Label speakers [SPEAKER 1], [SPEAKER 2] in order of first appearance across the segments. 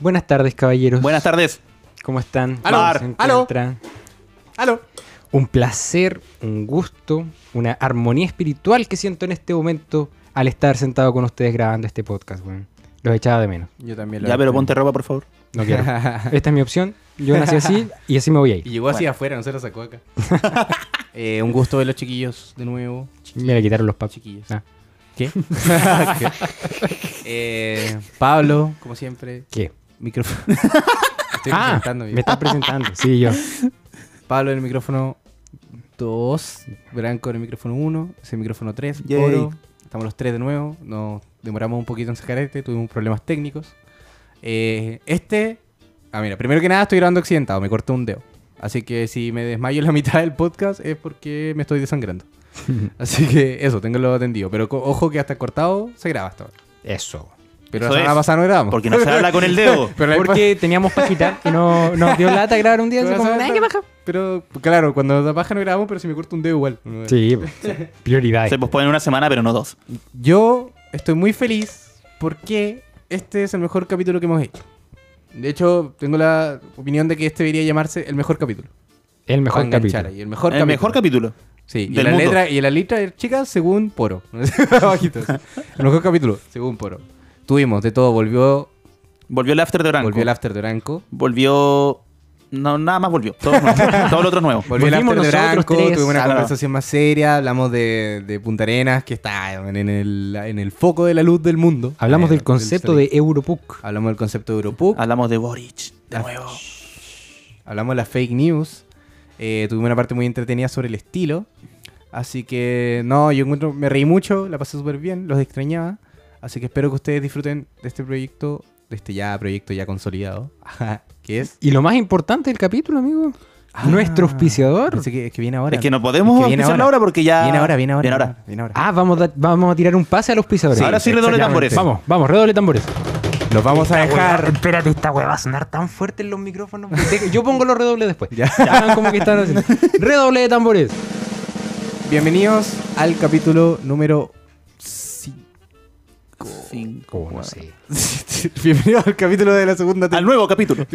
[SPEAKER 1] Buenas tardes, caballeros.
[SPEAKER 2] Buenas tardes.
[SPEAKER 1] ¿Cómo están?
[SPEAKER 2] Aló.
[SPEAKER 1] ¿Cómo se
[SPEAKER 3] Aló.
[SPEAKER 1] encuentran?
[SPEAKER 3] Aló.
[SPEAKER 1] Un placer, un gusto, una armonía espiritual que siento en este momento al estar sentado con ustedes grabando este podcast, weón. Los echaba de menos.
[SPEAKER 3] Yo también lo
[SPEAKER 2] Ya, pero ponte ropa, por favor.
[SPEAKER 1] No quiero. Esta es mi opción. Yo nací así y así me voy a
[SPEAKER 3] Y
[SPEAKER 1] ir.
[SPEAKER 3] llegó así afuera, no se la sacó acá. Eh, un gusto de los chiquillos de nuevo.
[SPEAKER 1] Me le quitaron los papos.
[SPEAKER 3] Chiquillos.
[SPEAKER 1] Ah.
[SPEAKER 3] ¿Qué? ¿Qué? Eh, Pablo, como siempre.
[SPEAKER 1] ¿Qué?
[SPEAKER 3] Micrófono. Estoy
[SPEAKER 1] ah,
[SPEAKER 3] presentando bien.
[SPEAKER 1] me están presentando. Sí, yo.
[SPEAKER 3] Pablo en el micrófono 2, Branco en el micrófono 1, ese micrófono 3,
[SPEAKER 2] Yay.
[SPEAKER 3] Oro. Estamos los tres de nuevo, nos demoramos un poquito en sacar este, tuvimos problemas técnicos. Eh, este, ah mira, primero que nada estoy grabando accidentado, me corté un dedo. Así que si me desmayo en la mitad del podcast es porque me estoy desangrando. Así que eso, tenganlo atendido. Pero co- ojo que hasta cortado se graba hasta ahora.
[SPEAKER 1] Eso.
[SPEAKER 3] Pero
[SPEAKER 2] Eso
[SPEAKER 3] la semana
[SPEAKER 2] es.
[SPEAKER 3] pasada no grabamos.
[SPEAKER 2] Porque no se habla con el dedo.
[SPEAKER 3] Pero la-
[SPEAKER 1] Porque teníamos pajita y no, nos dio lata grabar un día. así como, "Nah, qué paja".
[SPEAKER 3] Pero claro, cuando nos da paja no grabamos, pero si me corto un dedo igual.
[SPEAKER 1] Sí, pues, prioridades.
[SPEAKER 2] Se posponen una semana, pero no dos.
[SPEAKER 3] Yo estoy muy feliz porque este es el mejor capítulo que hemos hecho. De hecho, tengo la opinión de que este debería llamarse el mejor capítulo.
[SPEAKER 1] El
[SPEAKER 3] Pa'
[SPEAKER 1] mejor
[SPEAKER 3] enganchar
[SPEAKER 1] capítulo.
[SPEAKER 3] ahí, el mejor
[SPEAKER 2] el
[SPEAKER 3] capítulo.
[SPEAKER 2] mejor capítulo.
[SPEAKER 3] Sí, y
[SPEAKER 2] del
[SPEAKER 3] la
[SPEAKER 2] mundo.
[SPEAKER 3] letra y la letra chicas según Poro. Abajitos. el mejor capítulo según Poro. Tuvimos de todo, volvió
[SPEAKER 2] Volvió el after de Branco.
[SPEAKER 3] volvió el after de Branco.
[SPEAKER 2] Volvió- No, nada más volvió. Todo, todo lo otro es nuevo.
[SPEAKER 3] Volvió el
[SPEAKER 1] Volvimos
[SPEAKER 3] after de
[SPEAKER 1] nosotros
[SPEAKER 3] Branco,
[SPEAKER 1] tres.
[SPEAKER 3] tuvimos una
[SPEAKER 2] Claro.
[SPEAKER 3] conversación más seria, hablamos de, de Punta Arenas, que está en el, en el foco de la luz del mundo.
[SPEAKER 1] Hablamos
[SPEAKER 3] Eh,
[SPEAKER 1] del concepto de Europuck.
[SPEAKER 3] Hablamos del concepto de Europuc.
[SPEAKER 2] Hablamos de Boric. De
[SPEAKER 3] Ah.
[SPEAKER 2] nuevo.
[SPEAKER 3] Hablamos de las fake news. eh, tuvimos una parte muy entretenida sobre el estilo. Así que, no, yo encuentro, me reí mucho, la pasé súper bien, los extrañaba. Así que espero que ustedes disfruten de este proyecto, de este ya proyecto ya consolidado. que es?
[SPEAKER 1] Y lo más importante del capítulo, amigo.
[SPEAKER 3] Ah.
[SPEAKER 1] Ah, Nuestro auspiciador.
[SPEAKER 3] Parece que, es que viene ahora.
[SPEAKER 2] Es que no podemos
[SPEAKER 3] Es que viene
[SPEAKER 2] auspiciarlo ahora porque ya-
[SPEAKER 3] Viene ahora, viene ahora.
[SPEAKER 2] Viene ahora.
[SPEAKER 3] Viene ahora.
[SPEAKER 1] Ah, vamos a, vamos a tirar un pase al auspiciador.
[SPEAKER 2] Sí, Ahora sí, redoble
[SPEAKER 1] exactamente.
[SPEAKER 2] tambores.
[SPEAKER 1] Vamos, vamos, redoble tambores.
[SPEAKER 3] Los vamos a dejar.
[SPEAKER 1] espérate, esta weá va a sonar tan fuerte en los micrófonos. Yo pongo los redobles después. Ya. como que están haciendo. Redoble de tambores.
[SPEAKER 3] Bienvenidos al capítulo número.
[SPEAKER 2] Cinco.
[SPEAKER 1] Como no sé.
[SPEAKER 3] Bienvenidos al capítulo de la segunda temporada.
[SPEAKER 2] Al nuevo capítulo.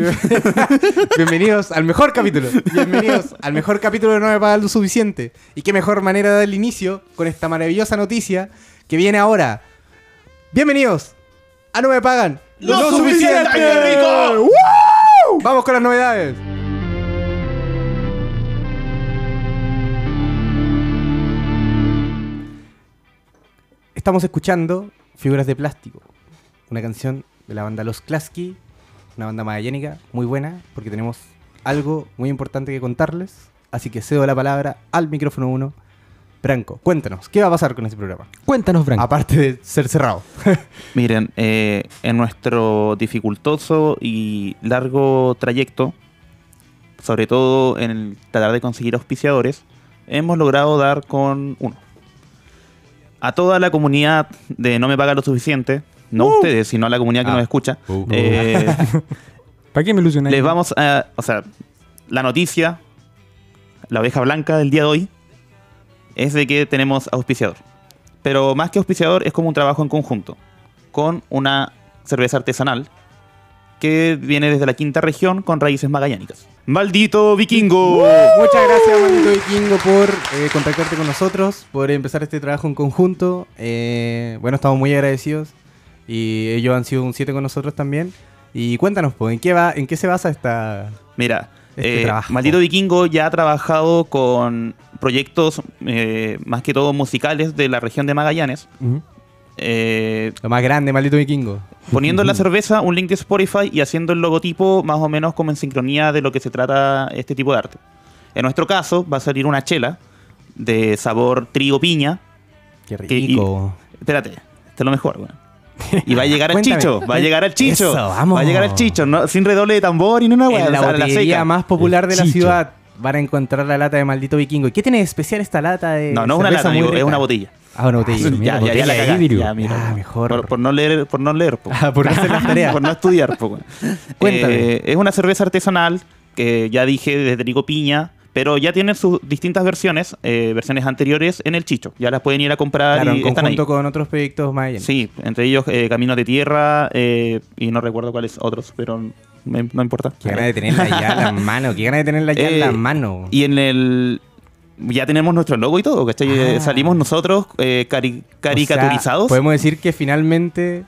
[SPEAKER 3] Bienvenidos al mejor capítulo. Bienvenidos al mejor capítulo de No me pagan lo suficiente. Y qué mejor manera de dar el inicio con esta maravillosa noticia que viene ahora. Bienvenidos a No me pagan
[SPEAKER 2] ¡Lo suficiente! ¡Qué rico!
[SPEAKER 3] ¡Woo! Vamos con las novedades. Estamos escuchando Figuras de Plástico, una canción de la banda Los Klasky, una banda magallánica muy buena, porque tenemos algo muy importante que contarles. Así que cedo la palabra al micrófono 1. Branco, cuéntanos, ¿qué va a pasar con este programa?
[SPEAKER 1] Cuéntanos, Frank.
[SPEAKER 3] Aparte de ser cerrado.
[SPEAKER 2] Miren, eh, en nuestro dificultoso y largo trayecto, sobre todo en el tratar de conseguir auspiciadores, hemos logrado dar con uno. A toda la comunidad de No Me Paga Lo Suficiente, no a ustedes, sino a la comunidad que
[SPEAKER 3] Uh. Ah.
[SPEAKER 2] nos escucha,
[SPEAKER 3] Uh.
[SPEAKER 2] eh,
[SPEAKER 1] ¿Para qué me ilusioné?
[SPEAKER 2] les vamos a... O sea, la noticia, la oveja blanca del día de hoy, es de que tenemos auspiciador. Pero más que auspiciador, es como un trabajo en conjunto. Con una cerveza artesanal que viene desde la quinta región con raíces magallánicas. ¡Maldito vikingo!
[SPEAKER 3] Muchas gracias, Manito Vikingo, por eh, contactarte con nosotros, por empezar este trabajo en conjunto. Eh, bueno, estamos muy agradecidos y ellos han sido un 7 con nosotros también. Y cuéntanos, po, ¿en qué, va, ¿en qué se basa esta...?
[SPEAKER 2] Mira,
[SPEAKER 3] Este
[SPEAKER 2] eh,
[SPEAKER 3] trabajo.
[SPEAKER 2] Maldito Vikingo ya ha trabajado con proyectos eh, más que todo musicales de la región de Magallanes. Eh,
[SPEAKER 3] Lo más grande, Maldito Vikingo.
[SPEAKER 2] poniendo en la cerveza un link de Spotify y haciendo el logotipo más o menos como en sincronía de lo que se trata este tipo de arte. En nuestro caso va a salir una chela de sabor trigo piña.
[SPEAKER 3] Qué
[SPEAKER 2] que- y-
[SPEAKER 3] rico.
[SPEAKER 2] espérate, te lo mejor, weón. Y va a llegar al
[SPEAKER 3] Cuéntame.
[SPEAKER 2] chicho, va a llegar al chicho.
[SPEAKER 3] Eso, vamos.
[SPEAKER 2] Va a llegar al chicho, no- sin redoble de tambor y ni una weá,
[SPEAKER 3] en la
[SPEAKER 2] o sea, a
[SPEAKER 3] botillería
[SPEAKER 2] seca.
[SPEAKER 3] más popular
[SPEAKER 1] El
[SPEAKER 3] de la
[SPEAKER 1] chicho.
[SPEAKER 3] ciudad van a encontrar la lata de Maldito Vikingo. ¿Y qué tiene de especial esta lata de
[SPEAKER 2] No, no es una lata,
[SPEAKER 3] cerveza muy
[SPEAKER 2] amigo, es
[SPEAKER 3] rica?
[SPEAKER 2] una botella.
[SPEAKER 3] Ah, una botella.
[SPEAKER 1] Ah, sí.
[SPEAKER 2] ya,
[SPEAKER 1] mira,
[SPEAKER 2] ya, ya
[SPEAKER 1] botella
[SPEAKER 2] la
[SPEAKER 1] de
[SPEAKER 2] cagaste,
[SPEAKER 1] vidrio.
[SPEAKER 2] ya, mira.
[SPEAKER 3] Ah, mejor.
[SPEAKER 2] Por, por no leer, por no leer, po.
[SPEAKER 3] Ah, por no hacer las tareas.
[SPEAKER 2] por no estudiar, po. weón.
[SPEAKER 3] Cuéntame.
[SPEAKER 2] Eh, es una cerveza artesanal que ya dije desde trigo piña, Pero ya tienen sus distintas versiones, eh, versiones anteriores en el Chicho. Ya las pueden ir a comprar
[SPEAKER 3] Claro,
[SPEAKER 2] y
[SPEAKER 3] en
[SPEAKER 2] están ahí.
[SPEAKER 3] conjunto con otros proyectos más llenos.
[SPEAKER 2] Sí, entre ellos eh, Caminos de Tierra eh, y no recuerdo cuáles otros, pero me- no importa.
[SPEAKER 3] Qué ganas de tenerla ya en la mano. Qué ganas de tenerla ya en
[SPEAKER 2] Eh,
[SPEAKER 3] la mano.
[SPEAKER 2] Y en el. Ya tenemos nuestro logo y todo, ¿cachai? Eh,
[SPEAKER 3] Ah.
[SPEAKER 2] Salimos nosotros eh, cari-
[SPEAKER 3] O sea,
[SPEAKER 2] caricaturizados.
[SPEAKER 3] podemos decir que finalmente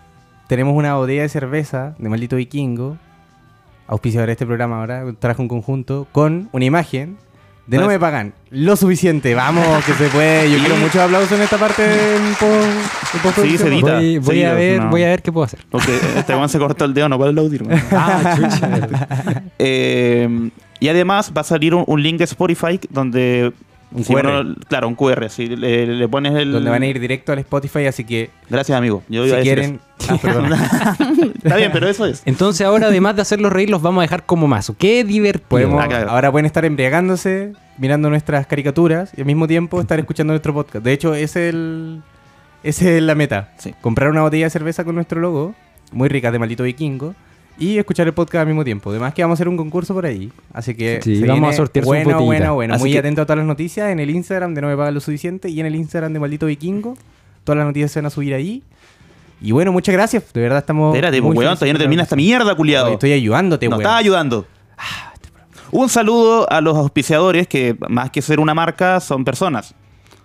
[SPEAKER 3] tenemos una botella de cerveza de maldito vikingo, auspiciador de este programa ahora, trajo un conjunto con una imagen de
[SPEAKER 2] No
[SPEAKER 3] No,
[SPEAKER 2] es-
[SPEAKER 3] me pagan, lo suficiente, vamos, que se puede. Yo
[SPEAKER 2] Y-
[SPEAKER 3] quiero muchos aplausos en esta parte del po- del postproducción.
[SPEAKER 2] Sí, se edita.
[SPEAKER 1] Voy, voy
[SPEAKER 2] Sí,
[SPEAKER 1] a ver,
[SPEAKER 2] no.
[SPEAKER 1] voy a ver qué puedo hacer.
[SPEAKER 2] Porque
[SPEAKER 3] eh,
[SPEAKER 2] este weón se cortó el dedo, no puede aplaudir. weón.
[SPEAKER 1] Ah, chucha.
[SPEAKER 2] Eh, y además va a salir un, un link de Spotify donde.
[SPEAKER 3] Un
[SPEAKER 2] si
[SPEAKER 3] QR.
[SPEAKER 2] uno- claro, un QR. Si le, le pones el.
[SPEAKER 3] Donde van a ir directo al Spotify, así que
[SPEAKER 2] Gracias, amigo. Yo
[SPEAKER 3] si
[SPEAKER 2] iba a decir
[SPEAKER 3] quieren...
[SPEAKER 2] eso.
[SPEAKER 3] Ah, perdón.
[SPEAKER 2] Está bien, pero eso es.
[SPEAKER 1] Entonces ahora, además de hacerlos reír, los vamos a dejar como mazo. Qué divertido.
[SPEAKER 3] Podemos,
[SPEAKER 2] Ah, claro.
[SPEAKER 3] Ahora pueden estar embriagándose, mirando nuestras caricaturas y al mismo tiempo estar escuchando nuestro podcast. De hecho, ese es, el, esa es la meta.
[SPEAKER 2] Sí.
[SPEAKER 3] Comprar una botella de cerveza con nuestro logo, muy rica de maldito vikingo, y escuchar el podcast al mismo tiempo. Además que vamos a hacer un concurso por ahí. Así que
[SPEAKER 1] Sí,
[SPEAKER 3] se
[SPEAKER 1] vamos
[SPEAKER 3] viene
[SPEAKER 1] a sortear su
[SPEAKER 3] Bueno,
[SPEAKER 1] botellita.
[SPEAKER 3] bueno, bueno.
[SPEAKER 2] Así
[SPEAKER 3] muy
[SPEAKER 2] que-
[SPEAKER 3] atento a todas las noticias en el Instagram de No Me Pagan Lo Suficiente y en el Instagram de Maldito Vikingo. Todas las noticias se van a subir ahí. Y bueno, muchas gracias. De verdad estamos...
[SPEAKER 2] Espérate,
[SPEAKER 3] muy
[SPEAKER 2] pues, weón,
[SPEAKER 3] felices
[SPEAKER 2] todavía no
[SPEAKER 3] con la
[SPEAKER 2] termina esta
[SPEAKER 3] noticia.
[SPEAKER 2] mierda,
[SPEAKER 3] Oye,
[SPEAKER 2] culiado.
[SPEAKER 3] Estoy ayudándote,
[SPEAKER 2] Nos
[SPEAKER 3] weón. Ah,
[SPEAKER 2] estás
[SPEAKER 3] este
[SPEAKER 2] ayudando. Un saludo a los auspiciadores que, más que ser una marca, son personas.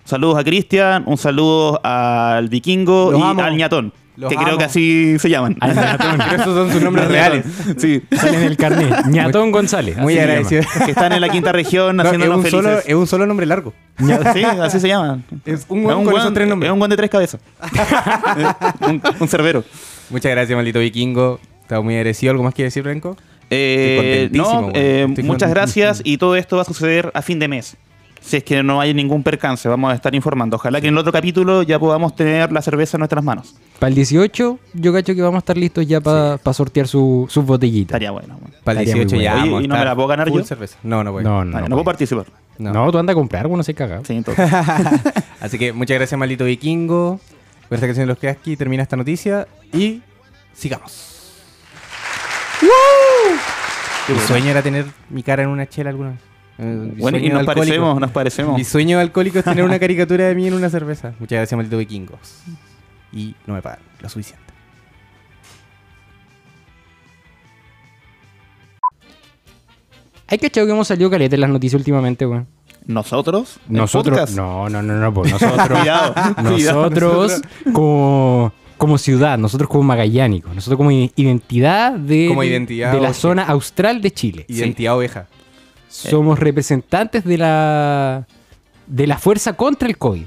[SPEAKER 2] Saludos a Cristian, un saludo al Vikingo
[SPEAKER 3] Los
[SPEAKER 2] y
[SPEAKER 3] amo.
[SPEAKER 2] al ñatón.
[SPEAKER 3] Los
[SPEAKER 2] que creo
[SPEAKER 3] amo.
[SPEAKER 2] que así se llaman.
[SPEAKER 3] Pero esos son sus nombres reales.
[SPEAKER 2] Sí.
[SPEAKER 1] Sale en el carnet. Ñatón González.
[SPEAKER 3] Muy
[SPEAKER 1] así se
[SPEAKER 3] agradecido.
[SPEAKER 2] Que están en la quinta región
[SPEAKER 3] No, es,
[SPEAKER 2] haciéndonos
[SPEAKER 3] un solo,
[SPEAKER 2] felices.
[SPEAKER 3] es un solo nombre largo.
[SPEAKER 2] Sí, así se llaman.
[SPEAKER 3] Es un guan con
[SPEAKER 2] guan-
[SPEAKER 3] esos tres nombres.
[SPEAKER 2] es un guan de tres cabezas. un, un cerbero.
[SPEAKER 3] Muchas gracias, maldito vikingo. Estamos muy agradecido. ¿Algo más que decir, Renko?
[SPEAKER 2] Eh,
[SPEAKER 3] Estoy contentísimo,
[SPEAKER 2] no,
[SPEAKER 3] güey.
[SPEAKER 2] eh,
[SPEAKER 3] Estoy
[SPEAKER 2] muchas
[SPEAKER 3] contentísimo.
[SPEAKER 2] gracias y todo esto va a suceder a fin de mes. Si es que no hay ningún percance, vamos a estar informando. Ojalá que en el otro capítulo ya podamos tener la cerveza en nuestras manos.
[SPEAKER 1] Para el 18, yo cacho que vamos a estar listos ya para sortear su- sus botellitas.
[SPEAKER 2] Estaría bueno. güey.
[SPEAKER 3] Para el
[SPEAKER 1] Estaría
[SPEAKER 3] 18
[SPEAKER 1] muy
[SPEAKER 3] ya.
[SPEAKER 2] bueno. Oye,
[SPEAKER 3] vamos a
[SPEAKER 2] ¿y no me
[SPEAKER 3] estar
[SPEAKER 2] la puedo ganar
[SPEAKER 3] full
[SPEAKER 2] yo?
[SPEAKER 3] cerveza. No, no, güey.
[SPEAKER 1] No, no,
[SPEAKER 2] Vale,
[SPEAKER 1] no.
[SPEAKER 2] no puedo participar.
[SPEAKER 1] No, tú anda a comprar, bueno, se caga.
[SPEAKER 2] Sí, entonces.
[SPEAKER 3] Así que muchas gracias, maldito vikingo. Con esta canción de los que aquí termina esta noticia. Y sigamos. Mi sueño era tener mi cara en una chela alguna vez. Eh, mi
[SPEAKER 2] bueno, y
[SPEAKER 3] sueño
[SPEAKER 2] nos
[SPEAKER 3] alcohólico.
[SPEAKER 2] parecemos, nos parecemos.
[SPEAKER 3] Mi sueño alcohólico es tener una caricatura de mí en una cerveza. Muchas gracias, maldito vikingos. Y no me pagan lo suficiente.
[SPEAKER 1] Hay cachado que hemos salido caleta en las noticias últimamente, weón.
[SPEAKER 2] ¿Nosotros? ¿El
[SPEAKER 1] Nosotros.
[SPEAKER 2] podcast?
[SPEAKER 1] No, no, no, no, pues nosotros.
[SPEAKER 2] Cuidado, cuidado.
[SPEAKER 1] nosotros como, como ciudad, nosotros como magallánicos, nosotros como i- identidad de,
[SPEAKER 3] Como identidad,
[SPEAKER 1] de la
[SPEAKER 3] oye.
[SPEAKER 1] zona austral de Chile.
[SPEAKER 3] Identidad oveja.
[SPEAKER 1] Somos representantes de la de la fuerza contra el COVID.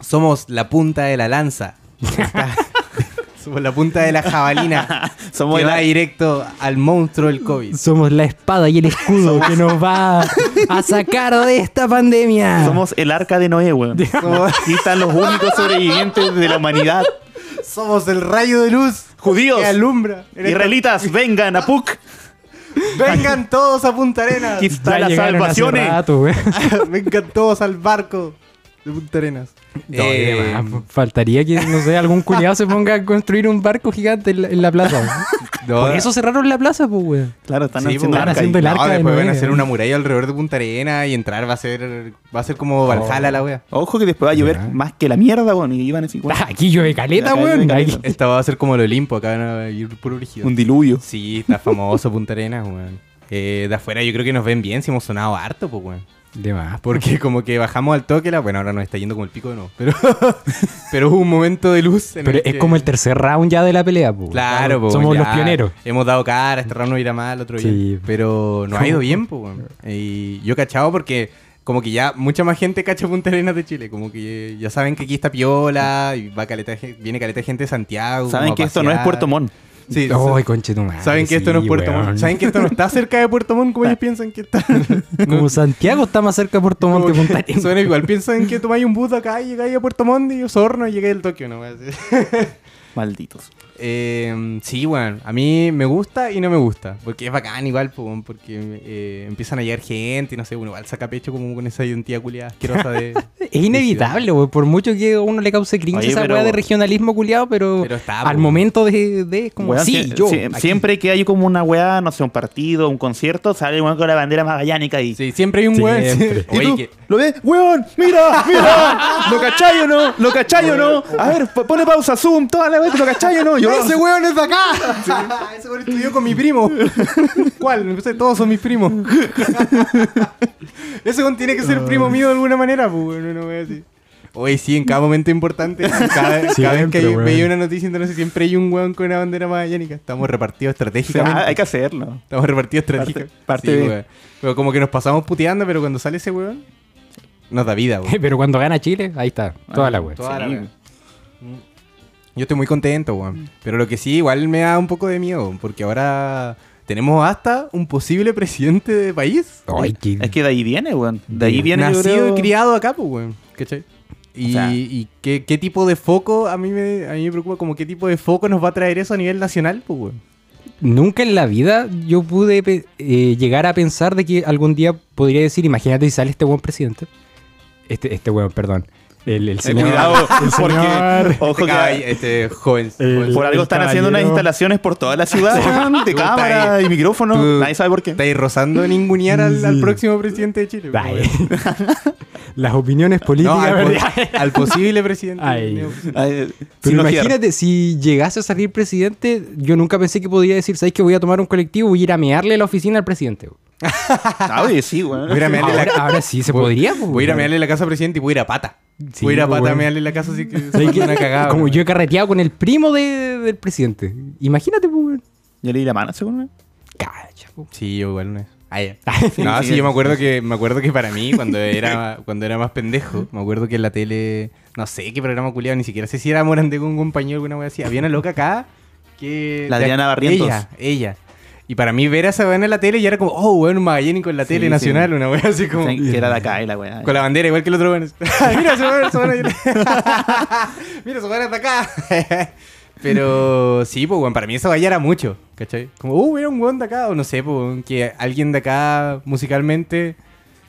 [SPEAKER 3] Somos la punta de la lanza. Somos la punta de la jabalina.
[SPEAKER 2] Somos
[SPEAKER 3] que
[SPEAKER 2] el-
[SPEAKER 3] va directo al monstruo del COVID.
[SPEAKER 1] Somos la espada y el escudo que nos va a sacar de esta pandemia.
[SPEAKER 2] Somos el arca de Noé, weón.
[SPEAKER 3] Somos,
[SPEAKER 2] Aquí están los únicos sobrevivientes de la humanidad.
[SPEAKER 3] somos el rayo de luz
[SPEAKER 2] Judíos,
[SPEAKER 3] que alumbra. En esta-
[SPEAKER 2] israelitas, vengan a Puc.
[SPEAKER 3] Vengan todos a Punta Arenas.
[SPEAKER 2] Aquí están las
[SPEAKER 1] llegaron hace
[SPEAKER 2] salvaciones.
[SPEAKER 1] rato, weón.
[SPEAKER 3] Vengan todos al barco de Punta Arenas.
[SPEAKER 1] No,
[SPEAKER 3] Eh,
[SPEAKER 1] de más, po. Faltaría que, no sé, algún cuñado se ponga a construir un barco gigante en la, en la plaza. weón.
[SPEAKER 3] no, eh.
[SPEAKER 1] Por eso cerraron la plaza, pues, weón.
[SPEAKER 2] Claro, están
[SPEAKER 3] Sí,
[SPEAKER 2] haciendo
[SPEAKER 3] pues,
[SPEAKER 1] van
[SPEAKER 2] arca
[SPEAKER 1] haciendo
[SPEAKER 2] ahí.
[SPEAKER 1] el arca
[SPEAKER 3] No,
[SPEAKER 1] de
[SPEAKER 3] después van a
[SPEAKER 1] Noé.
[SPEAKER 3] hacer una muralla alrededor de Punta Arena y entrar va a ser va a ser
[SPEAKER 1] Oh.
[SPEAKER 3] como Valhalla la wea.
[SPEAKER 2] Ojo que después va a llover
[SPEAKER 1] Ya.
[SPEAKER 2] más que la mierda, weón. Y iban así, weón.
[SPEAKER 1] Ah, Aquí llueve caleta,
[SPEAKER 2] Acá llueve
[SPEAKER 1] weón.
[SPEAKER 2] caleta.
[SPEAKER 1] Aquí-
[SPEAKER 3] Esta va a ser como el Olimpo, acá van a ir puro brígido.
[SPEAKER 2] Un diluvio.
[SPEAKER 3] Sí, está famoso Punta Arenas, weón. Eh, de afuera yo creo que nos ven bien si hemos sonado harto, pues weón.
[SPEAKER 1] De más, po.
[SPEAKER 3] Porque como que bajamos al toque la. Bueno, ahora nos está yendo como el pico de no. Pero, pero hubo un momento de luz en
[SPEAKER 1] Pero es
[SPEAKER 3] que-
[SPEAKER 1] como el tercer round ya de la pelea, pues.
[SPEAKER 3] Claro, pues,
[SPEAKER 1] Somos
[SPEAKER 3] ya
[SPEAKER 1] los pioneros.
[SPEAKER 3] Hemos dado cara, este round no irá mal, otro
[SPEAKER 1] Sí.
[SPEAKER 3] bien. Pero nos ha ido bien, pues, weón. Y yo cachado porque como que ya mucha más gente cacha Punta Arenas de Chile. Como que ya saben que aquí está Piola y va caleta, de gen- viene caleta de gente de Santiago.
[SPEAKER 2] Saben
[SPEAKER 3] como a
[SPEAKER 2] que esto no es
[SPEAKER 3] pasear.
[SPEAKER 2] Puerto Montt.
[SPEAKER 3] Sí,
[SPEAKER 1] Ay,
[SPEAKER 3] sa-
[SPEAKER 1] conche tu madre,
[SPEAKER 3] saben que esto
[SPEAKER 1] sí,
[SPEAKER 3] no es Puerto
[SPEAKER 1] weón.
[SPEAKER 3] Montt. Saben que esto no está cerca de Puerto Montt como ellos piensan que está.
[SPEAKER 1] Como Santiago está más cerca de Puerto Montt que
[SPEAKER 3] Como
[SPEAKER 1] Punta
[SPEAKER 3] que
[SPEAKER 1] Arenas.
[SPEAKER 3] Suena igual, piensan que tomáis un bus de acá y llegáis a Puerto Montt y yo sorno y llegué al Tokio nomás.
[SPEAKER 2] Malditos.
[SPEAKER 3] Eh, sí, bueno, a mí me gusta y no me gusta. Porque es bacán igual, po, weón, porque eh, empiezan a llegar gente y no sé, uno igual saca pecho como con esa identidad culiada asquerosa de...
[SPEAKER 1] Es inevitable, güey, por mucho que a uno le cause cringe
[SPEAKER 2] Oye,
[SPEAKER 1] esa
[SPEAKER 2] pero-
[SPEAKER 1] weá de regionalismo culiado, pero,
[SPEAKER 3] Pero está, pues.
[SPEAKER 1] al
[SPEAKER 3] po.
[SPEAKER 1] momento de, de es como,
[SPEAKER 2] Weón,
[SPEAKER 1] sí,
[SPEAKER 2] sie-
[SPEAKER 1] yo.
[SPEAKER 2] sie-
[SPEAKER 1] aquí".
[SPEAKER 2] siempre que hay como una weá, no sé, un partido, un concierto, sale el weón con la bandera magallánica y.
[SPEAKER 3] Sí, siempre hay un weón.
[SPEAKER 4] Siempre.
[SPEAKER 3] Oye,
[SPEAKER 2] ¿Y tú?
[SPEAKER 3] que-
[SPEAKER 2] ¿Lo ves? ¡Weón! ¡Mira! ¡Mira! ¿Lo cachai o no? ¿Lo cachai o no? A ver, po- pone pausa, zoom, toda la vez, ¿lo cachai o no? Yo
[SPEAKER 3] ¡Ese weón es de acá! Ese weón estudió con mi primo. ¿Cuál? Me puse, Todos son mis primos. Ese weón tiene que ser primo mío de alguna manera, pues, weón, una wea así. Oye, sí, en cada momento importante, en cada, cada vez que
[SPEAKER 4] Siempre,
[SPEAKER 3] hay-
[SPEAKER 4] weón.
[SPEAKER 3] veía una noticia internacional, siempre hay un weón con una bandera magallánica. Estamos repartidos estratégicamente.
[SPEAKER 2] hay que hacerlo.
[SPEAKER 3] Estamos repartidos estratégicamente.
[SPEAKER 2] parte
[SPEAKER 3] Sí,
[SPEAKER 2] de-
[SPEAKER 3] weón. Pero como que nos pasamos puteando, pero cuando sale ese weón, nos da vida, weón.
[SPEAKER 1] pero cuando gana Chile, ahí está, toda la weá.
[SPEAKER 3] Toda la
[SPEAKER 2] Ah. Sí.
[SPEAKER 3] wea. Mm. Yo estoy muy contento,
[SPEAKER 2] Mm.
[SPEAKER 3] weón. Pero lo que sí, igual me da un poco de miedo, porque ahora tenemos hasta un posible presidente de país.
[SPEAKER 1] Ay, qué-
[SPEAKER 2] Es que de ahí viene, weón. De ahí viene. yo
[SPEAKER 3] Nacido
[SPEAKER 2] creo-
[SPEAKER 3] y criado acá, pues, weón. ¿Cachai? Y,
[SPEAKER 2] O sea-
[SPEAKER 3] y qué, qué tipo de foco, a mí, me, a mí me preocupa como qué tipo de foco nos va a traer eso a nivel nacional, pues, weón.
[SPEAKER 1] Nunca en la vida yo pude pe- eh, llegar a pensar de que algún día podría decir, imagínate si sale este buen presidente. Este, este weón, perdón. El, el
[SPEAKER 2] Eh,
[SPEAKER 1] señor.
[SPEAKER 2] Cuidado, porque.
[SPEAKER 4] señor.
[SPEAKER 2] Ojo
[SPEAKER 3] Este,
[SPEAKER 2] que.
[SPEAKER 3] caball-
[SPEAKER 2] Eh,
[SPEAKER 3] este joven.
[SPEAKER 4] El-
[SPEAKER 3] joven-
[SPEAKER 2] Por algo están haciendo unas
[SPEAKER 4] caballero.
[SPEAKER 2] instalaciones por toda la ciudad, weón, de
[SPEAKER 3] Tú estás
[SPEAKER 2] cámara
[SPEAKER 3] ahí.
[SPEAKER 2] y micrófono.
[SPEAKER 3] Tú-
[SPEAKER 2] Nadie sabe por qué.
[SPEAKER 3] Estáis rozando ningunear al, al
[SPEAKER 4] Sí.
[SPEAKER 3] próximo presidente de Chile. pues,
[SPEAKER 1] Ay.
[SPEAKER 3] weón.
[SPEAKER 1] Las opiniones
[SPEAKER 3] No,
[SPEAKER 1] políticas.
[SPEAKER 3] al,
[SPEAKER 1] ¿verdad?
[SPEAKER 3] po- al posible presidente.
[SPEAKER 1] Ay.
[SPEAKER 3] neopresi-
[SPEAKER 2] Ay, si
[SPEAKER 1] Pero
[SPEAKER 2] no quiero.
[SPEAKER 1] imagínate, si llegase a salir presidente, yo nunca pensé que podría decir, ¿sabes que voy a tomar un colectivo? Voy a ir a mearle la oficina al presidente. weón".
[SPEAKER 2] Ah, oye, sí, weón.
[SPEAKER 3] Voy a ir a mearle la-
[SPEAKER 1] Ahora, ahora sí se podría. pues,
[SPEAKER 3] Voy a ir a
[SPEAKER 1] weón.
[SPEAKER 3] mearle la casa al presidente y voy a ir a pata.
[SPEAKER 1] Sí,
[SPEAKER 3] voy a ir a
[SPEAKER 1] pues,
[SPEAKER 3] pata a
[SPEAKER 1] weón.
[SPEAKER 3] mearle la casa, así que se
[SPEAKER 1] ¿Sabes
[SPEAKER 3] manda
[SPEAKER 1] qué?
[SPEAKER 3] una cagada.
[SPEAKER 1] Como
[SPEAKER 3] weón.
[SPEAKER 1] yo he carreteado con el primo de- del presidente. Imagínate, pues, weón.
[SPEAKER 2] Yo le di la mano, según weón.
[SPEAKER 1] Cacha, pues.
[SPEAKER 3] Sí, yo igual no es.
[SPEAKER 2] Sí,
[SPEAKER 3] Ah, no,
[SPEAKER 2] sí,
[SPEAKER 3] sí, yo me
[SPEAKER 2] sí,
[SPEAKER 3] acuerdo que me acuerdo que para mí cuando era cuando era más pendejo, me acuerdo que en la tele, no sé qué programa culiado, ni siquiera sé si era Morandé con un compañero alguna wea así. Había una loca acá que
[SPEAKER 2] La Adriana Barrientos.
[SPEAKER 3] Ella, ella. Y para mí ver a esa weá en la tele ya era como, oh, weón, un magallánico en la
[SPEAKER 2] Sí,
[SPEAKER 3] tele
[SPEAKER 2] sí.
[SPEAKER 3] nacional, una wea así como
[SPEAKER 2] Que era de acá, y la weá.
[SPEAKER 3] con la bandera igual que el otro weón. Mira, se van, se van a ir. Mira, se van hasta acá. Pero sí, pues, weón, para mí esa valla era mucho, ¿cachai? Como, uh, era un weón de acá, o no sé, pues, weón, que alguien de acá musicalmente.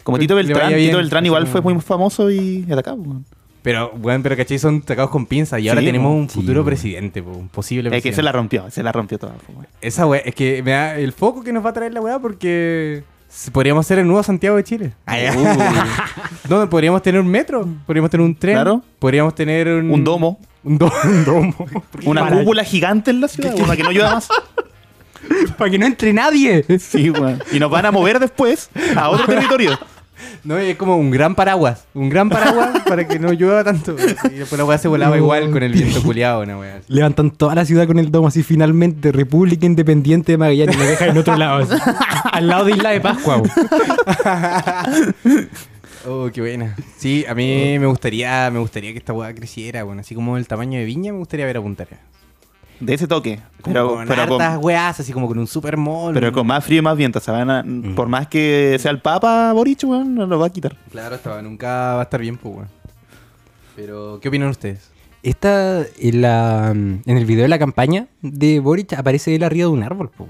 [SPEAKER 2] Como
[SPEAKER 3] Le-
[SPEAKER 2] Tito
[SPEAKER 3] le
[SPEAKER 2] Beltrán,
[SPEAKER 3] vaya bien.
[SPEAKER 2] Tito Beltrán igual
[SPEAKER 3] Sí.
[SPEAKER 2] fue muy famoso y de acá, weón.
[SPEAKER 3] Pero, weón, pero ¿cachai? Son sacados con pinzas. Y ahora
[SPEAKER 2] Sí,
[SPEAKER 3] tenemos
[SPEAKER 2] po.
[SPEAKER 3] un
[SPEAKER 1] Sí,
[SPEAKER 3] futuro
[SPEAKER 1] po.
[SPEAKER 3] presidente, po, un posible
[SPEAKER 2] Es
[SPEAKER 3] presidente.
[SPEAKER 2] que se la rompió, se la rompió toda. po, weón.
[SPEAKER 3] Esa weá, es que me da el foco que nos va a traer la weá porque s- podríamos ser el nuevo Santiago de Chile.
[SPEAKER 2] Ah, Uh,
[SPEAKER 3] ¿Dónde podríamos tener un metro? Podríamos tener un tren.
[SPEAKER 2] Claro.
[SPEAKER 3] Podríamos tener un.
[SPEAKER 2] un domo,
[SPEAKER 3] Un domo.
[SPEAKER 2] una
[SPEAKER 1] Para-
[SPEAKER 2] cúpula gigante en la ciudad, una que no llueva más.
[SPEAKER 1] Para que no entre nadie.
[SPEAKER 2] Sí, weón. Y nos van a mover después a otro territorio.
[SPEAKER 3] No, y es como un gran paraguas. Un gran paraguas para que no llueva tanto. Y después la weá se volaba
[SPEAKER 1] No.
[SPEAKER 3] igual con el viento culiado, una weá. así.
[SPEAKER 1] Levantan toda la ciudad con el domo así finalmente, República Independiente de Magallanes, la dejan en otro lado, así, al lado de Isla de Pascua. bo.
[SPEAKER 3] Oh, qué buena. Sí, a
[SPEAKER 1] Oh.
[SPEAKER 3] mí me gustaría, me gustaría que esta weá creciera, bueno. Así como el tamaño de viña, me gustaría ver a Punta Arenas.
[SPEAKER 2] De ese toque.
[SPEAKER 3] Como
[SPEAKER 2] Pero,
[SPEAKER 3] con
[SPEAKER 2] pero,
[SPEAKER 3] hartas
[SPEAKER 2] con,
[SPEAKER 3] weás, así como con un super mall.
[SPEAKER 2] pero con más frío y más viento. se van a- Por más que sea el Papa Boric, weón, no lo va a quitar.
[SPEAKER 3] Claro, esta weá nunca va a estar bien, pues weón. Pero, ¿qué opinan ustedes?
[SPEAKER 1] Esta, en, la, en el video de la campaña de Boric, aparece él arriba de un árbol. po.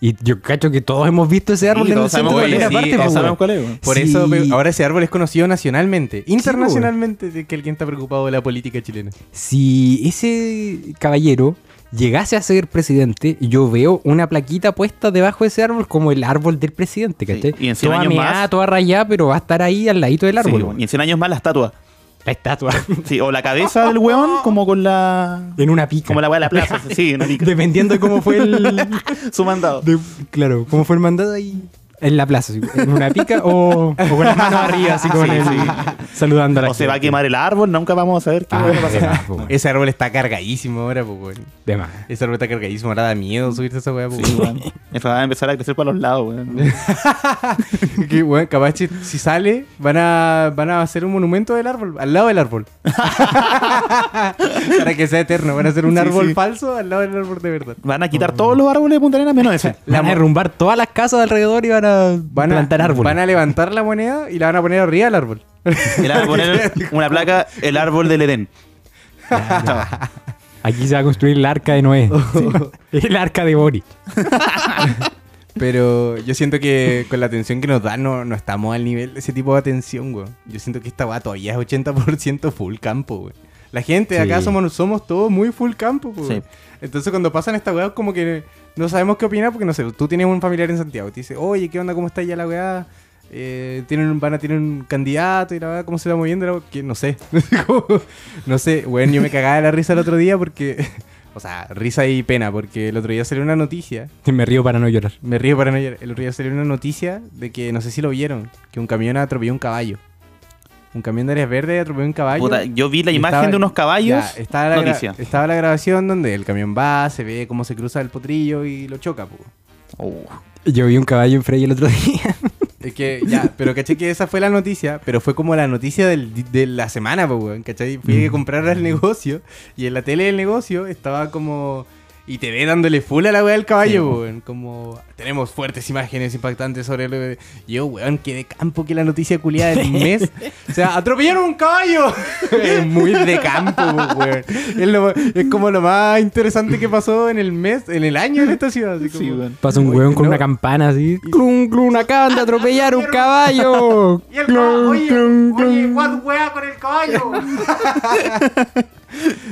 [SPEAKER 1] Y yo cacho que todos hemos visto ese árbol
[SPEAKER 2] Sí,
[SPEAKER 1] en el
[SPEAKER 2] todos
[SPEAKER 1] centro de
[SPEAKER 2] sabemos cuál
[SPEAKER 1] la
[SPEAKER 2] es,
[SPEAKER 1] parte.
[SPEAKER 2] sí,
[SPEAKER 1] po,
[SPEAKER 2] todos sabemos
[SPEAKER 1] weón.
[SPEAKER 2] cuál es, weón.
[SPEAKER 3] Por
[SPEAKER 1] Sí.
[SPEAKER 3] eso pe- ahora ese árbol es conocido nacionalmente, internacionalmente, de que alguien está preocupado de la política chilena.
[SPEAKER 1] Si ese caballero llegase a ser presidente, yo veo una plaquita puesta debajo de ese árbol como el árbol del presidente,
[SPEAKER 2] Sí,
[SPEAKER 1] ¿cachai?
[SPEAKER 2] y en cien
[SPEAKER 1] toda
[SPEAKER 2] años
[SPEAKER 1] meada,
[SPEAKER 2] más-
[SPEAKER 1] toda rayada, pero va a estar ahí al ladito del
[SPEAKER 2] Sí,
[SPEAKER 1] árbol.
[SPEAKER 2] weón. y en 100 años más la estatua.
[SPEAKER 1] La estatua.
[SPEAKER 2] Sí, o la cabeza del weón, como con la.
[SPEAKER 1] en una pica.
[SPEAKER 2] Como la weá de la plaza. Sí, una pica.
[SPEAKER 1] Dependiendo de cómo fue el.
[SPEAKER 2] Su mandado.
[SPEAKER 1] de- claro, cómo fue el mandado ahí. En la plaza, así, en una pica o, o con las manos arriba, así como
[SPEAKER 2] Sí,
[SPEAKER 1] en el-
[SPEAKER 2] sí.
[SPEAKER 1] saludando a la
[SPEAKER 2] O se va a
[SPEAKER 1] gente.
[SPEAKER 2] quemar el árbol, nunca vamos a saber qué
[SPEAKER 1] Ah,
[SPEAKER 2] va a
[SPEAKER 1] de
[SPEAKER 2] pasar. Eh,
[SPEAKER 1] más, po, weón.
[SPEAKER 3] Ese árbol está cargadísimo ahora, pues, weón.
[SPEAKER 1] de más.
[SPEAKER 3] Ese árbol está cargadísimo, ahora da miedo subirse a esa weá, pues.
[SPEAKER 2] Sí, weón. Eso va a empezar a crecer para los lados, weón.
[SPEAKER 3] Que, weón, capaz que si sale, van a, van a hacer un monumento del árbol, al lado del árbol. Para que sea eterno, van a hacer un
[SPEAKER 2] Sí,
[SPEAKER 3] árbol
[SPEAKER 2] sí.
[SPEAKER 3] falso al lado del árbol de verdad.
[SPEAKER 2] Van a quitar todos los árboles de Punta Arenas menos ese.
[SPEAKER 1] Van a derrumbar todas las casas de alrededor y van a
[SPEAKER 3] Van a,
[SPEAKER 1] plantar árboles.
[SPEAKER 3] van a levantar la moneda y la van a poner arriba del árbol.
[SPEAKER 2] Y le van a poner una placa, el árbol del Edén.
[SPEAKER 1] Claro. Aquí se va a construir el arca de Noé. El arca de Boric.
[SPEAKER 3] Pero yo siento que con la atención que nos dan no, no estamos al nivel de ese tipo de atención, güey. Yo siento que esta weá todavía es 80% full campo, güey. La gente de acá
[SPEAKER 1] Sí.
[SPEAKER 3] somos, somos todos muy full campo, güey.
[SPEAKER 2] Sí.
[SPEAKER 3] Entonces cuando pasan esta weá como que no sabemos qué opinar porque no sé, tú tienes un familiar en Santiago, te dice, oye, ¿qué onda? ¿Cómo está ya la weá? Eh, tienen, van a tener un candidato y la weá, ¿cómo se va moviendo? La weá? Que no sé. Como- no sé, güey, yo me cagaba de la risa el otro día porque... O sea, risa y pena, porque el otro día salió una noticia
[SPEAKER 1] Me río para no llorar.
[SPEAKER 3] me río para no llorar. El otro día salió una noticia de que, no sé si lo vieron, que un camión atropelló un caballo. Un camión de áreas verdes atropelló un caballo.
[SPEAKER 2] Puta, yo vi la
[SPEAKER 3] y
[SPEAKER 2] imagen
[SPEAKER 3] estaba-
[SPEAKER 2] de unos caballos.
[SPEAKER 3] Ya, estaba, la gra-
[SPEAKER 2] noticia.
[SPEAKER 3] estaba la grabación donde el camión va, se ve cómo se cruza el potrillo y lo choca, po.
[SPEAKER 2] Oh.
[SPEAKER 1] Yo vi un caballo en Frey el otro día.
[SPEAKER 3] Es que, ya, pero caché que esa fue la noticia, pero fue como la noticia del di- de la semana, po, weón, ¿cachai? Fui a comprar al negocio y en la tele del negocio estaba como ITV dándole full a la weá del caballo, po, weón. Como tenemos fuertes imágenes impactantes sobre el. Yo, weón, que de campo que la noticia culiada del mes. O sea, atropellaron un caballo. es muy de campo, po, weón. Es, lo- es como lo más interesante que pasó en el mes, en el año en esta ciudad. así como-
[SPEAKER 1] Pasa un hueón con
[SPEAKER 3] no.
[SPEAKER 1] una campana así. Ah, ¡Clun, clun! Acaban de atropellar un caballo.
[SPEAKER 3] Y el
[SPEAKER 1] ¡Clun,
[SPEAKER 3] caballo, oye,
[SPEAKER 1] clun,
[SPEAKER 3] oye,
[SPEAKER 1] clun!
[SPEAKER 3] what wea con el caballo.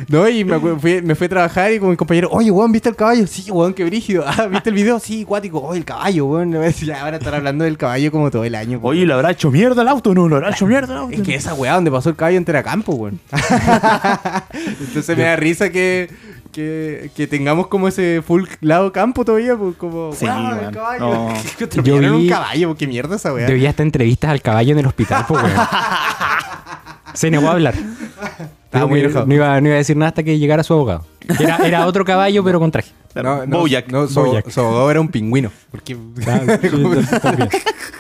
[SPEAKER 3] no, y me, acu- fui, me fui a trabajar y con mi compañero, oye, weón, ¿viste el caballo? Sí, weón, qué brígido. Ah, ¿viste el video? Sí, cuático. Oye, el caballo, weón. Me decía, ahora estar hablando del caballo como todo el año. weón.
[SPEAKER 2] Oye, ¿lo habrá hecho mierda el auto? No, lo habrá hecho mierda el auto.
[SPEAKER 3] Es que esa weá donde pasó el caballo entera campo, weón. Entonces me da risa que, que, que tengamos como ese full lado campo todavía, pues como,
[SPEAKER 2] Sí,
[SPEAKER 3] weón, el
[SPEAKER 2] weón.
[SPEAKER 3] caballo.
[SPEAKER 2] No.
[SPEAKER 3] Que atropellaron
[SPEAKER 1] vi-
[SPEAKER 3] un caballo, pues, qué mierda esa weá.
[SPEAKER 1] Yo vi hasta entrevistas al caballo en el hospital, po, weón. Se negó a hablar. Dijo
[SPEAKER 3] muy
[SPEAKER 1] que
[SPEAKER 3] enojado.
[SPEAKER 1] no, iba, no iba a decir nada hasta que llegara su abogado. Era, era otro caballo, pero con traje.
[SPEAKER 2] Claro, Bojack. Ah,
[SPEAKER 3] No, su,
[SPEAKER 1] Bojack.
[SPEAKER 3] su abogado era un pingüino. Porque,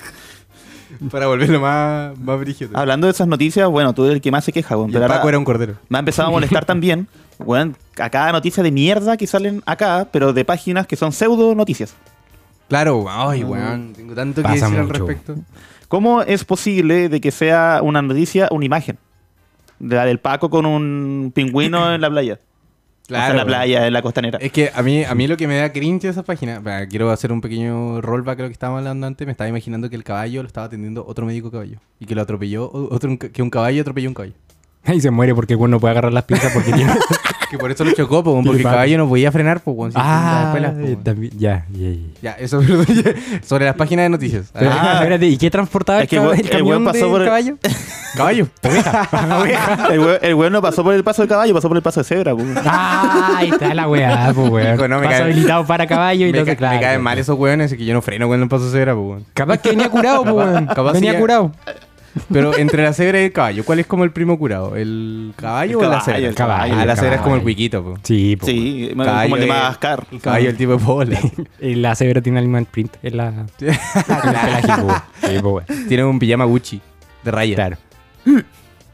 [SPEAKER 3] para volverlo más, más brígido.
[SPEAKER 2] Hablando de esas noticias, bueno, tú eres el que más se queja, weón.
[SPEAKER 3] y
[SPEAKER 2] De
[SPEAKER 3] el
[SPEAKER 2] verdad,
[SPEAKER 3] Paco era un cordero.
[SPEAKER 2] Me ha empezado a molestar también, weón, a cada noticia de mierda que salen acá, pero de páginas que son pseudo noticias.
[SPEAKER 3] Claro, ay, weón. Tengo tanto que
[SPEAKER 1] Ah, Pasa
[SPEAKER 3] decir al
[SPEAKER 1] mucho.
[SPEAKER 3] respecto.
[SPEAKER 2] ¿Cómo es posible de que sea una noticia, una imagen? De la del Paco con un pingüino en la playa.
[SPEAKER 3] Claro,
[SPEAKER 2] O sea, en la
[SPEAKER 3] weón.
[SPEAKER 2] playa, en la costanera.
[SPEAKER 3] Es que a mí, a mí lo que me da cringe de esa página. bah, quiero hacer un pequeño rollback a lo que estábamos hablando antes. Me estaba imaginando que el caballo lo estaba atendiendo otro médico caballo. Y que lo atropelló, o- otro, que un caballo atropelló un caballo.
[SPEAKER 1] Y se muere porque el weón no puede agarrar las pinzas porque tiene.
[SPEAKER 3] Que por eso lo chocó, po, porque el
[SPEAKER 1] pato.
[SPEAKER 3] caballo no podía frenar, po, weón, si
[SPEAKER 1] ah,
[SPEAKER 3] andaba de espuelas, po,
[SPEAKER 1] eh,
[SPEAKER 3] weón.
[SPEAKER 1] también. Ya, ya, ya.
[SPEAKER 3] Ya, eso perdón, ya. Sobre las páginas de noticias. A ver.
[SPEAKER 1] Pero, espérate, ¿y qué transportaba
[SPEAKER 2] Ah. Es que
[SPEAKER 1] el,
[SPEAKER 2] el
[SPEAKER 1] cab- el
[SPEAKER 2] weón- el
[SPEAKER 1] camión
[SPEAKER 2] weón pasó
[SPEAKER 1] del
[SPEAKER 2] por el-
[SPEAKER 1] caballo?
[SPEAKER 3] Caballo.
[SPEAKER 2] el, weón, el weón no pasó por el paso del caballo, pasó por el paso de cebra. weón.
[SPEAKER 1] Ah, ahí está la weá, pues weón.
[SPEAKER 3] Hijo, no, me
[SPEAKER 1] Paso
[SPEAKER 3] cae-
[SPEAKER 1] habilitado para caballo y
[SPEAKER 3] me,
[SPEAKER 1] todo
[SPEAKER 3] ca- me
[SPEAKER 1] claro. pues,
[SPEAKER 3] caen mal esos weones y que yo no freno cuando paso cebra, po, weón.
[SPEAKER 1] Capaz que venía curado, pues weón.
[SPEAKER 3] capaz
[SPEAKER 1] venía
[SPEAKER 2] eh.
[SPEAKER 3] sí ya-
[SPEAKER 1] curado.
[SPEAKER 3] Pero entre la cebra y el caballo, ¿cuál es como el primo curado? ¿El caballo
[SPEAKER 2] El
[SPEAKER 3] o la
[SPEAKER 2] caballo,
[SPEAKER 3] cebra?
[SPEAKER 2] el
[SPEAKER 1] caballo,
[SPEAKER 3] Ah,
[SPEAKER 1] el
[SPEAKER 3] la cebra es como el
[SPEAKER 1] caballo.
[SPEAKER 3] cuiquito, po.
[SPEAKER 1] Sí, pues. weón.
[SPEAKER 2] Sí, como el de
[SPEAKER 3] es-
[SPEAKER 2] Madagascar.
[SPEAKER 3] El caballo, el tipo de bola.
[SPEAKER 1] Y La cebra tiene animal print. Es la.
[SPEAKER 3] Claro.
[SPEAKER 1] pelaje, pues, weón. Sí, pues, weón.
[SPEAKER 3] Tiene un pijama Gucci de rayas.
[SPEAKER 1] Claro.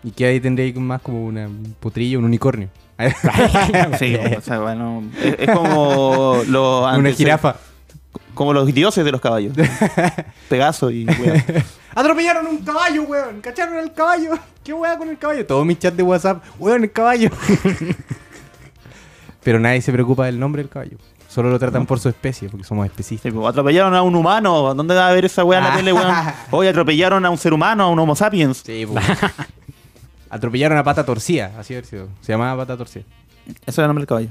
[SPEAKER 3] Y que ahí tendría ahí más como una, un potrillo, un unicornio.
[SPEAKER 2] Sí, o sea, bueno, es, es como los
[SPEAKER 3] una
[SPEAKER 2] antes- eh,
[SPEAKER 3] jirafa.
[SPEAKER 2] Como los dioses de los caballos. Pegaso y weón.
[SPEAKER 3] Atropellaron un caballo, weón. Cacharon al caballo. ¿Qué weá con el caballo? Todo mi chat de WhatsApp, weón, el caballo. Pero nadie se preocupa del nombre del caballo. Solo lo tratan por su especie, porque somos especistas.
[SPEAKER 2] Sí, pues, atropellaron a un humano. ¿Dónde va a haber esa weá en la tele, weón?
[SPEAKER 1] Ah.
[SPEAKER 2] Hoy atropellaron a un ser humano, a un Homo sapiens.
[SPEAKER 3] Sí, pues. Atropellaron a pata torcida, así haber sido. Se llamaba pata torcida.
[SPEAKER 2] Eso era el nombre del caballo.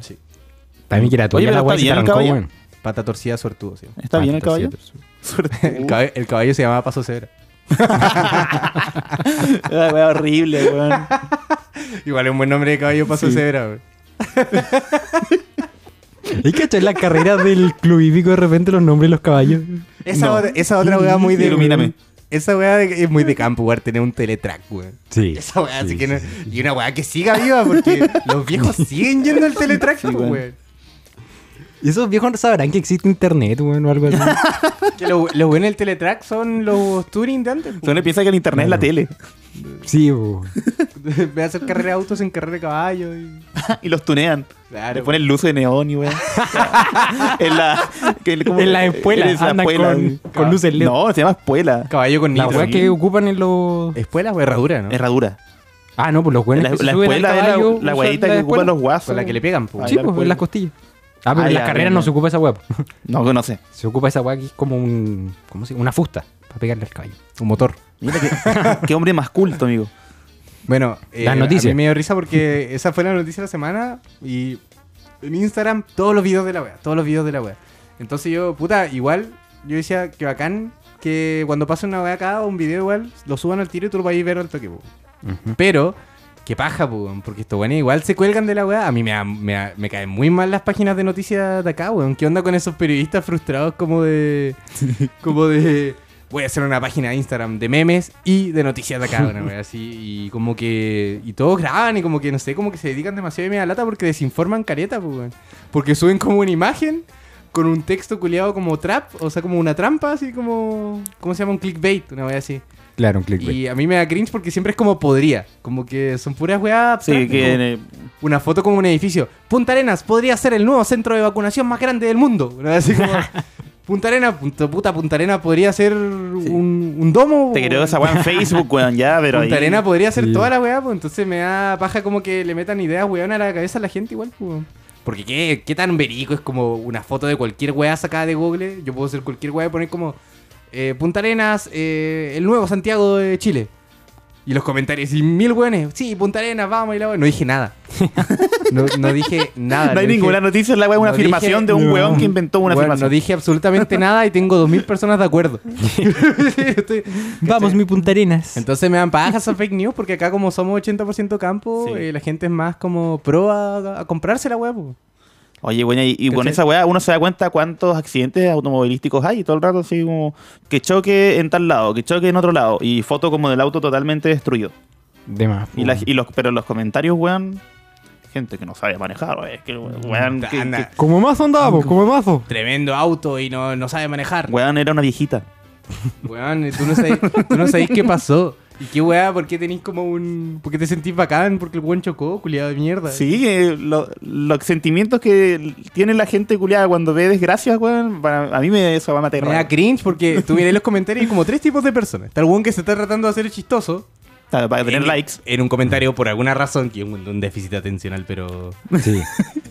[SPEAKER 1] También que era tuya
[SPEAKER 2] Oye, pero
[SPEAKER 1] la weá
[SPEAKER 2] está
[SPEAKER 1] y se
[SPEAKER 2] bien el
[SPEAKER 1] arrancó,
[SPEAKER 2] caballo.
[SPEAKER 1] weón.
[SPEAKER 3] Pata torcida sortudo, sí.
[SPEAKER 2] ¿Está bien el
[SPEAKER 1] Maldita
[SPEAKER 2] caballo?
[SPEAKER 1] sea, pero-
[SPEAKER 3] El caballo, el caballo se llamaba Paso Cebra.
[SPEAKER 2] Era weá horrible, weón.
[SPEAKER 3] Igual es un buen nombre de caballo Paso Cebra, weón.
[SPEAKER 1] ¿Y cachai las carreras del club hípico de repente los nombres de los caballos?
[SPEAKER 3] Esa,
[SPEAKER 2] No.
[SPEAKER 3] otra, esa otra weá muy de.
[SPEAKER 2] Ilumíname.
[SPEAKER 3] Esa weá de- es muy de campo, weá, tener un teletrack, weón.
[SPEAKER 1] Sí.
[SPEAKER 3] Esa weá,
[SPEAKER 1] sí,
[SPEAKER 3] así que
[SPEAKER 1] sí,
[SPEAKER 3] no.
[SPEAKER 1] sí.
[SPEAKER 3] Y una weá que siga viva, porque los viejos siguen yendo al teletrack,
[SPEAKER 2] Sí,
[SPEAKER 3] pues,
[SPEAKER 2] weón.
[SPEAKER 3] weón.
[SPEAKER 1] ¿Y esos viejos sabrán que existe internet, weón, o algo así?
[SPEAKER 3] Que lo- los buenos del teletrack son los touring de antes. pues.
[SPEAKER 2] Tú no piensas que el internet es la tele.
[SPEAKER 1] sí, pues, weón.
[SPEAKER 3] Ve a hacer carrera de autos en carrera de caballo. y-
[SPEAKER 2] y los tunean.
[SPEAKER 3] Claro.
[SPEAKER 2] Le ponen luces de neón y weón. en la. que le- como-
[SPEAKER 1] En la espuela,
[SPEAKER 2] en esa
[SPEAKER 1] andan
[SPEAKER 2] espuela,
[SPEAKER 1] con-
[SPEAKER 2] weón.
[SPEAKER 1] con luces LED.
[SPEAKER 2] No, se llama espuela.
[SPEAKER 3] Caballo con
[SPEAKER 1] La
[SPEAKER 3] nitro.
[SPEAKER 1] weá que ocupan en los.
[SPEAKER 3] Espuela o herradura, ¿no?
[SPEAKER 2] Herradura.
[SPEAKER 1] Ah, no, pues los buenos
[SPEAKER 2] La-
[SPEAKER 1] que se
[SPEAKER 2] la
[SPEAKER 1] suben al
[SPEAKER 2] espuela es la-
[SPEAKER 1] caballo
[SPEAKER 2] la
[SPEAKER 1] usan
[SPEAKER 2] huevita que ocupan
[SPEAKER 1] espuela.
[SPEAKER 2] los guasos.
[SPEAKER 3] Con la que le pegan, po.
[SPEAKER 2] Ah,
[SPEAKER 1] Sí,
[SPEAKER 2] ya,
[SPEAKER 1] pues,
[SPEAKER 2] pues.
[SPEAKER 1] en las costillas. Ah, pero
[SPEAKER 2] Ah,
[SPEAKER 1] en las
[SPEAKER 2] ya,
[SPEAKER 1] carreras
[SPEAKER 2] bien,
[SPEAKER 1] no
[SPEAKER 2] bien.
[SPEAKER 1] se ocupa esa hueá. po.
[SPEAKER 2] No, que no sé.
[SPEAKER 1] Se ocupa esa hueá que es como un. ¿Cómo se llama? Una fusta para pegarle al caballo.
[SPEAKER 3] Un motor.
[SPEAKER 2] Mira que- qué hombre más culto, amigo.
[SPEAKER 3] Bueno, eh,
[SPEAKER 1] Las noticias.
[SPEAKER 3] a mí me dio risa porque esa fue la noticia de la semana y en Instagram todos los videos de la wea, todos los videos de la wea. Entonces yo, puta, igual, yo decía que bacán que cuando pasa una wea acá o un video igual, lo suban al tiro y tú lo vas a ver al toque, po. Pero, qué paja, po, weón, porque estos weones igual se cuelgan de la weá. A mí me, da- me, da- me caen muy mal las páginas de noticias de acá, weón. ¿Qué onda con esos periodistas frustrados como de. como de. Voy a hacer una página de Instagram de memes y de noticias de acá, una weá así. Y como que. Y todos graban y como que, no sé, como que se dedican demasiado y me da lata porque desinforman careta, po, weón. Porque suben como una imagen. Con un texto culiado como trap, o sea, como una trampa, así como. ¿Cómo se llama? Un clickbait, una weá así.
[SPEAKER 1] Claro, un clickbait.
[SPEAKER 3] Y a mí me da cringe porque siempre es como podría. Como que son puras weas.
[SPEAKER 2] Sí,
[SPEAKER 3] abstractas, como
[SPEAKER 2] que. eh,
[SPEAKER 3] Una foto como un edificio. Punta Arenas podría ser el nuevo centro de vacunación más grande del mundo. ¿no? Así como, Punta Arenas, punto- puta, Punta Arenas podría ser un, un domo.
[SPEAKER 2] Te creo
[SPEAKER 3] weón.
[SPEAKER 2] esa weá en Facebook, weón, ya, pero ahí.
[SPEAKER 3] Punta Arenas podría ser
[SPEAKER 1] Sí.
[SPEAKER 3] toda la weá, pues entonces me da paja como que le metan ideas weón a la cabeza a la gente igual, pues. weón. Porque qué, qué tan verico es como una foto de cualquier weá sacada de Google. Yo puedo hacer cualquier weá y poner como eh, Punta Arenas, eh, el nuevo Santiago de Chile. Y los comentarios, y mil weones, sí, Punta Arenas, vamos y la weá. No dije nada. No, no dije nada.
[SPEAKER 2] No hay
[SPEAKER 3] dije-
[SPEAKER 2] ninguna noticia, la weá es una
[SPEAKER 3] no
[SPEAKER 2] afirmación
[SPEAKER 3] dije-
[SPEAKER 2] de un
[SPEAKER 1] no.
[SPEAKER 2] weón que inventó una
[SPEAKER 3] Weón, no
[SPEAKER 2] afirmación.
[SPEAKER 3] dije absolutamente nada y tengo dos mil personas de acuerdo. Estoy-
[SPEAKER 1] Vamos, mi puntarenas.
[SPEAKER 3] entonces me dan paja esas fake news porque acá como somos 80% campo,
[SPEAKER 2] Sí.
[SPEAKER 3] eh, la gente es más como pro a, a comprarse la weá. po.
[SPEAKER 2] Oye, bueno, y, y con
[SPEAKER 3] ¿Cachai?
[SPEAKER 2] esa weá uno se da cuenta cuántos accidentes automovilísticos hay todo el rato, así como que choque en tal lado, que choque en otro lado, y foto como del auto totalmente destruido.
[SPEAKER 1] De más.
[SPEAKER 2] Y la- y los, pero los comentarios, weón, gente que no sabe manejar, weón, es que, weón, que-
[SPEAKER 3] Anda.
[SPEAKER 2] que-
[SPEAKER 1] Como mazo andábamos, como mazo.
[SPEAKER 3] Tremendo auto y no, no sabe manejar.
[SPEAKER 2] weón era una viejita.
[SPEAKER 3] Weón, tú no sabés, tú no sabés qué pasó. ¿Y qué weá? ¿Por qué tenés como un... ¿Por qué te sentís bacán? Porque el weón chocó, culiado de mierda.
[SPEAKER 2] Sí, eh, lo- los sentimientos que tiene la gente culiada cuando ve desgracias, weón, para- a mí me, eso va a matar.
[SPEAKER 3] Me da cringe porque tú mirás los comentarios y hay como tres tipos de personas. Está el weón que se está tratando de hacer el chistoso.
[SPEAKER 2] Para, para tener
[SPEAKER 3] en,
[SPEAKER 2] likes.
[SPEAKER 3] En un comentario por alguna razón, que es un, un déficit atencional, pero...
[SPEAKER 1] Sí.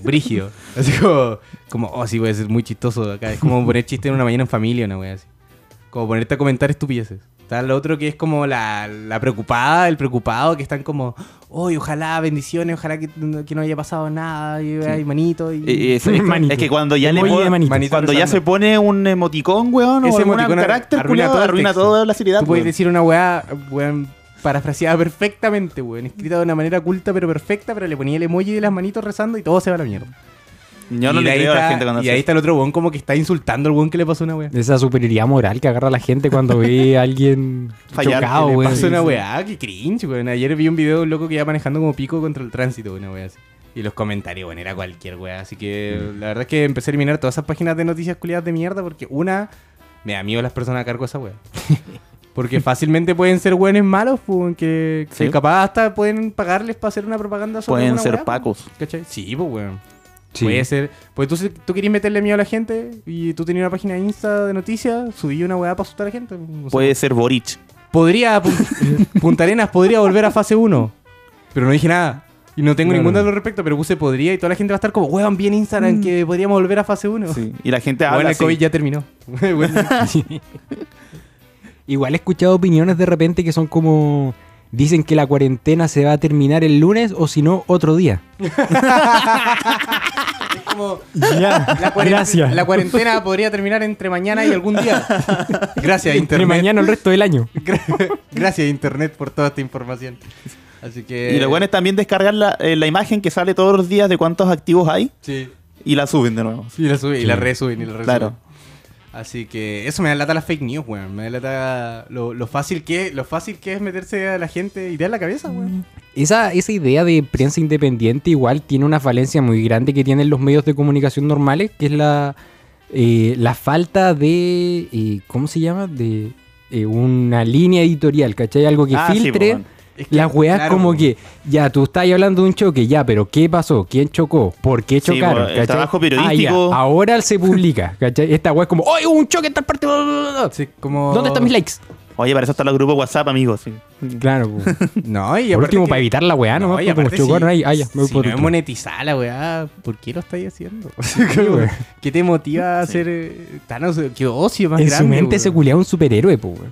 [SPEAKER 3] brígido. Así como, como, oh, sí, voy a ser muy chistoso acá. Es como poner chiste en una mañana en familia, una wea así. Como ponerte a comentar estupideces. Está lo otro que es como la, la preocupada, el preocupado, que están como, oy, ojalá, bendiciones, ojalá que, que no haya pasado nada, y, ay, manito. Y...
[SPEAKER 2] Eh, eh, es, es-
[SPEAKER 1] Manito.
[SPEAKER 2] es que cuando ya le
[SPEAKER 1] Emoji de
[SPEAKER 2] pon-
[SPEAKER 1] manito.
[SPEAKER 3] Manito
[SPEAKER 2] cuando ya
[SPEAKER 3] cruzando.
[SPEAKER 2] se pone un emoticón, weón, o
[SPEAKER 3] Ese
[SPEAKER 2] algún
[SPEAKER 3] emoticón
[SPEAKER 2] carácter
[SPEAKER 3] arruina
[SPEAKER 2] culiado,
[SPEAKER 3] todo el
[SPEAKER 2] arruina
[SPEAKER 3] texto.
[SPEAKER 2] toda la seriedad.
[SPEAKER 3] Tú puedes
[SPEAKER 2] weón.
[SPEAKER 3] decir una weá, weón, parafraseada perfectamente, weón, escrita de una manera culta pero perfecta, pero le ponía el emoji de las manitos rezando y todo se va a la mierda.
[SPEAKER 2] Yo no
[SPEAKER 3] y de
[SPEAKER 2] le
[SPEAKER 3] ahí
[SPEAKER 2] creo a la
[SPEAKER 3] está-
[SPEAKER 2] gente cuando
[SPEAKER 3] Y ahí
[SPEAKER 2] hace
[SPEAKER 3] está el otro weón como que está insultando al weón que le pasó una weá.
[SPEAKER 1] Esa superioridad moral que agarra la gente cuando ve a alguien
[SPEAKER 2] Fallar,
[SPEAKER 1] chocado,
[SPEAKER 2] que le
[SPEAKER 1] güey.
[SPEAKER 3] Pasó una
[SPEAKER 1] Sí,
[SPEAKER 3] weá, qué cringe, weón. Ayer vi un video de un loco que iba manejando como pico contra el tránsito, una weá así. Y los comentarios, bueno, era cualquier weá. Así que
[SPEAKER 2] Mm.
[SPEAKER 3] la verdad es que empecé a eliminar todas esas páginas de noticias culiadas de mierda porque una, me da miedo las personas a cargo de esa weá. Porque fácilmente pueden ser weones malos, pues, que, que
[SPEAKER 2] Sí.
[SPEAKER 3] capaz hasta pueden pagarles para hacer una propaganda sobre
[SPEAKER 2] Pueden
[SPEAKER 3] una
[SPEAKER 2] ser
[SPEAKER 3] weá, pues,
[SPEAKER 2] pacos.
[SPEAKER 3] ¿Cachai? Sí, pues, weón.
[SPEAKER 1] Sí.
[SPEAKER 3] Puede ser. Pues tú, tú querías meterle miedo a la gente y tú tenías una página de Insta de noticias, subí una weá para asustar a la gente. O sea,
[SPEAKER 2] Puede ser Boric.
[SPEAKER 3] Podría. Pun- Punta Arenas podría volver a fase 1. Pero no dije nada. Y no tengo
[SPEAKER 1] Claro.
[SPEAKER 3] ningún dato al respecto, pero puse podría y toda la gente va a estar como, weón, bien Instagram que podríamos volver a fase 1.
[SPEAKER 2] Sí. Y la gente
[SPEAKER 3] Bueno,
[SPEAKER 2] habla
[SPEAKER 3] el
[SPEAKER 2] así.
[SPEAKER 3] COVID ya terminó. Bueno,
[SPEAKER 1] Igual he escuchado opiniones de repente que son como. Dicen que la cuarentena se va a terminar el lunes o si no, otro día.
[SPEAKER 3] es como,
[SPEAKER 1] Ya,
[SPEAKER 3] la, cuaren- la cuarentena podría terminar entre mañana y algún día. Gracias,
[SPEAKER 1] Entre
[SPEAKER 3] Internet.
[SPEAKER 1] mañana o el resto del año.
[SPEAKER 3] Gra- Gracias, Internet, por toda esta información. Así que.
[SPEAKER 2] Y los weones también descargan la, eh, la imagen que sale todos los días de cuántos activos hay
[SPEAKER 3] Sí.
[SPEAKER 2] y la suben de nuevo.
[SPEAKER 3] Y la suben, y la resuben, y la resuben.
[SPEAKER 2] Claro.
[SPEAKER 3] Así que eso me da lata las fake news, weón. Me da lata lo, lo fácil que es, lo fácil que es meterse a la gente y dar la cabeza, weón.
[SPEAKER 1] Esa, esa idea de prensa independiente igual tiene una falencia muy grande que tienen los medios de comunicación normales, que es la, eh, la falta de, eh, ¿cómo se llama? De eh, una línea editorial, ¿cachai? Algo que
[SPEAKER 2] Ah, sí,
[SPEAKER 1] filtre
[SPEAKER 2] po, weón.
[SPEAKER 3] Es que,
[SPEAKER 1] las weas
[SPEAKER 3] claro,
[SPEAKER 1] como
[SPEAKER 3] weón.
[SPEAKER 1] que, ya, tú estás hablando de un choque, ya, pero ¿qué pasó? ¿Quién chocó? ¿Por qué
[SPEAKER 2] Sí,
[SPEAKER 1] chocaron? Ah,
[SPEAKER 2] po, el trabajo periodístico.
[SPEAKER 1] ya, ahora se publica, ¿cachai? Esta wea es como, ¡oye, hubo un choque en tal parte! bla, bla, bla, bla".
[SPEAKER 3] Sí, como...
[SPEAKER 1] ¿Dónde están mis likes?
[SPEAKER 2] Oye, para eso están los grupos WhatsApp, amigos. sí.
[SPEAKER 1] Claro, po.
[SPEAKER 3] No, y
[SPEAKER 1] Por
[SPEAKER 3] aparte
[SPEAKER 1] último,
[SPEAKER 3] que-
[SPEAKER 1] para evitar la weá, nomás,
[SPEAKER 3] y
[SPEAKER 1] po, como
[SPEAKER 3] aparte
[SPEAKER 1] chocó,
[SPEAKER 3] si-
[SPEAKER 1] no hay- ah, ya, me voy
[SPEAKER 3] si
[SPEAKER 1] por
[SPEAKER 3] no es
[SPEAKER 1] otro.
[SPEAKER 3] monetizar la weá, ¿por qué lo estáis haciendo? ¿Qué te motiva a
[SPEAKER 2] Sí.
[SPEAKER 3] ser eh, tan ocio- qué ocio más
[SPEAKER 1] En
[SPEAKER 3] grande?
[SPEAKER 1] su mente
[SPEAKER 3] weón?
[SPEAKER 1] se culeaba un superhéroe, po, weón.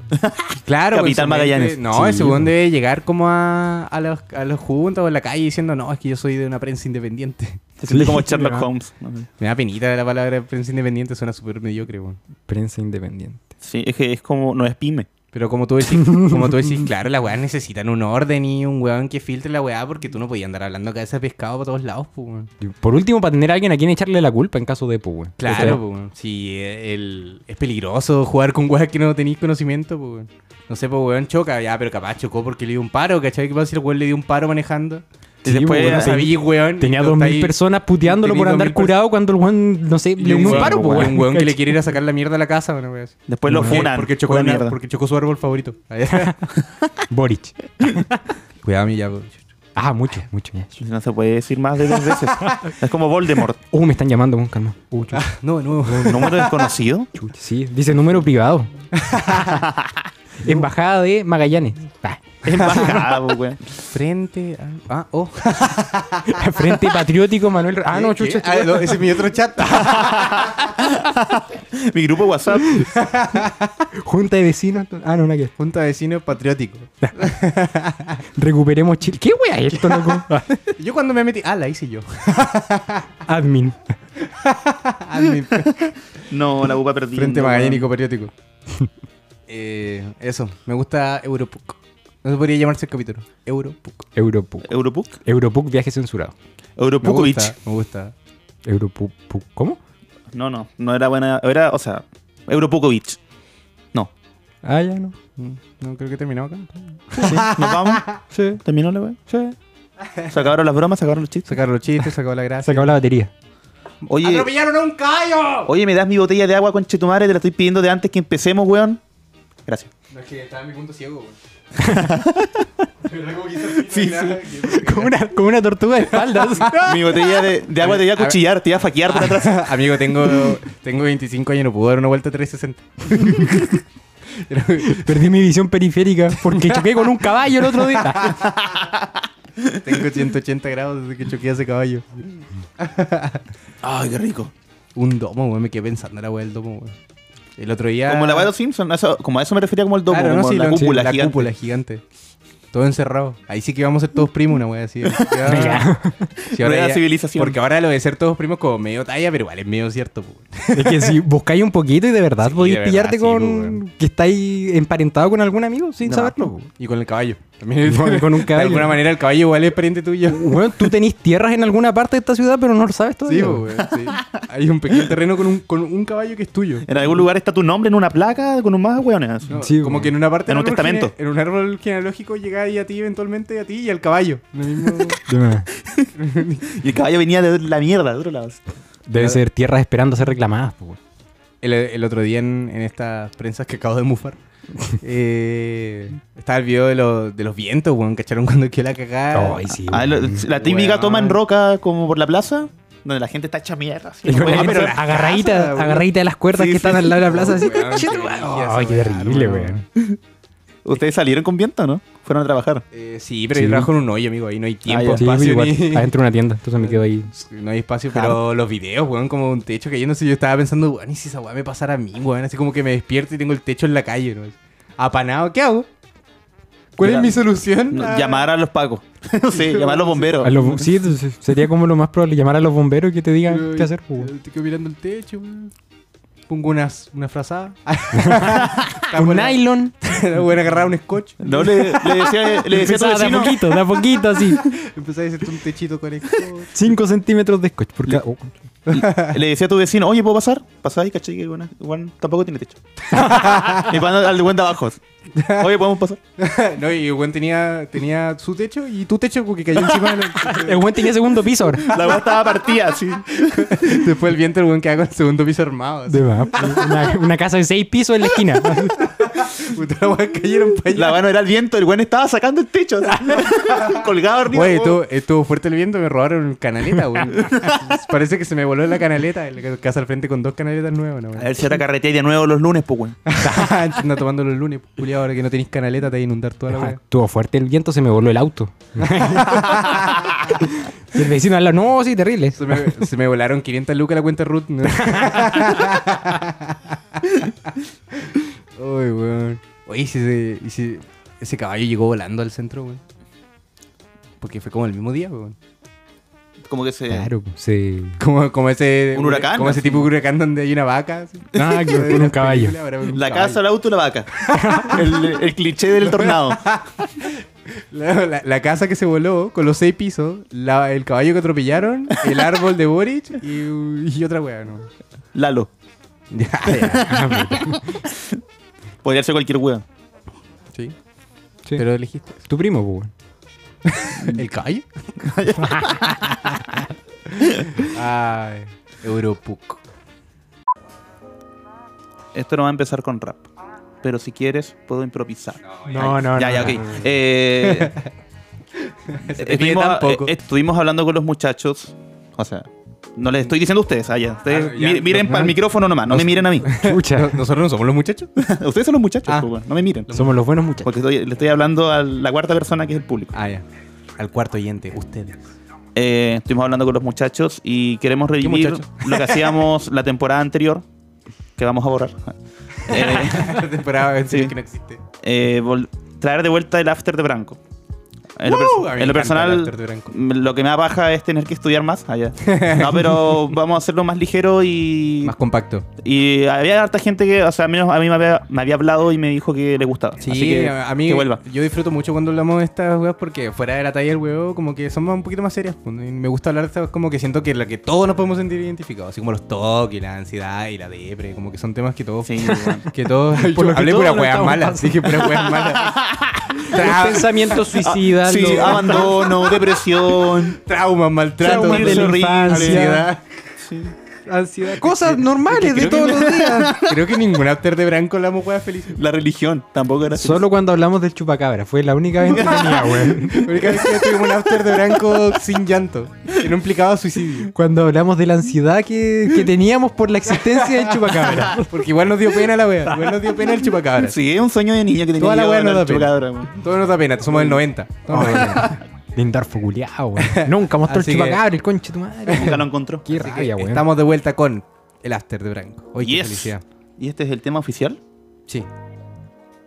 [SPEAKER 3] Claro, pues,
[SPEAKER 2] Capitán
[SPEAKER 3] en su mente-
[SPEAKER 2] Magallanes.
[SPEAKER 3] No,
[SPEAKER 1] Sí,
[SPEAKER 3] ese weón
[SPEAKER 1] weón.
[SPEAKER 3] debe llegar como a, a los, a los juntos o en la calle diciendo, no, es que yo soy de una prensa independiente.
[SPEAKER 2] Se siente como Sherlock
[SPEAKER 1] Claro.
[SPEAKER 2] Holmes.
[SPEAKER 3] Me da penita la palabra prensa independiente, suena súper mediocre, weón.
[SPEAKER 1] Prensa independiente.
[SPEAKER 2] Sí, es que es como, no es pyme.
[SPEAKER 3] Pero como tú decís, como tú decís, claro, las weas necesitan un orden y un weón que filtre la weá porque tú no podías andar hablando cabeza de pescado por todos lados, pues, weón.
[SPEAKER 1] Y Por último, para tener a alguien a quien echarle la culpa en caso de, po, weón.
[SPEAKER 3] Claro,
[SPEAKER 1] O sea,
[SPEAKER 3] pues, weón. Sí, eh, el, es peligroso jugar con weas que no tenéis conocimiento, pues, weón. No sé, pues, weón, choca, ya, pero capaz chocó porque le dio un paro, ¿cachai? ¿Qué pasa si el weón le dio un paro manejando?
[SPEAKER 2] Y
[SPEAKER 1] Sí,
[SPEAKER 2] después,
[SPEAKER 1] bueno,
[SPEAKER 2] ah,
[SPEAKER 3] No sabía, weón.
[SPEAKER 1] Tenía
[SPEAKER 3] y lo
[SPEAKER 1] dos
[SPEAKER 3] estáis-
[SPEAKER 1] mil personas puteándolo
[SPEAKER 3] tenía
[SPEAKER 1] por andar
[SPEAKER 3] 2.000 personas.
[SPEAKER 1] curado cuando el weón, no sé,
[SPEAKER 3] Y
[SPEAKER 1] le dio un
[SPEAKER 3] weón-
[SPEAKER 1] paro, pues, po,
[SPEAKER 3] y Un weón que le
[SPEAKER 1] ¿Cachai?
[SPEAKER 3] quiere ir a sacarle mierda a la casa, bueno, weón.
[SPEAKER 2] después Pues lo
[SPEAKER 1] ¿Por qué?
[SPEAKER 2] funan.
[SPEAKER 3] porque chocó,
[SPEAKER 2] Pura
[SPEAKER 3] una-
[SPEAKER 2] mierda.
[SPEAKER 3] porque chocó su árbol favorito.
[SPEAKER 1] Boric.
[SPEAKER 3] Cuidado, mi ya, weón.
[SPEAKER 1] Ah, mucho, mucho.
[SPEAKER 2] No se puede decir más de dos veces. es como Voldemort.
[SPEAKER 1] Uh, me están llamando, weón, calma. Uh, chucha,
[SPEAKER 3] No, no.
[SPEAKER 2] Número desconocido.
[SPEAKER 1] chucha. Sí, dice número privado. Embajada de Magallanes. Ah.
[SPEAKER 2] Embajada, po, weón.
[SPEAKER 3] Frente a. Ah, oh.
[SPEAKER 1] Frente Patriótico Manuel. Ra- Ah, no, chucha.
[SPEAKER 3] Ah, no, ese es mi otro chat.
[SPEAKER 2] Mi grupo WhatsApp.
[SPEAKER 1] Junta de vecinos. Ah, no, una que.
[SPEAKER 3] Junta de vecinos patriótico.
[SPEAKER 1] Recuperemos Chile. ¿Qué wea es esto, loco?
[SPEAKER 3] Yo cuando me metí. Ah, la hice yo.
[SPEAKER 1] Admin.
[SPEAKER 3] Admin.
[SPEAKER 2] No, la UPA perdida.
[SPEAKER 3] Frente magallánico patriótico. Eh, eso. Me gusta Europuc. No se podría llamarse el capítulo. Europuc.
[SPEAKER 1] Europuc.
[SPEAKER 2] Europuk.
[SPEAKER 1] Europuc, viaje censurado.
[SPEAKER 3] Me gusta.
[SPEAKER 2] Europukovic.
[SPEAKER 3] Me gusta.
[SPEAKER 1] Europuc. ¿Cómo?
[SPEAKER 2] No, no, no era buena. Era, o sea, Europukovic. No.
[SPEAKER 1] Ah, ya no.
[SPEAKER 3] Mm, No, creo que terminamos acá.
[SPEAKER 2] Sí, nos vamos.
[SPEAKER 1] Sí,
[SPEAKER 2] Terminó la weá.
[SPEAKER 1] sí.
[SPEAKER 2] Se acabaron las bromas, se acabaron los chistes.
[SPEAKER 3] Sacaron los chistes, sacaron la
[SPEAKER 1] Se
[SPEAKER 3] gracia.
[SPEAKER 1] acabó la batería.
[SPEAKER 2] Oye,
[SPEAKER 3] ¡Atropellaron a un callo!
[SPEAKER 2] oye, ¿me das mi botella de agua con chetumare? Te la estoy pidiendo de antes que empecemos, weón. Gracias.
[SPEAKER 3] No, es que estaba en mi punto ciego, güey.
[SPEAKER 1] Sí, sí. Como una, como una tortuga de espaldas.
[SPEAKER 2] Mi botella de, de agua te iba a
[SPEAKER 3] A ver. Ah,
[SPEAKER 2] cuchillar, te iba a faquear por atrás.
[SPEAKER 3] Amigo, tengo, tengo 25 años, no puedo dar una vuelta 360.
[SPEAKER 1] Perdí mi visión periférica porque choqué con un caballo el otro día.
[SPEAKER 3] tengo 180 grados desde que choqué a ese caballo.
[SPEAKER 2] Ay, qué rico.
[SPEAKER 3] Un domo, güey, me quedé pensando la weá del domo, güey. El otro día.
[SPEAKER 2] Como la weá de los Simpsons, eso- como a eso me refería como el domo,
[SPEAKER 3] Claro, no,
[SPEAKER 2] como
[SPEAKER 3] sí,
[SPEAKER 2] la
[SPEAKER 3] lo- sí,
[SPEAKER 2] cúpula
[SPEAKER 3] la
[SPEAKER 2] gigante.
[SPEAKER 3] cúpula gigante. Todo encerrado. Ahí sí que vamos a ser todos primos, una wea así. Sí, ahora-
[SPEAKER 1] Ya.
[SPEAKER 3] sí, ahora
[SPEAKER 2] Nueva
[SPEAKER 3] ya-
[SPEAKER 2] civilización.
[SPEAKER 3] Porque ahora lo de ser todos primos como medio talla, pero igual es medio cierto. po.
[SPEAKER 1] Es que si buscáis un poquito y de verdad
[SPEAKER 3] Sí,
[SPEAKER 1] podéis
[SPEAKER 3] de verdad,
[SPEAKER 1] pillarte
[SPEAKER 3] sí, pues,
[SPEAKER 1] con
[SPEAKER 3] weón.
[SPEAKER 1] que estáis emparentado con algún amigo sin
[SPEAKER 2] No,
[SPEAKER 1] saberlo. pues. po.
[SPEAKER 3] Y con el caballo. También
[SPEAKER 1] Con- con un
[SPEAKER 3] De
[SPEAKER 1] caballo.
[SPEAKER 3] alguna manera el caballo igual es pariente tuyo.
[SPEAKER 1] Weón, tú tenés tierras en alguna parte de esta ciudad, pero no lo sabes todavía.
[SPEAKER 3] Sí, po,
[SPEAKER 1] weón.
[SPEAKER 3] weón, sí. Hay un pequeño terreno con un, con un caballo que es tuyo.
[SPEAKER 2] En algún lugar está tu nombre en una placa con un más weones.
[SPEAKER 3] No,
[SPEAKER 1] Sí,
[SPEAKER 3] como
[SPEAKER 1] weón.
[SPEAKER 3] que en una parte
[SPEAKER 2] En
[SPEAKER 3] del
[SPEAKER 2] un
[SPEAKER 3] árbol
[SPEAKER 2] testamento.
[SPEAKER 3] gene- En un árbol genealógico llegáis a ti eventualmente a ti y al caballo. Lo mismo-
[SPEAKER 1] De verdad.
[SPEAKER 2] Y el caballo venía de la mierda, de otro lado.
[SPEAKER 1] Debe ser tierras esperando ser reclamadas. pues. po, weón.
[SPEAKER 3] El, el otro día en, en estas prensas que acabo de mufar, eh, estaba el video de, los- de los vientos, weón, ¿cacharon cuando quedó la cagada?
[SPEAKER 1] Ay, sí,
[SPEAKER 2] Ah, lo-
[SPEAKER 1] weón.
[SPEAKER 2] la típica
[SPEAKER 3] Weón.
[SPEAKER 2] toma en roca como por la plaza, donde la gente está hecha mierda. así,
[SPEAKER 1] Y con
[SPEAKER 2] weón.
[SPEAKER 1] la
[SPEAKER 3] Ah, pero
[SPEAKER 1] gente
[SPEAKER 3] las
[SPEAKER 1] agarradita,
[SPEAKER 3] casas, weón.
[SPEAKER 1] agarradita de las cuerdas que
[SPEAKER 2] Sí, sí.
[SPEAKER 1] están al lado de la plaza. así,
[SPEAKER 3] Weón,
[SPEAKER 1] "Conchetumare".
[SPEAKER 3] brígido
[SPEAKER 1] Ay,
[SPEAKER 3] esa
[SPEAKER 1] qué
[SPEAKER 3] weá,
[SPEAKER 1] terrible,
[SPEAKER 3] weón.
[SPEAKER 1] weón.
[SPEAKER 2] Ustedes salieron con viento, ¿no? Fueron a trabajar.
[SPEAKER 3] Eh, sí, pero
[SPEAKER 1] Sí. Ah,
[SPEAKER 3] yo trabajo en un hoyo, amigo, ahí no hay tiempo,
[SPEAKER 2] ya.
[SPEAKER 1] Sí,
[SPEAKER 3] espacio,
[SPEAKER 1] igual,
[SPEAKER 3] ni-
[SPEAKER 1] adentro de una tienda, entonces me quedo ahí.
[SPEAKER 3] no hay espacio, pero los videos, weón, como un techo cayéndose, yo estaba pensando, weón, ¿y si esa weá me pasara a mí, weón? Así como que me despierto y tengo el techo en la calle, ¿no? Apanado, ¿qué hago? ¿Cuál
[SPEAKER 2] Mira,
[SPEAKER 3] es mi solución?
[SPEAKER 2] No,
[SPEAKER 3] Ah,
[SPEAKER 2] Llamar a los pacos. no sé, llamar a los bomberos.
[SPEAKER 1] A los- sí, entonces, sería como lo más probable, llamar a los bomberos y que te digan
[SPEAKER 3] Pero,
[SPEAKER 1] qué hacer. po,
[SPEAKER 3] eh,
[SPEAKER 1] weón.
[SPEAKER 3] Te quedo mirando el techo, weón. Pongo unas, una frazada.
[SPEAKER 1] Un
[SPEAKER 3] Buena-
[SPEAKER 1] nylon.
[SPEAKER 3] Voy a agarrar un scotch.
[SPEAKER 2] No, le, le decía, le decía a tu
[SPEAKER 1] Empezaba de a
[SPEAKER 2] vecino.
[SPEAKER 1] poquito, de a poquito, así.
[SPEAKER 3] Empezás a hacerte un techito con scotch.
[SPEAKER 1] 5 centímetros de scotch. Porque,
[SPEAKER 2] Le decía a tu vecino, oye, ¿puedo pasar? Pasá y caché que el weón- el weón tampoco tiene techo. y van al buen de abajo. Oye, ¿podemos pasar?
[SPEAKER 3] no, y el weón tenía, tenía su techo y tu techo porque cayó encima de
[SPEAKER 1] el
[SPEAKER 3] la-
[SPEAKER 1] buen tenía segundo piso ahora.
[SPEAKER 2] La weá estaba partida, así.
[SPEAKER 3] Después el viento el weón queda con el segundo piso armado. así.
[SPEAKER 1] De más, po. una, una casa de 6 pisos en la esquina.
[SPEAKER 3] Puta, la weá cayeron para allá.
[SPEAKER 2] La mano era el viento, el weón estaba sacando el techo. así. colgado arriba.
[SPEAKER 3] Güey,
[SPEAKER 2] weón.
[SPEAKER 3] estuvo, estuvo fuerte el viento, me robaron el canaleta, güey. Parece que se me voló la canaleta, el casa al frente con dos canaletas nuevas. No,
[SPEAKER 2] A ver si ahora carreteáis de nuevo los lunes, pues, weón.
[SPEAKER 3] Anda tomando los lunes, culiado, ahora que no tenéis canaleta te va a inundar toda la wea.
[SPEAKER 1] Ah, Estuvo fuerte el viento, se me voló el auto. y el vecino al lado, no, sí, terrible.
[SPEAKER 3] Se me, se me volaron 500 lucas la cuenta Ruth. ¿no? Uy, weón. Oye, ¿y si, se- y si ese caballo llegó volando al centro, weón. Porque fue como el mismo día, weón.
[SPEAKER 2] Como que se.
[SPEAKER 1] Claro, pues, se...
[SPEAKER 3] Como, como ese.
[SPEAKER 2] Un huracán,
[SPEAKER 3] Como ese
[SPEAKER 2] así.
[SPEAKER 3] tipo de huracán donde hay una vaca. así.
[SPEAKER 1] Ah, que tiene un caballo.
[SPEAKER 3] Ahora un
[SPEAKER 2] La
[SPEAKER 3] caballo.
[SPEAKER 2] casa, el auto y la vaca. El, el cliché del tornado.
[SPEAKER 3] La, la- la casa que se voló con los seis pisos, la- el caballo que atropellaron, el árbol de Boric y, y otra weá, ¿no?
[SPEAKER 2] Lalo.
[SPEAKER 3] Ya, ya.
[SPEAKER 2] Podría ser cualquier weón.
[SPEAKER 3] Sí.
[SPEAKER 1] Sí.
[SPEAKER 3] Pero elegiste
[SPEAKER 1] Tu primo, pues. weón.
[SPEAKER 3] ¿El caballo? Ay, Europuc.
[SPEAKER 2] Esto no va a empezar con rap. Pero si quieres, puedo improvisar.
[SPEAKER 1] No, no,
[SPEAKER 2] ya,
[SPEAKER 1] no,
[SPEAKER 2] ya,
[SPEAKER 1] no, no,
[SPEAKER 2] ok.
[SPEAKER 1] no.
[SPEAKER 2] Eh,
[SPEAKER 3] Se te pide
[SPEAKER 2] estuvimos,
[SPEAKER 3] tan poco.
[SPEAKER 2] eh, estuvimos hablando con los muchachos. O sea, no les estoy diciendo a ustedes. Ah, ya. Ustedes
[SPEAKER 3] Ah, ya,
[SPEAKER 2] mi- miren
[SPEAKER 3] no,
[SPEAKER 2] para el micrófono nomás. No me miren a mí.
[SPEAKER 1] Chucha.
[SPEAKER 3] ¿Nosotros no somos los muchachos?
[SPEAKER 2] ustedes son los muchachos,
[SPEAKER 3] Ah.
[SPEAKER 2] pues, weón, no me miren.
[SPEAKER 1] Somos los buenos muchachos.
[SPEAKER 2] Porque estoy- le estoy hablando a la cuarta persona que es el público.
[SPEAKER 3] Ah, ya. Al cuarto oyente, ustedes.
[SPEAKER 2] Eh, estuvimos hablando con los muchachos y queremos revivir
[SPEAKER 3] muchachos?
[SPEAKER 2] lo que hacíamos la temporada anterior, que vamos a borrar. Eh,
[SPEAKER 3] La temporada en
[SPEAKER 2] Sí.
[SPEAKER 3] serio que no existe.
[SPEAKER 2] eh, vol- traer de vuelta el after de Branco. En lo, pers-
[SPEAKER 3] ¡Woo! Uh, A mí
[SPEAKER 2] en lo
[SPEAKER 3] me encanta el
[SPEAKER 2] personal,
[SPEAKER 3] after de Branco.
[SPEAKER 2] m- lo que me abaja es tener que estudiar más allá. No, pero vamos a hacerlo más ligero y,
[SPEAKER 3] Más compacto.
[SPEAKER 2] y había harta gente que, o sea, al menos a mí me había, me había hablado y me dijo que le gustaba.
[SPEAKER 3] Sí,
[SPEAKER 2] Así que,
[SPEAKER 3] a mí
[SPEAKER 2] que vuelva.
[SPEAKER 3] yo disfruto mucho cuando hablamos de estas weas porque fuera de la talla del huevo como que son más- un poquito más serias. pues, y Me gusta hablar de estas como que siento que la que todos nos podemos sentir identificados, así como los toques, la ansiedad y la depre, como que son temas que todos
[SPEAKER 2] Sí, bueno.
[SPEAKER 3] que todos
[SPEAKER 1] Por lo que
[SPEAKER 3] hablé
[SPEAKER 1] todos
[SPEAKER 3] pura
[SPEAKER 1] lo
[SPEAKER 3] weas
[SPEAKER 1] estamos
[SPEAKER 3] malas,
[SPEAKER 1] pasando.
[SPEAKER 3] dije pura weas malas.
[SPEAKER 1] Los
[SPEAKER 3] Tra-
[SPEAKER 1] pensamientos
[SPEAKER 2] Ah,
[SPEAKER 1] suicidas.
[SPEAKER 2] sí,
[SPEAKER 1] los-
[SPEAKER 2] abandono, depresión.
[SPEAKER 3] traumas, maltrato,
[SPEAKER 1] Traumas de la
[SPEAKER 3] dolor,
[SPEAKER 1] infancia.
[SPEAKER 3] ansiedad.
[SPEAKER 1] ansiedad. Cosas normales de
[SPEAKER 3] Creo que
[SPEAKER 1] todos los
[SPEAKER 3] no-
[SPEAKER 1] días.
[SPEAKER 3] Creo que ningún after de branco hablamos weas felices.
[SPEAKER 2] La religión tampoco era así.
[SPEAKER 1] Solo cuando hablamos del chupacabra. Fue la única vez que tenía, weón.
[SPEAKER 3] La única vez que tuvimos un after de branco sin llanto, que no implicaba suicidio.
[SPEAKER 1] Cuando hablamos de la ansiedad que, que teníamos por la existencia del chupacabra.
[SPEAKER 3] Porque igual nos dio pena la wea, igual nos dio pena el chupacabras.
[SPEAKER 2] Sí, es un sueño de niño que tenía
[SPEAKER 3] Toda la
[SPEAKER 2] yo,
[SPEAKER 3] wea no da pena.
[SPEAKER 2] chupacabra, weón.
[SPEAKER 3] Todo nos da pena, somos del 90. Todos nos da pena.
[SPEAKER 1] Lindorfo culiao, weón. Nunca mostró
[SPEAKER 3] Así
[SPEAKER 1] el
[SPEAKER 3] que-
[SPEAKER 1] chupacabra, el conche tu madre.
[SPEAKER 2] Nunca lo encontró.
[SPEAKER 1] Qué
[SPEAKER 3] Así que
[SPEAKER 1] rabia, weón.
[SPEAKER 3] estamos de vuelta con el after de branco. Oye, qué
[SPEAKER 2] Yes.
[SPEAKER 3] felicidad.
[SPEAKER 2] ¿Y este es el tema oficial?
[SPEAKER 3] Sí,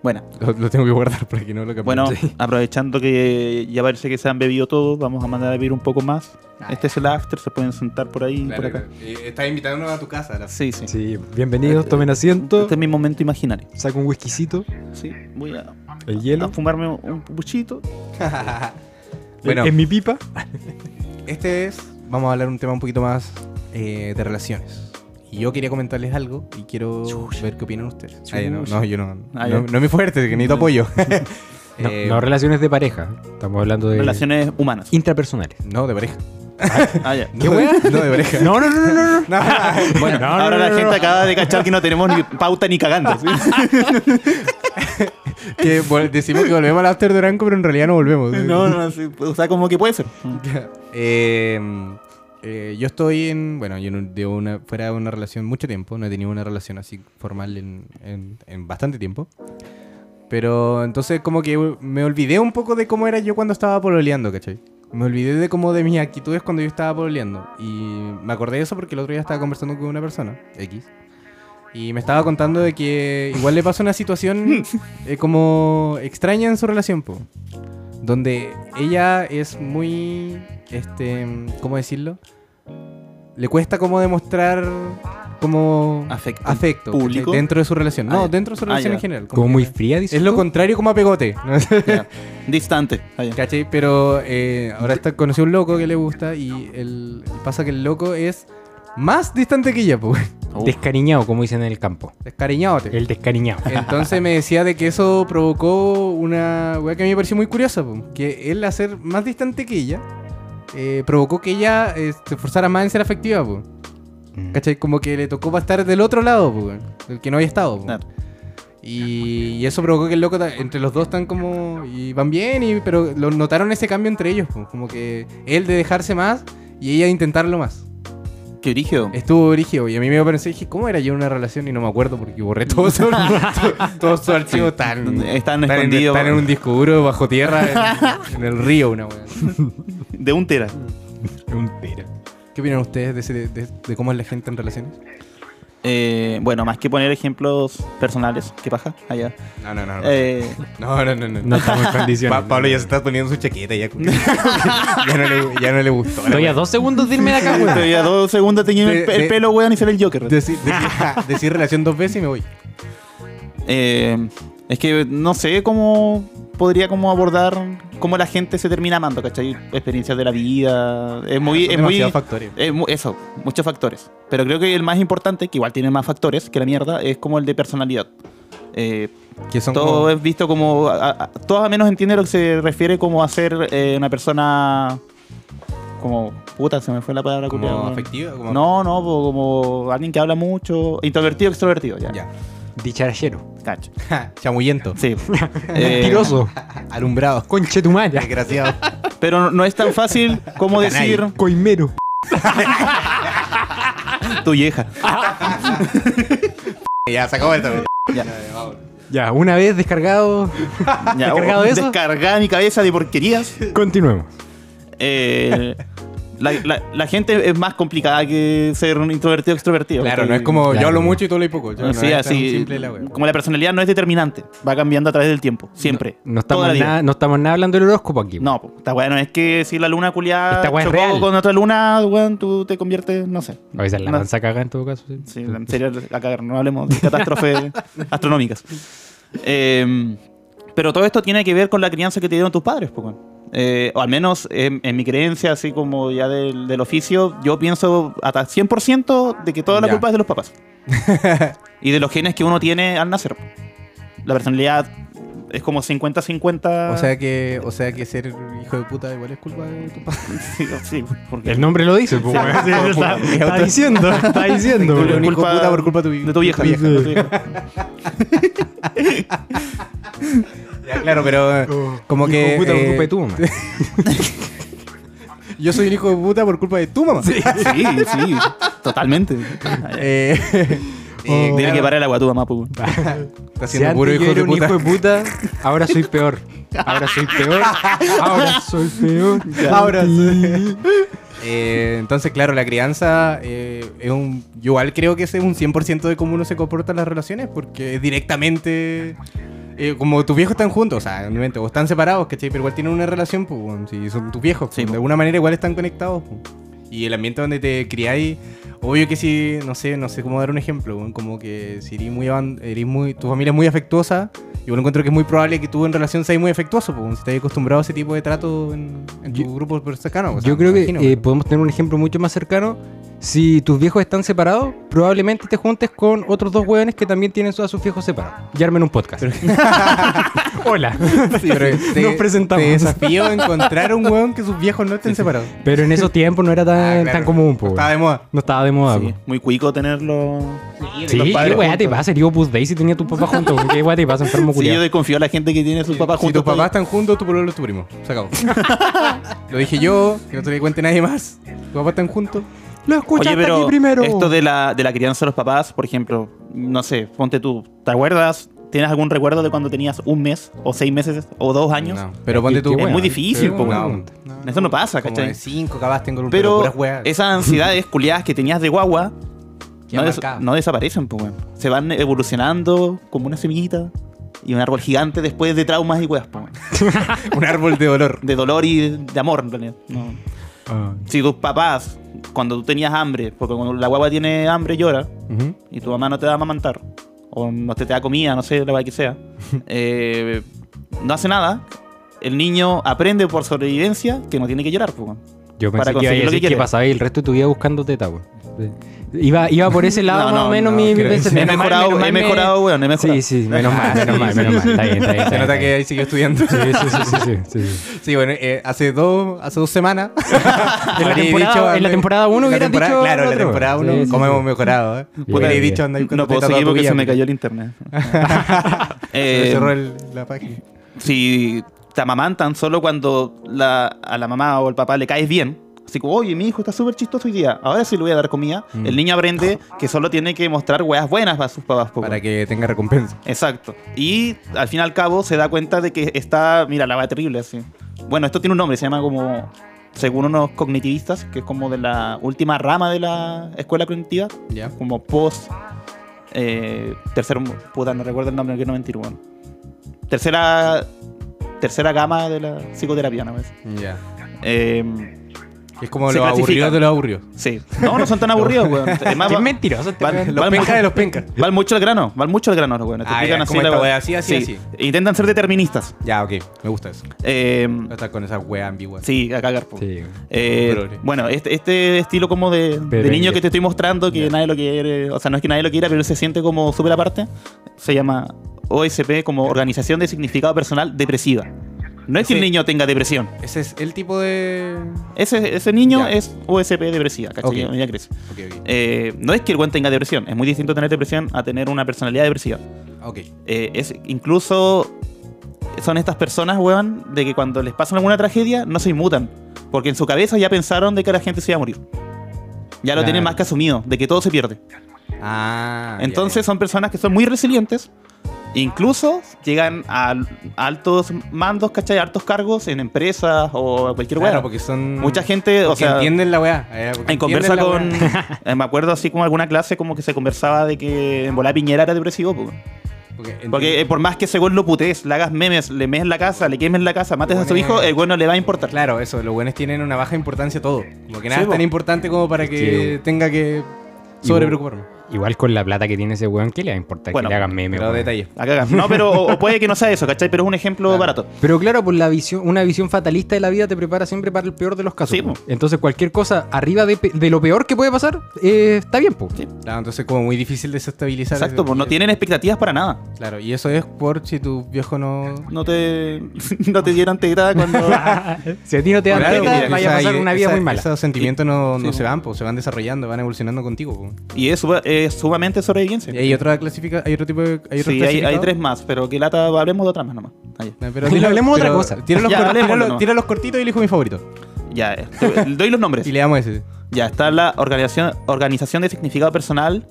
[SPEAKER 2] Bueno,
[SPEAKER 3] lo, lo tengo que guardar para que no lo cambie.
[SPEAKER 2] bueno
[SPEAKER 3] Sí.
[SPEAKER 2] aprovechando que ya parece que se han bebido todos, vamos a mandar a beber un poco más. Este es el after, se pueden sentar por ahí y por acá.
[SPEAKER 3] Eh, Estás invitándonos a tu casa. la-
[SPEAKER 2] Sí, sí.
[SPEAKER 1] Sí, bienvenidos, tomen asiento.
[SPEAKER 2] Este es mi momento imaginario.
[SPEAKER 1] Saco un whiskycito,
[SPEAKER 2] Sí, voy a,
[SPEAKER 1] el
[SPEAKER 2] a
[SPEAKER 1] hielo,
[SPEAKER 2] fumarme un puchito.
[SPEAKER 3] Bueno,
[SPEAKER 1] en mi pipa.
[SPEAKER 3] este es. Vamos a hablar un tema un poquito más eh, de relaciones. Y yo quería comentarles algo y quiero
[SPEAKER 2] Chucha.
[SPEAKER 3] ver qué opinan ustedes.
[SPEAKER 2] Chucha.
[SPEAKER 3] Ah, ya, no, no, yo no.
[SPEAKER 2] Ah, ya.
[SPEAKER 3] no, no es mi fuerte, que necesito apoyo.
[SPEAKER 1] No,
[SPEAKER 3] Eh,
[SPEAKER 1] no, relaciones de pareja. Estamos hablando de
[SPEAKER 2] Relaciones humanas.
[SPEAKER 1] intrapersonales.
[SPEAKER 3] no, de pareja.
[SPEAKER 2] Ah, ya.
[SPEAKER 3] No, No, de pareja.
[SPEAKER 1] No, no, no, no, no.
[SPEAKER 3] No.
[SPEAKER 2] Bueno,
[SPEAKER 1] No, no,
[SPEAKER 2] ahora
[SPEAKER 1] no,
[SPEAKER 2] la
[SPEAKER 1] no,
[SPEAKER 2] gente
[SPEAKER 1] no.
[SPEAKER 2] acaba de cachar que no tenemos ni pauta ni cagando. ¿sí?
[SPEAKER 3] que vol- decimos que volvemos al after de branco, pero en realidad no volvemos.
[SPEAKER 2] No, no, sí, o sea, como que puede ser.
[SPEAKER 3] Mm. Eh, eh, yo estoy en. Bueno, yo no- de una, fuera de una relación mucho tiempo. No he tenido una relación así formal en, en- en bastante tiempo. Pero entonces, como que me olvidé un poco de cómo era yo cuando estaba pololeando, ¿cachai? Me olvidé de como de mis actitudes cuando yo estaba pololeando. Y me acordé de eso porque el otro día estaba conversando con una persona, X. Y me estaba contando de que igual le pasó una situación eh, como extraña en su relación, po. Donde ella es muy, este, ¿cómo decirlo? Le cuesta como demostrar como
[SPEAKER 2] Afecto.
[SPEAKER 3] afecto ¿cachai?
[SPEAKER 2] Público.
[SPEAKER 3] dentro de su relación.
[SPEAKER 2] Ah,
[SPEAKER 3] No,
[SPEAKER 2] ya.
[SPEAKER 3] dentro de su
[SPEAKER 2] Ah,
[SPEAKER 3] relación
[SPEAKER 2] ya.
[SPEAKER 3] en general.
[SPEAKER 1] Como muy
[SPEAKER 3] que-
[SPEAKER 1] fría, dice.
[SPEAKER 3] Es lo contrario como a pegote. ¿no?
[SPEAKER 2] Ya. Distante. Ah, ya.
[SPEAKER 3] ¿Cachai? Pero eh, ahora está, conocí a un loco que le gusta y el, pasa que el loco es más distante que ella, pues.
[SPEAKER 2] Uh,
[SPEAKER 1] Descariñado, como dicen en el campo.
[SPEAKER 3] Descariñadote.
[SPEAKER 1] El descariñado.
[SPEAKER 3] Entonces me decía de que eso provocó una weá que a mí me pareció muy curiosa, po, que él hacer más distante que ella, eh, provocó que ella eh, se esforzara más en ser afectiva, po.
[SPEAKER 1] Mm.
[SPEAKER 3] ¿cachai? Como que le tocó estar del otro lado, po, del que no había estado. pues. po.
[SPEAKER 2] Claro.
[SPEAKER 3] Y, y eso provocó que el loco, ta- entre los dos están como, y van bien, y, pero lo, notaron ese cambio entre ellos, po, como que él de dejarse más y ella de intentarlo más.
[SPEAKER 2] Qué origen.
[SPEAKER 3] Estuvo brígido y a mí me pensé, dije, ¿cómo era yo en una relación? Y no me acuerdo porque borré todo su, todo, todo su archivo tan...
[SPEAKER 2] Están
[SPEAKER 3] tan en-
[SPEAKER 2] escondidos.
[SPEAKER 3] tan en un disco duro bajo tierra en, en el río, una wea.
[SPEAKER 2] De un tera.
[SPEAKER 3] ¿Qué opinan ustedes de, ese- de- de cómo es la gente en relaciones?
[SPEAKER 2] Eh, bueno, más que poner ejemplos personales, qué paja, allá.
[SPEAKER 3] No, Ah, no, no. No,
[SPEAKER 2] Eh,
[SPEAKER 3] no, no, no, no.
[SPEAKER 1] No estamos en
[SPEAKER 3] Pa-
[SPEAKER 1] condiciones.
[SPEAKER 3] Pablo ya se está poniendo su chaqueta ya. ya, no le, ya no le gustó. la
[SPEAKER 1] Estoy
[SPEAKER 3] wea.
[SPEAKER 1] a dos segundos de irme de acá, weón.
[SPEAKER 2] Pero ya dos segundos tenía
[SPEAKER 3] De-
[SPEAKER 2] el, pe- el
[SPEAKER 3] de-
[SPEAKER 2] pelo, weón, y ser el Joker.
[SPEAKER 3] Decir, decir- decir relación dos veces y me voy.
[SPEAKER 2] Eh, es que no sé cómo podría como abordar cómo la gente se termina amando, ¿cachai? Experiencias de la vida. Es muy.
[SPEAKER 3] Ah, Son
[SPEAKER 2] Es muy
[SPEAKER 3] demasiados factores.
[SPEAKER 2] es mu- eso, muchos factores. Pero creo que el más importante, que igual tiene más factores que la mierda, es como el de personalidad. Eh,
[SPEAKER 3] Que son
[SPEAKER 2] todo
[SPEAKER 3] como-
[SPEAKER 2] es visto como. a- a- todo al menos entiende lo que se refiere como a ser eh, una persona. Como. Puta, se me fue la palabra
[SPEAKER 3] como,
[SPEAKER 2] culiao, weón.
[SPEAKER 3] afectiva. Como,
[SPEAKER 2] No, no, po, como alguien que habla mucho. Introvertido, extrovertido, ya.
[SPEAKER 3] Ya.
[SPEAKER 1] Dicharachero.
[SPEAKER 2] Cacho.
[SPEAKER 3] Ja, Chamullento.
[SPEAKER 2] Sí. Eh,
[SPEAKER 1] Mentiroso.
[SPEAKER 3] Alumbrado.
[SPEAKER 1] Conche tu madre.
[SPEAKER 3] Desgraciado.
[SPEAKER 2] pero no- no es tan fácil como
[SPEAKER 3] Canalla.
[SPEAKER 2] decir
[SPEAKER 1] Coimero.
[SPEAKER 2] tu vieja.
[SPEAKER 3] ya, se acabó esta wea.
[SPEAKER 2] Ya,
[SPEAKER 1] Ya, una vez descargado,
[SPEAKER 2] ya,
[SPEAKER 1] ¿Descargado
[SPEAKER 2] o-
[SPEAKER 1] eso?
[SPEAKER 2] descargada oh, mi cabeza de porquerías.
[SPEAKER 1] continuemos.
[SPEAKER 2] Eh, la, la- la gente es más complicada que ser un introvertido extrovertido.
[SPEAKER 3] Claro,
[SPEAKER 2] porque-
[SPEAKER 3] no es como
[SPEAKER 1] Claro.
[SPEAKER 3] yo hablo mucho y tú lo poco. Yo, no,
[SPEAKER 2] Sí,
[SPEAKER 3] es tan
[SPEAKER 2] así.
[SPEAKER 3] simple la wea.
[SPEAKER 2] como la personalidad no es determinante, va cambiando a través del tiempo, siempre.
[SPEAKER 1] No estamos,
[SPEAKER 2] toda la vida.
[SPEAKER 1] nada, no estamos nada hablando del horóscopo aquí.
[SPEAKER 2] No, po, esta weá no es que si la luna culiada
[SPEAKER 1] Esta weá es
[SPEAKER 2] chocó
[SPEAKER 1] real.
[SPEAKER 2] con otra luna, weón, tú te conviertes, no sé.
[SPEAKER 1] A veces la
[SPEAKER 2] No.
[SPEAKER 1] mansa caga en todo caso. sí.
[SPEAKER 2] Sí, en serio, a cagar, no hablemos de catástrofes astronómicas. Eh, pero todo esto tiene que ver con la crianza que te dieron tus padres, po, weón. Eh, o al menos en, en mi creencia, así como ya del, del oficio, yo pienso hasta 100% de que toda la
[SPEAKER 3] Ya.
[SPEAKER 2] culpa es de los papás. y de los genes que uno tiene al nacer. po. La personalidad es como 50-50.
[SPEAKER 3] O sea que, o sea que ser hijo de puta igual es culpa de tu padre.
[SPEAKER 2] sí, sí, porque
[SPEAKER 1] El nombre lo dice, pues, weón. Sí, está, está diciendo, está diciendo.
[SPEAKER 2] Por
[SPEAKER 3] Tú eres
[SPEAKER 1] weón.
[SPEAKER 3] un hijo de
[SPEAKER 2] culpa-
[SPEAKER 3] puta por culpa de tu,
[SPEAKER 2] de tu vieja.
[SPEAKER 3] vieja.
[SPEAKER 2] de tu vieja.
[SPEAKER 3] Ya, claro, pero eh, como
[SPEAKER 1] Hijo
[SPEAKER 3] que
[SPEAKER 1] de puta,
[SPEAKER 3] eh,
[SPEAKER 1] preocupa de tu mamá.
[SPEAKER 3] yo soy un hijo de puta por culpa de tu mamá.
[SPEAKER 2] Sí, sí, totalmente.
[SPEAKER 3] Eh,
[SPEAKER 1] Oh.
[SPEAKER 2] Tiene que
[SPEAKER 3] claro,
[SPEAKER 2] parar el agua a tu mamá, pues, weón.
[SPEAKER 3] Está
[SPEAKER 1] Si
[SPEAKER 3] siendo
[SPEAKER 1] antes
[SPEAKER 3] puro
[SPEAKER 1] yo
[SPEAKER 3] hijo
[SPEAKER 1] era
[SPEAKER 3] de
[SPEAKER 1] un
[SPEAKER 3] puta.
[SPEAKER 1] hijo de puta, ahora soy peor. Ahora soy peor. Ahora soy peor.
[SPEAKER 3] Ahora sí. Eh, entonces, claro, la crianza eh, es un. Yo igual creo que ese es un 100% de cómo uno se comporta en las relaciones, porque es directamente. eh, como tus viejos están juntos, o sea, obviamente, o están separados, ¿cachai? Pero igual tienen una relación, pues, bueno, si son tus
[SPEAKER 2] Sí,
[SPEAKER 3] viejos, pues,
[SPEAKER 2] pues.
[SPEAKER 3] de alguna manera igual están conectados. pues. Y el ambiente donde te criáis, obvio que si, no sé, no sé cómo dar un ejemplo, bueno, como que si eres muy, aban- eres muy, tu familia es muy afectuosa, yo encuentro que es muy probable que tú en relación seas muy afectuoso, pues, si estás acostumbrado a ese tipo de trato en, en tu
[SPEAKER 1] Yo-
[SPEAKER 3] grupo per- cercano. o sea,
[SPEAKER 1] Yo creo
[SPEAKER 3] me
[SPEAKER 1] que
[SPEAKER 3] imagino,
[SPEAKER 1] eh,
[SPEAKER 3] pero-
[SPEAKER 1] podemos tener un ejemplo mucho más cercano. Si tus viejos están separados, probablemente te juntes con otros dos hueones que también tienen a sus viejos separados. Y armen un podcast. Hola.
[SPEAKER 3] Sí, pero te-
[SPEAKER 1] nos presentamos.
[SPEAKER 3] Te desafío a encontrar un weón que sus viejos no estén separados.
[SPEAKER 1] Pero en esos tiempos no era tan,
[SPEAKER 3] Ah, claro.
[SPEAKER 1] tan común, po,
[SPEAKER 3] Está
[SPEAKER 1] weón.
[SPEAKER 3] de moda.
[SPEAKER 1] No estaba de moda.
[SPEAKER 2] Sí,
[SPEAKER 1] po.
[SPEAKER 2] muy cuico tenerlo.
[SPEAKER 1] Sí,
[SPEAKER 2] los
[SPEAKER 1] qué
[SPEAKER 2] padres
[SPEAKER 1] weá te
[SPEAKER 2] juntos.
[SPEAKER 1] pasa, el Opus Day si tenía a tus papás juntos. weón? Qué weá te pasa, enfermo
[SPEAKER 2] Sí, yo
[SPEAKER 1] culiado.
[SPEAKER 2] desconfío a la gente que tiene a sus papás
[SPEAKER 3] si
[SPEAKER 2] juntos.
[SPEAKER 3] tus papás están juntos, tu pololo es tu primo. Se acabó. Lo dije yo, que no te le cuente nadie más. Tus papás están juntos.
[SPEAKER 1] Lo
[SPEAKER 2] Oye,
[SPEAKER 1] escuchaste
[SPEAKER 2] pero
[SPEAKER 1] aquí primero.
[SPEAKER 2] esto de la, de la crianza de los papás, por ejemplo, no sé, ponte tú, ¿te acuerdas? ¿Tienes algún recuerdo de cuando tenías un mes, o seis meses, o dos años?
[SPEAKER 3] No, pero ponte tú.
[SPEAKER 1] qué
[SPEAKER 2] Es
[SPEAKER 1] Bueno,
[SPEAKER 2] muy difícil,
[SPEAKER 1] pero
[SPEAKER 2] po,
[SPEAKER 1] no.
[SPEAKER 2] weón. Eso no pasa,
[SPEAKER 3] Como
[SPEAKER 2] ¿cachai?
[SPEAKER 3] de cinco capaz tengo
[SPEAKER 2] Pero
[SPEAKER 3] puras weas.
[SPEAKER 2] esas ansiedades culiadas que tenías de guagua no,
[SPEAKER 3] Quedan
[SPEAKER 2] des-
[SPEAKER 3] marcadas.
[SPEAKER 2] no desaparecen, pues, weón. Se van evolucionando como una semillita y un árbol gigante después de traumas y weas, pues, weón.
[SPEAKER 3] un árbol de dolor.
[SPEAKER 2] De dolor y de, de amor, en realidad. No.
[SPEAKER 1] Ah.
[SPEAKER 2] Si tus papás, cuando tú tenías hambre, porque cuando la guagua tiene hambre llora,
[SPEAKER 1] Ujú.
[SPEAKER 2] y tu mamá no te da a amamantar, o no te, te da comida, no sé, la vaina que sea, eh, no hace nada, el niño aprende por sobrevivencia que no tiene que llorar, pues, weón.
[SPEAKER 1] Yo pensé
[SPEAKER 2] para
[SPEAKER 1] que iba a
[SPEAKER 2] conseguir lo que
[SPEAKER 1] decir que,
[SPEAKER 2] quiere.
[SPEAKER 1] pasaba y el resto de tu vida buscando teta, weón. Iba, iba por ese lado
[SPEAKER 2] No,
[SPEAKER 1] más
[SPEAKER 2] no,
[SPEAKER 1] o menos
[SPEAKER 3] no,
[SPEAKER 1] mi, mi
[SPEAKER 3] creo que sí.
[SPEAKER 2] He
[SPEAKER 1] pensamiento. Menos mal,
[SPEAKER 2] mejorado,
[SPEAKER 1] menos
[SPEAKER 2] he
[SPEAKER 1] mal me-
[SPEAKER 2] mejorado, weón, he mejorado.
[SPEAKER 1] Sí, sí, menos mal, menos mal, menos mal. Está bien, está bien.
[SPEAKER 3] Se
[SPEAKER 1] Está
[SPEAKER 3] nota que
[SPEAKER 1] bien,
[SPEAKER 3] ahí siguió estudiando.
[SPEAKER 1] está bien. Sí, sí, sí, sí, sí, sí.
[SPEAKER 3] Sí, bueno, eh, hace, dos, hace dos semanas.
[SPEAKER 1] En la
[SPEAKER 3] habría
[SPEAKER 1] temporada- en la temporada uno
[SPEAKER 3] La
[SPEAKER 1] hubieras
[SPEAKER 3] temporada-
[SPEAKER 1] dicho
[SPEAKER 3] Claro, en la
[SPEAKER 1] otro.
[SPEAKER 3] temporada uno,
[SPEAKER 1] Sí, sí,
[SPEAKER 3] cómo
[SPEAKER 1] sí.
[SPEAKER 3] hemos mejorado. ¿eh?
[SPEAKER 1] Bien,
[SPEAKER 3] Hubiera
[SPEAKER 1] bien.
[SPEAKER 3] dicho, anda
[SPEAKER 2] No puedo seguir porque se me cayó el internet. Eh,
[SPEAKER 3] cerró el- la página.
[SPEAKER 2] si te amamantan solo cuando la- a la mamá o el papá le caes bien, Así como, oye, mi hijo está súper chistoso hoy día. Ahora sí le voy a dar comida.
[SPEAKER 3] Mm.
[SPEAKER 2] El niño aprende que solo tiene que mostrar weas buenas para sus papás. po,
[SPEAKER 3] Para que tenga recompensa.
[SPEAKER 2] Exacto. Y al fin y al cabo se da cuenta de que está, mira, la va terrible así. Bueno, esto tiene un nombre, se llama como, según unos cognitivistas, que es como de la última rama de la escuela cognitiva,
[SPEAKER 3] Ya.
[SPEAKER 2] como post, eh, tercer, puta, no recuerdo el nombre, no quiero mentir, bueno. Tercera, tercera gama de la psicoterapia, ¿no ves?
[SPEAKER 3] Ya.
[SPEAKER 2] Eh,
[SPEAKER 3] Es como
[SPEAKER 2] Se
[SPEAKER 3] los
[SPEAKER 2] clasifican.
[SPEAKER 3] aburridos de los aburridos.
[SPEAKER 2] sí. No, no son tan aburridos, weón. Además,
[SPEAKER 1] Qué
[SPEAKER 2] va-
[SPEAKER 1] mentiroso este
[SPEAKER 2] van-
[SPEAKER 1] weón.
[SPEAKER 3] Los
[SPEAKER 2] van
[SPEAKER 3] pencas
[SPEAKER 2] mucho-
[SPEAKER 3] de los pencas.
[SPEAKER 2] Van mucho al grano, van mucho al grano los weones. Te
[SPEAKER 3] Ah,
[SPEAKER 2] explican
[SPEAKER 3] ya,
[SPEAKER 2] así
[SPEAKER 3] como
[SPEAKER 2] la
[SPEAKER 3] esta
[SPEAKER 2] wea.
[SPEAKER 3] wea, así, así,
[SPEAKER 2] Sí. Intentan ser deterministtas.
[SPEAKER 3] Ya, ok. Me gusta eso.
[SPEAKER 2] Eh,
[SPEAKER 3] No estar con esas weas ambiguas.
[SPEAKER 2] sí, a cagar. po.
[SPEAKER 1] Sí, weón.
[SPEAKER 2] Eh,
[SPEAKER 3] Progre.
[SPEAKER 2] bueno, este, este estilo como de, de
[SPEAKER 1] Perengue.
[SPEAKER 2] niño que te estoy mostrando, que
[SPEAKER 3] Ya.
[SPEAKER 2] nadie lo quiere, o sea, no es que nadie lo quiera, pero él se siente como súper aparte, se llama OSP como Organización de Significado Personal Depresiva. No es que el
[SPEAKER 3] Ese-
[SPEAKER 2] niño tenga depresión.
[SPEAKER 3] Ese es el tipo de.
[SPEAKER 2] Ese, ese niño
[SPEAKER 3] Ya.
[SPEAKER 2] es OSP depresiva, ¿cachai?
[SPEAKER 3] Ok.
[SPEAKER 2] Ya crece.
[SPEAKER 3] Ok, ok.
[SPEAKER 2] Eh, no es que el buen tenga depresión, es muy distinto tener depresión a tener una personalidad depresiva.
[SPEAKER 3] Ok.
[SPEAKER 2] Eh, es, incluso son estas personas, weón, de que cuando les pasa alguna tragedia no se inmutan. Porque en su cabeza ya pensaron de que la gente se iba a morir. Ya lo
[SPEAKER 3] Claro.
[SPEAKER 2] tienen más que asumido, de que todo se pierde.
[SPEAKER 3] Ah. ya,
[SPEAKER 2] Entonces son personas que son muy resilientes. Incluso llegan a altos mandos, ¿cachai? Altos cargos en empresas o a
[SPEAKER 3] ya.
[SPEAKER 2] cualquier
[SPEAKER 3] Claro,
[SPEAKER 2] weá.
[SPEAKER 3] porque son.
[SPEAKER 2] Mucha gente, o
[SPEAKER 3] porque
[SPEAKER 2] sea,
[SPEAKER 3] Entienden la wea. eh, porque
[SPEAKER 2] en conversa con...
[SPEAKER 3] entienden la wea.
[SPEAKER 2] eh, me acuerdo así como alguna clase como que se conversaba de que en volar Piñera era depresivo. po.
[SPEAKER 3] Porque. entienden-
[SPEAKER 2] Porque eh, por más que ese güey lo putees, le hagas memes, le mees la casa, le quemes la casa, mates a su
[SPEAKER 3] Bueno,
[SPEAKER 2] hijo, el güey no le va a importar.
[SPEAKER 3] Claro, eso, los buenos tienen una baja importancia todo. Como que nada
[SPEAKER 2] Sí,
[SPEAKER 3] es
[SPEAKER 2] po.
[SPEAKER 3] tan importante como para que
[SPEAKER 1] Sí.
[SPEAKER 3] tenga que sobrepreocuparme.
[SPEAKER 1] Igual con la plata que tiene ese weón, ¿qué le importa
[SPEAKER 2] Bueno,
[SPEAKER 1] que le hagan meme,
[SPEAKER 3] Pero
[SPEAKER 1] weón?
[SPEAKER 3] detalles.
[SPEAKER 2] A cagar. No, pero o, o puede que no sea eso, ¿cachai? Pero es un ejemplo
[SPEAKER 3] Claro.
[SPEAKER 2] barato.
[SPEAKER 1] Pero claro, pues la visión, una visión fatalista de la vida te prepara siempre para el peor de los casos.
[SPEAKER 2] Sí,
[SPEAKER 1] po.
[SPEAKER 2] po.
[SPEAKER 1] Entonces cualquier cosa arriba de, pe- de lo peor que puede pasar, eh, está bien, pues.
[SPEAKER 2] Sí.
[SPEAKER 3] Claro, entonces como muy difícil desestabilizar.
[SPEAKER 2] Exacto, pues no tienen expectativas para nada.
[SPEAKER 3] Claro, y eso es por si tu viejo no.
[SPEAKER 2] No te, no te dieron tetada cuando.
[SPEAKER 1] Si a ti no te dan
[SPEAKER 2] Claro,
[SPEAKER 1] plata,
[SPEAKER 2] porque,
[SPEAKER 1] vaya a pasar una vida
[SPEAKER 3] esa-
[SPEAKER 1] muy mala.
[SPEAKER 3] Esos sentimientos no, no
[SPEAKER 2] Sí.
[SPEAKER 3] se van, po, se van desarrollando, van evolucionando contigo. po.
[SPEAKER 2] y es, suba- es sumamente sobrevivencia.
[SPEAKER 3] Y hay otra clasifica, hay otro tipo de. Hay otro
[SPEAKER 2] sí, hay, hay
[SPEAKER 3] clasificado?
[SPEAKER 2] tres más, pero que lata, hablemos de otras más nomás. Ah, ya.
[SPEAKER 3] No, Eh, Pero
[SPEAKER 1] Y hablemos de otra cosa.
[SPEAKER 3] Tira los,
[SPEAKER 2] Ya,
[SPEAKER 3] cor-
[SPEAKER 2] hablemos
[SPEAKER 3] tira los-
[SPEAKER 2] nomás.
[SPEAKER 3] tira los cortitos y elijo mi favorito.
[SPEAKER 2] Ya, eh, te- doy los nombres.
[SPEAKER 3] Y le damos ese.
[SPEAKER 2] Ya, está la Organización, organización de Significado Personal,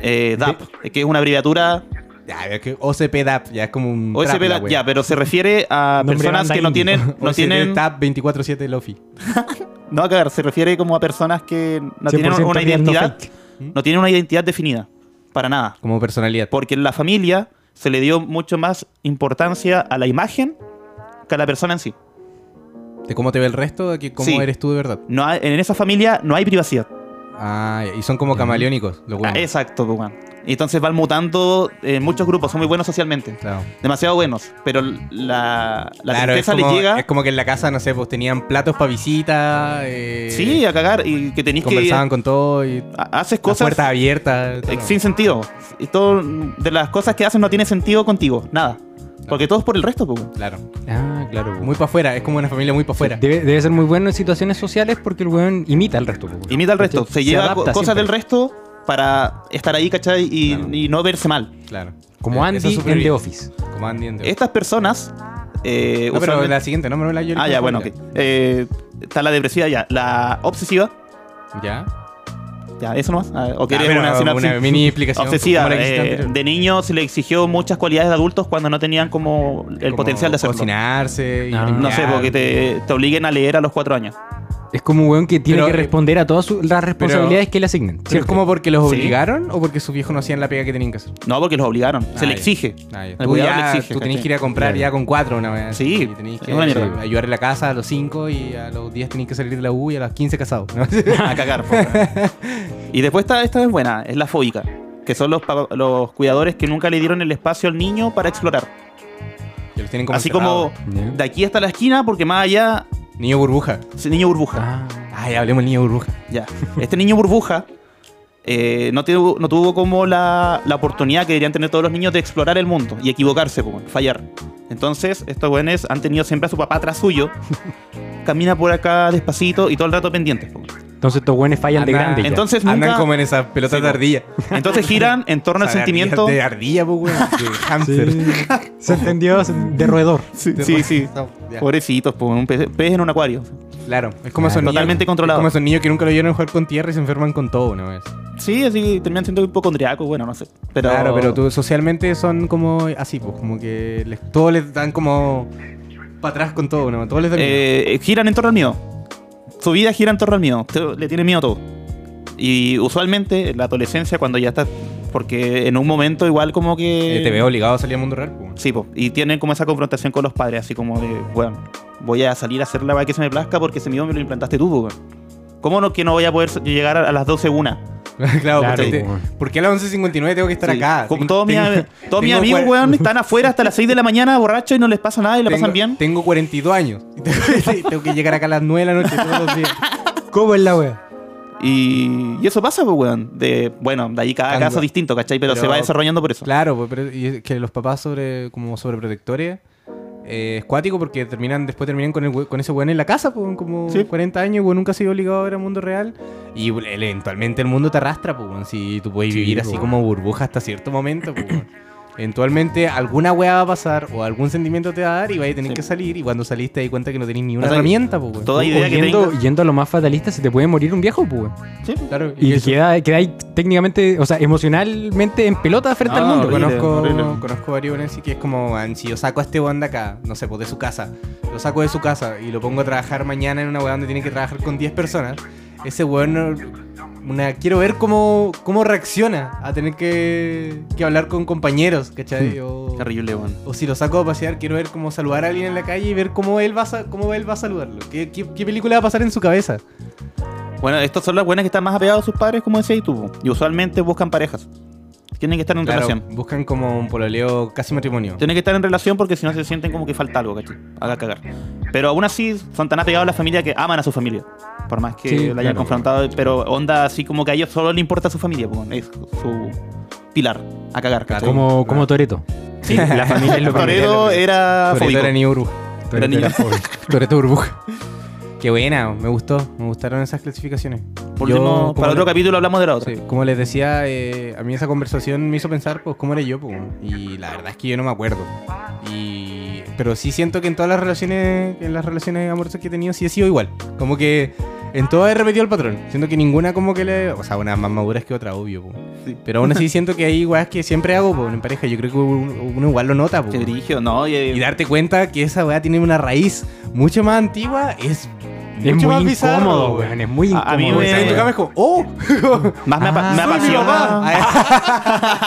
[SPEAKER 2] eh, DAP, que es una abreviatura
[SPEAKER 3] Ya, es que OCP DAP, ya es como un.
[SPEAKER 2] OSP,
[SPEAKER 3] trap la
[SPEAKER 2] da-
[SPEAKER 3] wea.
[SPEAKER 2] ya, pero se refiere a
[SPEAKER 1] Nombre
[SPEAKER 2] personas
[SPEAKER 1] banda
[SPEAKER 2] que no
[SPEAKER 1] indie.
[SPEAKER 2] tienen, no
[SPEAKER 3] OCP
[SPEAKER 2] tienen,
[SPEAKER 3] DAP 24-7 Lofi.
[SPEAKER 2] no a cagar, se refiere como a personas que
[SPEAKER 1] 100%
[SPEAKER 2] no tienen una
[SPEAKER 1] real, no
[SPEAKER 2] identidad,
[SPEAKER 1] fake.
[SPEAKER 2] no tienen una identidad definida, para nada,
[SPEAKER 3] Como personalidad.
[SPEAKER 2] porque en la familia se le dio mucho más importancia a la imagen que a la persona en sí.
[SPEAKER 3] De cómo te ve el resto, de que cómo
[SPEAKER 2] Sí.
[SPEAKER 3] eres tú de verdad.
[SPEAKER 2] No hay- en esa familia no hay privacidad.
[SPEAKER 3] Ah, ya, y son como camaleónicos, los
[SPEAKER 2] Ah,
[SPEAKER 3] buenos.
[SPEAKER 2] Exacto, pues, weón. Y Entonces van mutando eh, muchos grupos, son muy buenos socialmente.
[SPEAKER 3] Claro.
[SPEAKER 2] Demasiado buenos, pero la, la
[SPEAKER 3] Claro,
[SPEAKER 2] tristeza
[SPEAKER 3] es como,
[SPEAKER 2] les llega.
[SPEAKER 3] Es como que en la casa, no sé, pues tenían platos para visitas.
[SPEAKER 2] sí, a cagar, y que tenéis que.
[SPEAKER 3] conversaban con todo y
[SPEAKER 2] ha- Haces
[SPEAKER 3] cosas,
[SPEAKER 2] cosas
[SPEAKER 3] puertas abiertas. todo.
[SPEAKER 2] Eh, sin sentido. Y todo de las cosas que haces no tiene sentido contigo, nada. Porque todo es por el resto, pues. weón.
[SPEAKER 3] Claro,
[SPEAKER 1] Ah, claro. po.
[SPEAKER 3] muy para afuera, es como una familia muy para afuera.
[SPEAKER 1] Debe, debe ser muy bueno en situaciones sociales porque el weón imita al resto. po.
[SPEAKER 2] Imita al resto. Se,
[SPEAKER 1] Se
[SPEAKER 2] lleva
[SPEAKER 1] adapta
[SPEAKER 2] co- cosas
[SPEAKER 1] siempre.
[SPEAKER 2] del resto para estar ahí, ¿cachai? Y,
[SPEAKER 3] Claro.
[SPEAKER 2] y no verse mal.
[SPEAKER 3] Claro.
[SPEAKER 1] Como
[SPEAKER 3] Eh,
[SPEAKER 1] Andy
[SPEAKER 3] eso es súper
[SPEAKER 1] en The
[SPEAKER 3] bien.
[SPEAKER 1] Office.
[SPEAKER 3] Como Andy en The
[SPEAKER 2] Estas personas. eh,
[SPEAKER 3] No, pero
[SPEAKER 2] Este usualmente-
[SPEAKER 3] la siguiente, no, pero la yo
[SPEAKER 2] Ah, ya, bueno, ok. Eh, está la depresiva ya. La obsesiva.
[SPEAKER 3] Ya.
[SPEAKER 2] Ya, eso nomás. Ah, O
[SPEAKER 3] Ah,
[SPEAKER 2] querés
[SPEAKER 3] pero
[SPEAKER 2] una sinopsis.
[SPEAKER 3] mini explicación.
[SPEAKER 2] Obsesiva.
[SPEAKER 3] como la que hiciste
[SPEAKER 2] eh,
[SPEAKER 3] anterior.
[SPEAKER 2] de niño se le exigió muchas cualidades de adultos cuando no tenían como el
[SPEAKER 3] Como
[SPEAKER 2] potencial de hacerlo.
[SPEAKER 3] Cocinarse. y
[SPEAKER 1] Ah, No,
[SPEAKER 2] No sé,
[SPEAKER 3] limpiar.
[SPEAKER 2] porque te, te obliguen a leer a los cuatro años.
[SPEAKER 1] Es como un weón que tiene
[SPEAKER 3] Pero-
[SPEAKER 1] que responder a todas sus- las responsabilidades que le asignen.
[SPEAKER 3] ¿Pero es
[SPEAKER 1] siempre.
[SPEAKER 3] como porque los
[SPEAKER 2] Sí.
[SPEAKER 3] obligaron o porque sus viejos no hacían la pega que tenían que hacer?
[SPEAKER 2] No, porque los obligaron.
[SPEAKER 3] Ah,
[SPEAKER 2] se le
[SPEAKER 3] ya.
[SPEAKER 2] exige.
[SPEAKER 3] Ah, ya.
[SPEAKER 2] El
[SPEAKER 3] Tú,
[SPEAKER 2] cuidado
[SPEAKER 3] ya,
[SPEAKER 2] le exige,
[SPEAKER 3] tú tenés
[SPEAKER 2] ¿cachai?
[SPEAKER 3] que ir a comprar
[SPEAKER 1] Claro.
[SPEAKER 3] ya con cuatro una vez.
[SPEAKER 2] Sí,
[SPEAKER 3] Y tenés
[SPEAKER 2] es
[SPEAKER 3] que
[SPEAKER 2] una mierda.
[SPEAKER 3] ayudar en la casa a los cinco y a los 10 tenés que salir de la U y a las 15 casados. ¿no?
[SPEAKER 2] a cagar. po, weón. y después está, esta es buena, es la fóbica, que son los, pa- los cuidadores que nunca le dieron el espacio al niño para explorar.
[SPEAKER 3] Que los tienen como
[SPEAKER 2] Así
[SPEAKER 3] encerrados.
[SPEAKER 2] como
[SPEAKER 1] Ya.
[SPEAKER 2] de aquí hasta la esquina, porque más allá,
[SPEAKER 3] Niño burbuja.
[SPEAKER 2] ese niño burbuja.
[SPEAKER 1] Ah,
[SPEAKER 3] Ay, hablemos del niño burbuja.
[SPEAKER 2] Ya. Este niño burbuja eh, no, tuvo, no tuvo como la, la oportunidad que deberían tener todos los niños de explorar el mundo y equivocarse, po, weón, fallar. Entonces, estos jóvenes han tenido siempre a su papá atrás suyo. Camina por acá despacito y todo el rato pendiente. po.
[SPEAKER 1] Entonces estos güeyes fallan de
[SPEAKER 3] Andan-
[SPEAKER 1] grande. ya.
[SPEAKER 2] Entonces
[SPEAKER 3] Andan
[SPEAKER 2] nunca-
[SPEAKER 3] como en esas pelotas
[SPEAKER 2] Sí,
[SPEAKER 3] de ardilla.
[SPEAKER 2] Entonces giran en torno al
[SPEAKER 3] O sea, de
[SPEAKER 2] sentimiento.
[SPEAKER 3] ardilla- De ardilla, pues, weón. De hámster.
[SPEAKER 1] Sí. se entendió se- de roedor.
[SPEAKER 2] Sí, sí, sí.
[SPEAKER 3] No, ya.
[SPEAKER 2] Pobrecitos, po, un pez, pez en un acuario.
[SPEAKER 3] Claro, es
[SPEAKER 1] Claro.
[SPEAKER 3] como esos niños.
[SPEAKER 2] Totalmente
[SPEAKER 3] es
[SPEAKER 2] controlado.
[SPEAKER 3] como esos niños que nunca lo vieron jugar con tierra y se enferman con todo una vez.
[SPEAKER 2] Sí, así terminan siendo hipocondriacos, bueno, no sé. Pero,
[SPEAKER 3] Claro, pero tú, socialmente son como así, pues, como que les, todos les dan como para atrás con todo, ¿no? Todos les dan miedo.
[SPEAKER 2] eh, giran en torno al miedo. Su vida gira en torno al miedo. Te- Le tiene miedo a todo. Y usualmente en la adolescencia, cuando ya estás. Porque en un momento, igual como que.
[SPEAKER 3] Eh, te veo obligado a salir al mundo real, pues.
[SPEAKER 2] Sí, po. y tienen como esa confrontación con los padres, así como de, bueno, voy a salir a hacer la vaca que se me plazca porque ese miedo me lo implantaste tú, po, weón. ¿Cómo no que no voy a poder llegar a a las 12 una?
[SPEAKER 3] claro, pues. porque, te-
[SPEAKER 1] weón.
[SPEAKER 3] ¿por qué a las 11.59 tengo que estar
[SPEAKER 2] Sí.
[SPEAKER 3] acá?
[SPEAKER 2] Como
[SPEAKER 3] Ten-
[SPEAKER 2] todos mis,
[SPEAKER 3] tengo-
[SPEAKER 2] ami- todos mis
[SPEAKER 3] tengo
[SPEAKER 2] amigos,
[SPEAKER 3] cuar-
[SPEAKER 2] weón, están afuera hasta las 6 de la mañana borrachos y no les pasa nada y la
[SPEAKER 3] tengo-
[SPEAKER 2] pasan bien.
[SPEAKER 3] Tengo 42 años. tengo que llegar acá a las 9 de la noche todos los días.
[SPEAKER 1] ¿Cómo es la wea?
[SPEAKER 2] Y, y eso pasa, pues, weón. De, bueno, de ahí cada
[SPEAKER 3] Tango.
[SPEAKER 2] caso distinto, ¿cachai? Pero,
[SPEAKER 3] Pero-
[SPEAKER 2] se va desarrollando por eso.
[SPEAKER 3] Claro, pues, pero y es que los papás sobre como sobreprotectores eh, es cuático porque terminan después terminan con, el we- con ese weón en la casa pues, como
[SPEAKER 2] Sí.
[SPEAKER 3] 40 años, weón nunca ha sido obligado a ver al mundo real y bueno, eventualmente el mundo te arrastra, pues, weón, si tú puedes
[SPEAKER 1] Sí,
[SPEAKER 3] vivir así
[SPEAKER 1] pues.
[SPEAKER 3] como burbuja hasta cierto momento, pues, weón. Eventualmente alguna weá va a pasar o algún sentimiento te va a dar y vas a tener
[SPEAKER 2] Sí.
[SPEAKER 3] que salir y cuando salís te das cuenta que no tenés ni una
[SPEAKER 2] O sea,
[SPEAKER 3] herramienta, pues, weón.
[SPEAKER 2] toda idea que
[SPEAKER 1] yendo,
[SPEAKER 2] tengas-
[SPEAKER 1] yendo a lo más fatalista, se te puede morir un viejo, pues.
[SPEAKER 2] Sí, po.
[SPEAKER 3] Claro, y
[SPEAKER 1] Y,
[SPEAKER 3] eso-
[SPEAKER 1] queda, queda ahí técnicamente, o sea, emocionalmente en pelota frente
[SPEAKER 2] No,
[SPEAKER 1] al mundo.
[SPEAKER 3] Yo
[SPEAKER 2] Ah, horrible,
[SPEAKER 3] conozco,
[SPEAKER 2] horrible.
[SPEAKER 3] conozco varios weones así que es como, "Man, si yo saco a este weón de acá, no sé, pues de su casa, lo saco de su casa y lo pongo a trabajar mañana en una weá donde tiene que trabajar con 10 personas, ese weón, no- una, quiero ver cómo, cómo reacciona a tener que, que hablar con compañeros,
[SPEAKER 2] Hmm.
[SPEAKER 3] ¿cachai? O,
[SPEAKER 2] Terrible, weón.
[SPEAKER 3] o si lo saco a pasear, quiero ver cómo saludar a alguien en la calle y ver cómo él va a, sa- cómo él va a saludarlo. ¿Qué, qué, qué película va a pasar en su cabeza?
[SPEAKER 2] Bueno, estas son las buenas que están más apegadas a sus padres, como decías tú. po. Y usualmente buscan parejas. Tienen que estar en relación.
[SPEAKER 3] buscan como un pololeo casi matrimonio.
[SPEAKER 2] Tienen que estar en relación porque si no se sienten como que falta algo, ¿cachai? Haga cagar. Pero aún así son tan apegados a la familia que aman a su familia. Por más que
[SPEAKER 1] Sí,
[SPEAKER 2] la hayan
[SPEAKER 1] claro.
[SPEAKER 2] confrontado, pero onda así como que a ellos solo le importa su familia, po, es su pilar. A cagar, ¿cachai?
[SPEAKER 3] Claro.
[SPEAKER 1] Como,
[SPEAKER 3] Sí.
[SPEAKER 1] como Toreto.
[SPEAKER 2] Sí, la familia es lo
[SPEAKER 3] primero.
[SPEAKER 2] Toredo era
[SPEAKER 3] Sobre
[SPEAKER 2] fóbico.
[SPEAKER 3] todo era ni burbuja.
[SPEAKER 2] Era niño.
[SPEAKER 3] Toreto Burbuja. Qué buena, me gustó, me gustaron esas clasificaciones.
[SPEAKER 2] Por
[SPEAKER 3] Yo,
[SPEAKER 2] último,
[SPEAKER 3] como
[SPEAKER 2] para
[SPEAKER 3] le-
[SPEAKER 2] otro capítulo hablamos de la otra.
[SPEAKER 3] sí, como les decía, eh, a mí esa conversación me hizo pensar, pues, cómo era yo, pues, y la verdad es que yo no me acuerdo. Y, pero sí siento que en todas las relaciones, en las relaciones amorosas que he tenido, sí he sido igual. Como que en todas he repetido el patrón. Siento que ninguna como que le, o sea, unas más maduras que otra, obvio. pues.
[SPEAKER 2] Sí.
[SPEAKER 3] Pero aún así siento que hay weas que siempre hago, pues, en pareja. Yo creo que uno uno igual lo nota, pues.
[SPEAKER 2] Qué brígido, ¿no? Y,
[SPEAKER 3] y darte cuenta que esa weá tiene una raíz mucho más antigua es
[SPEAKER 1] Es
[SPEAKER 3] mucho
[SPEAKER 1] muy
[SPEAKER 3] más bizarro,
[SPEAKER 1] incómodo,
[SPEAKER 3] weón.
[SPEAKER 1] weón. Es muy
[SPEAKER 2] A-
[SPEAKER 1] incómodo.
[SPEAKER 2] a mí
[SPEAKER 3] Como que
[SPEAKER 2] me-
[SPEAKER 3] salí de tu cama y es como, ¡oh!
[SPEAKER 2] Más me, apa-
[SPEAKER 1] Ah,
[SPEAKER 2] me
[SPEAKER 1] soy mi
[SPEAKER 2] apasiona.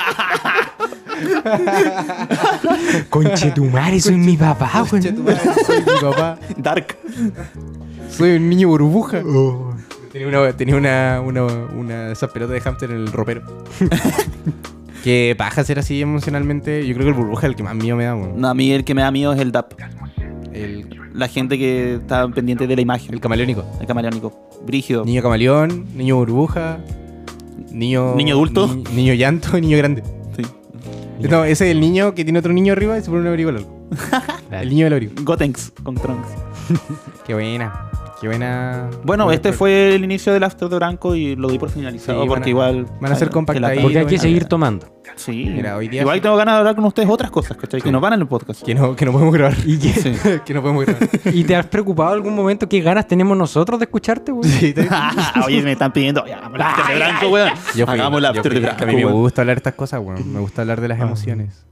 [SPEAKER 1] Conchetumare, soy mi papá,
[SPEAKER 3] Concha tu
[SPEAKER 1] weón.
[SPEAKER 3] madre, soy mi papá.
[SPEAKER 2] Dark.
[SPEAKER 3] Soy un niño burbuja.
[SPEAKER 2] Oh.
[SPEAKER 3] Tenía una, tenía una, una, una de esas pelotas de hámster en el ropero. que paja ser así emocionalmente. Yo creo que el burbuja es el que más mío me da, weón.
[SPEAKER 2] No, a mí el que me da miedo es el DAP.
[SPEAKER 3] El,
[SPEAKER 2] La gente que está pendiente de la imagen.
[SPEAKER 3] el camaleónico.
[SPEAKER 2] El camaleónico. Brígido.
[SPEAKER 3] Niño camaleón, niño burbuja, niño.
[SPEAKER 2] Niño adulto.
[SPEAKER 3] ni- niño llanto, niño grande.
[SPEAKER 2] Sí.
[SPEAKER 3] No, ese es el niño que tiene otro niño arriba y se pone un abrigo largo. El niño del abrigo.
[SPEAKER 2] Gotenks con Trunks.
[SPEAKER 3] Qué buena. Qué buena.
[SPEAKER 2] Bueno,
[SPEAKER 3] buena
[SPEAKER 2] este
[SPEAKER 3] pro-
[SPEAKER 2] fue el inicio del After de Branco y lo doy por finalizado
[SPEAKER 3] Sí, van
[SPEAKER 2] porque
[SPEAKER 3] a-
[SPEAKER 2] igual.
[SPEAKER 3] van a ser
[SPEAKER 2] Ay,
[SPEAKER 3] compact
[SPEAKER 2] que la-
[SPEAKER 3] ahí.
[SPEAKER 1] Porque hay
[SPEAKER 3] Ahí
[SPEAKER 1] que
[SPEAKER 3] lo-
[SPEAKER 1] seguir tomando.
[SPEAKER 2] Sí.
[SPEAKER 3] Mira, hoy día-
[SPEAKER 2] igual tengo ganas de hablar con ustedes otras cosas, ¿cachai? Que no van en el podcast.
[SPEAKER 3] Que no, que no podemos grabar.
[SPEAKER 1] ¿Y, qué-
[SPEAKER 2] Sí.
[SPEAKER 3] que no podemos grabar.
[SPEAKER 1] ¿Y te has preocupado algún momento qué ganas tenemos nosotros de escucharte, weón?
[SPEAKER 3] Sí, te-
[SPEAKER 2] Oye, me están pidiendo. Ya, el After de Branco, weón.
[SPEAKER 3] Yo fui-
[SPEAKER 2] Hagamos el
[SPEAKER 3] yo
[SPEAKER 2] After de
[SPEAKER 3] fui- que
[SPEAKER 2] Branco.
[SPEAKER 3] A mí me
[SPEAKER 2] weón.
[SPEAKER 3] gusta hablar estas cosas, weón. Me gusta hablar de las emociones.
[SPEAKER 2] Ah,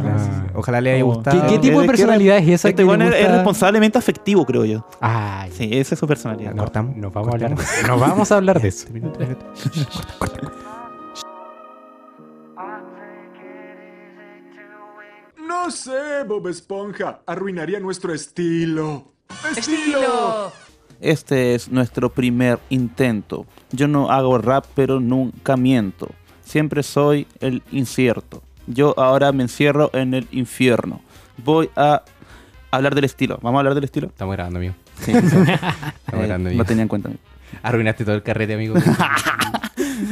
[SPEAKER 3] Ah, Ojalá le haya
[SPEAKER 2] Oh.
[SPEAKER 1] ¿Qué,
[SPEAKER 3] gustado.
[SPEAKER 1] qué tipo de
[SPEAKER 2] ¿Eres
[SPEAKER 1] personalidad es esa?
[SPEAKER 2] Este
[SPEAKER 1] que
[SPEAKER 2] weón
[SPEAKER 1] le
[SPEAKER 2] es, es
[SPEAKER 1] gusta?
[SPEAKER 2] responsablemente afectivo, creo yo.
[SPEAKER 1] Ay,
[SPEAKER 2] Sí, esa es su personalidad.
[SPEAKER 3] No. cortamos,
[SPEAKER 1] Nos vamos, a
[SPEAKER 3] cortamos.
[SPEAKER 1] hablar, nos vamos a hablar de eso.
[SPEAKER 4] No sé, Bob Esponja. Arruinaría nuestro estilo.
[SPEAKER 5] Estilo.
[SPEAKER 2] Este es nuestro primer intento. Yo no hago rap, pero nunca miento. Siempre soy el incierto. Yo ahora me encierro en el infierno. Voy a hablar del estilo. ¿Vamos a hablar del estilo?
[SPEAKER 3] Estamos grabando, amigo.
[SPEAKER 2] Sí.
[SPEAKER 3] Estamos grabando,
[SPEAKER 2] no
[SPEAKER 3] amigo.
[SPEAKER 2] tenía en cuenta.
[SPEAKER 3] Arruinaste todo el carrete, amigo.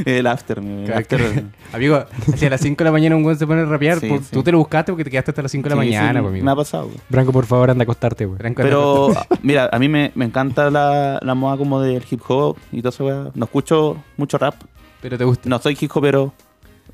[SPEAKER 2] El after, mi- el after.
[SPEAKER 3] Amigo, hacia las 5 de la mañana un weón se pone a rapear.
[SPEAKER 2] Sí,
[SPEAKER 3] por-
[SPEAKER 2] sí.
[SPEAKER 3] Tú te lo buscaste porque te quedaste hasta las 5 de la
[SPEAKER 2] Sí, sí,
[SPEAKER 3] mañana, pues, amigo.
[SPEAKER 2] me ha pasado. güey.
[SPEAKER 1] Branco, por favor, anda a acostarte, güey.
[SPEAKER 3] Tranco,
[SPEAKER 2] Pero a- mira, a mí me, me encanta la, la moda como del hip hop y todo eso. güey. No escucho mucho rap.
[SPEAKER 3] Pero te gusta.
[SPEAKER 2] No soy hip hopero.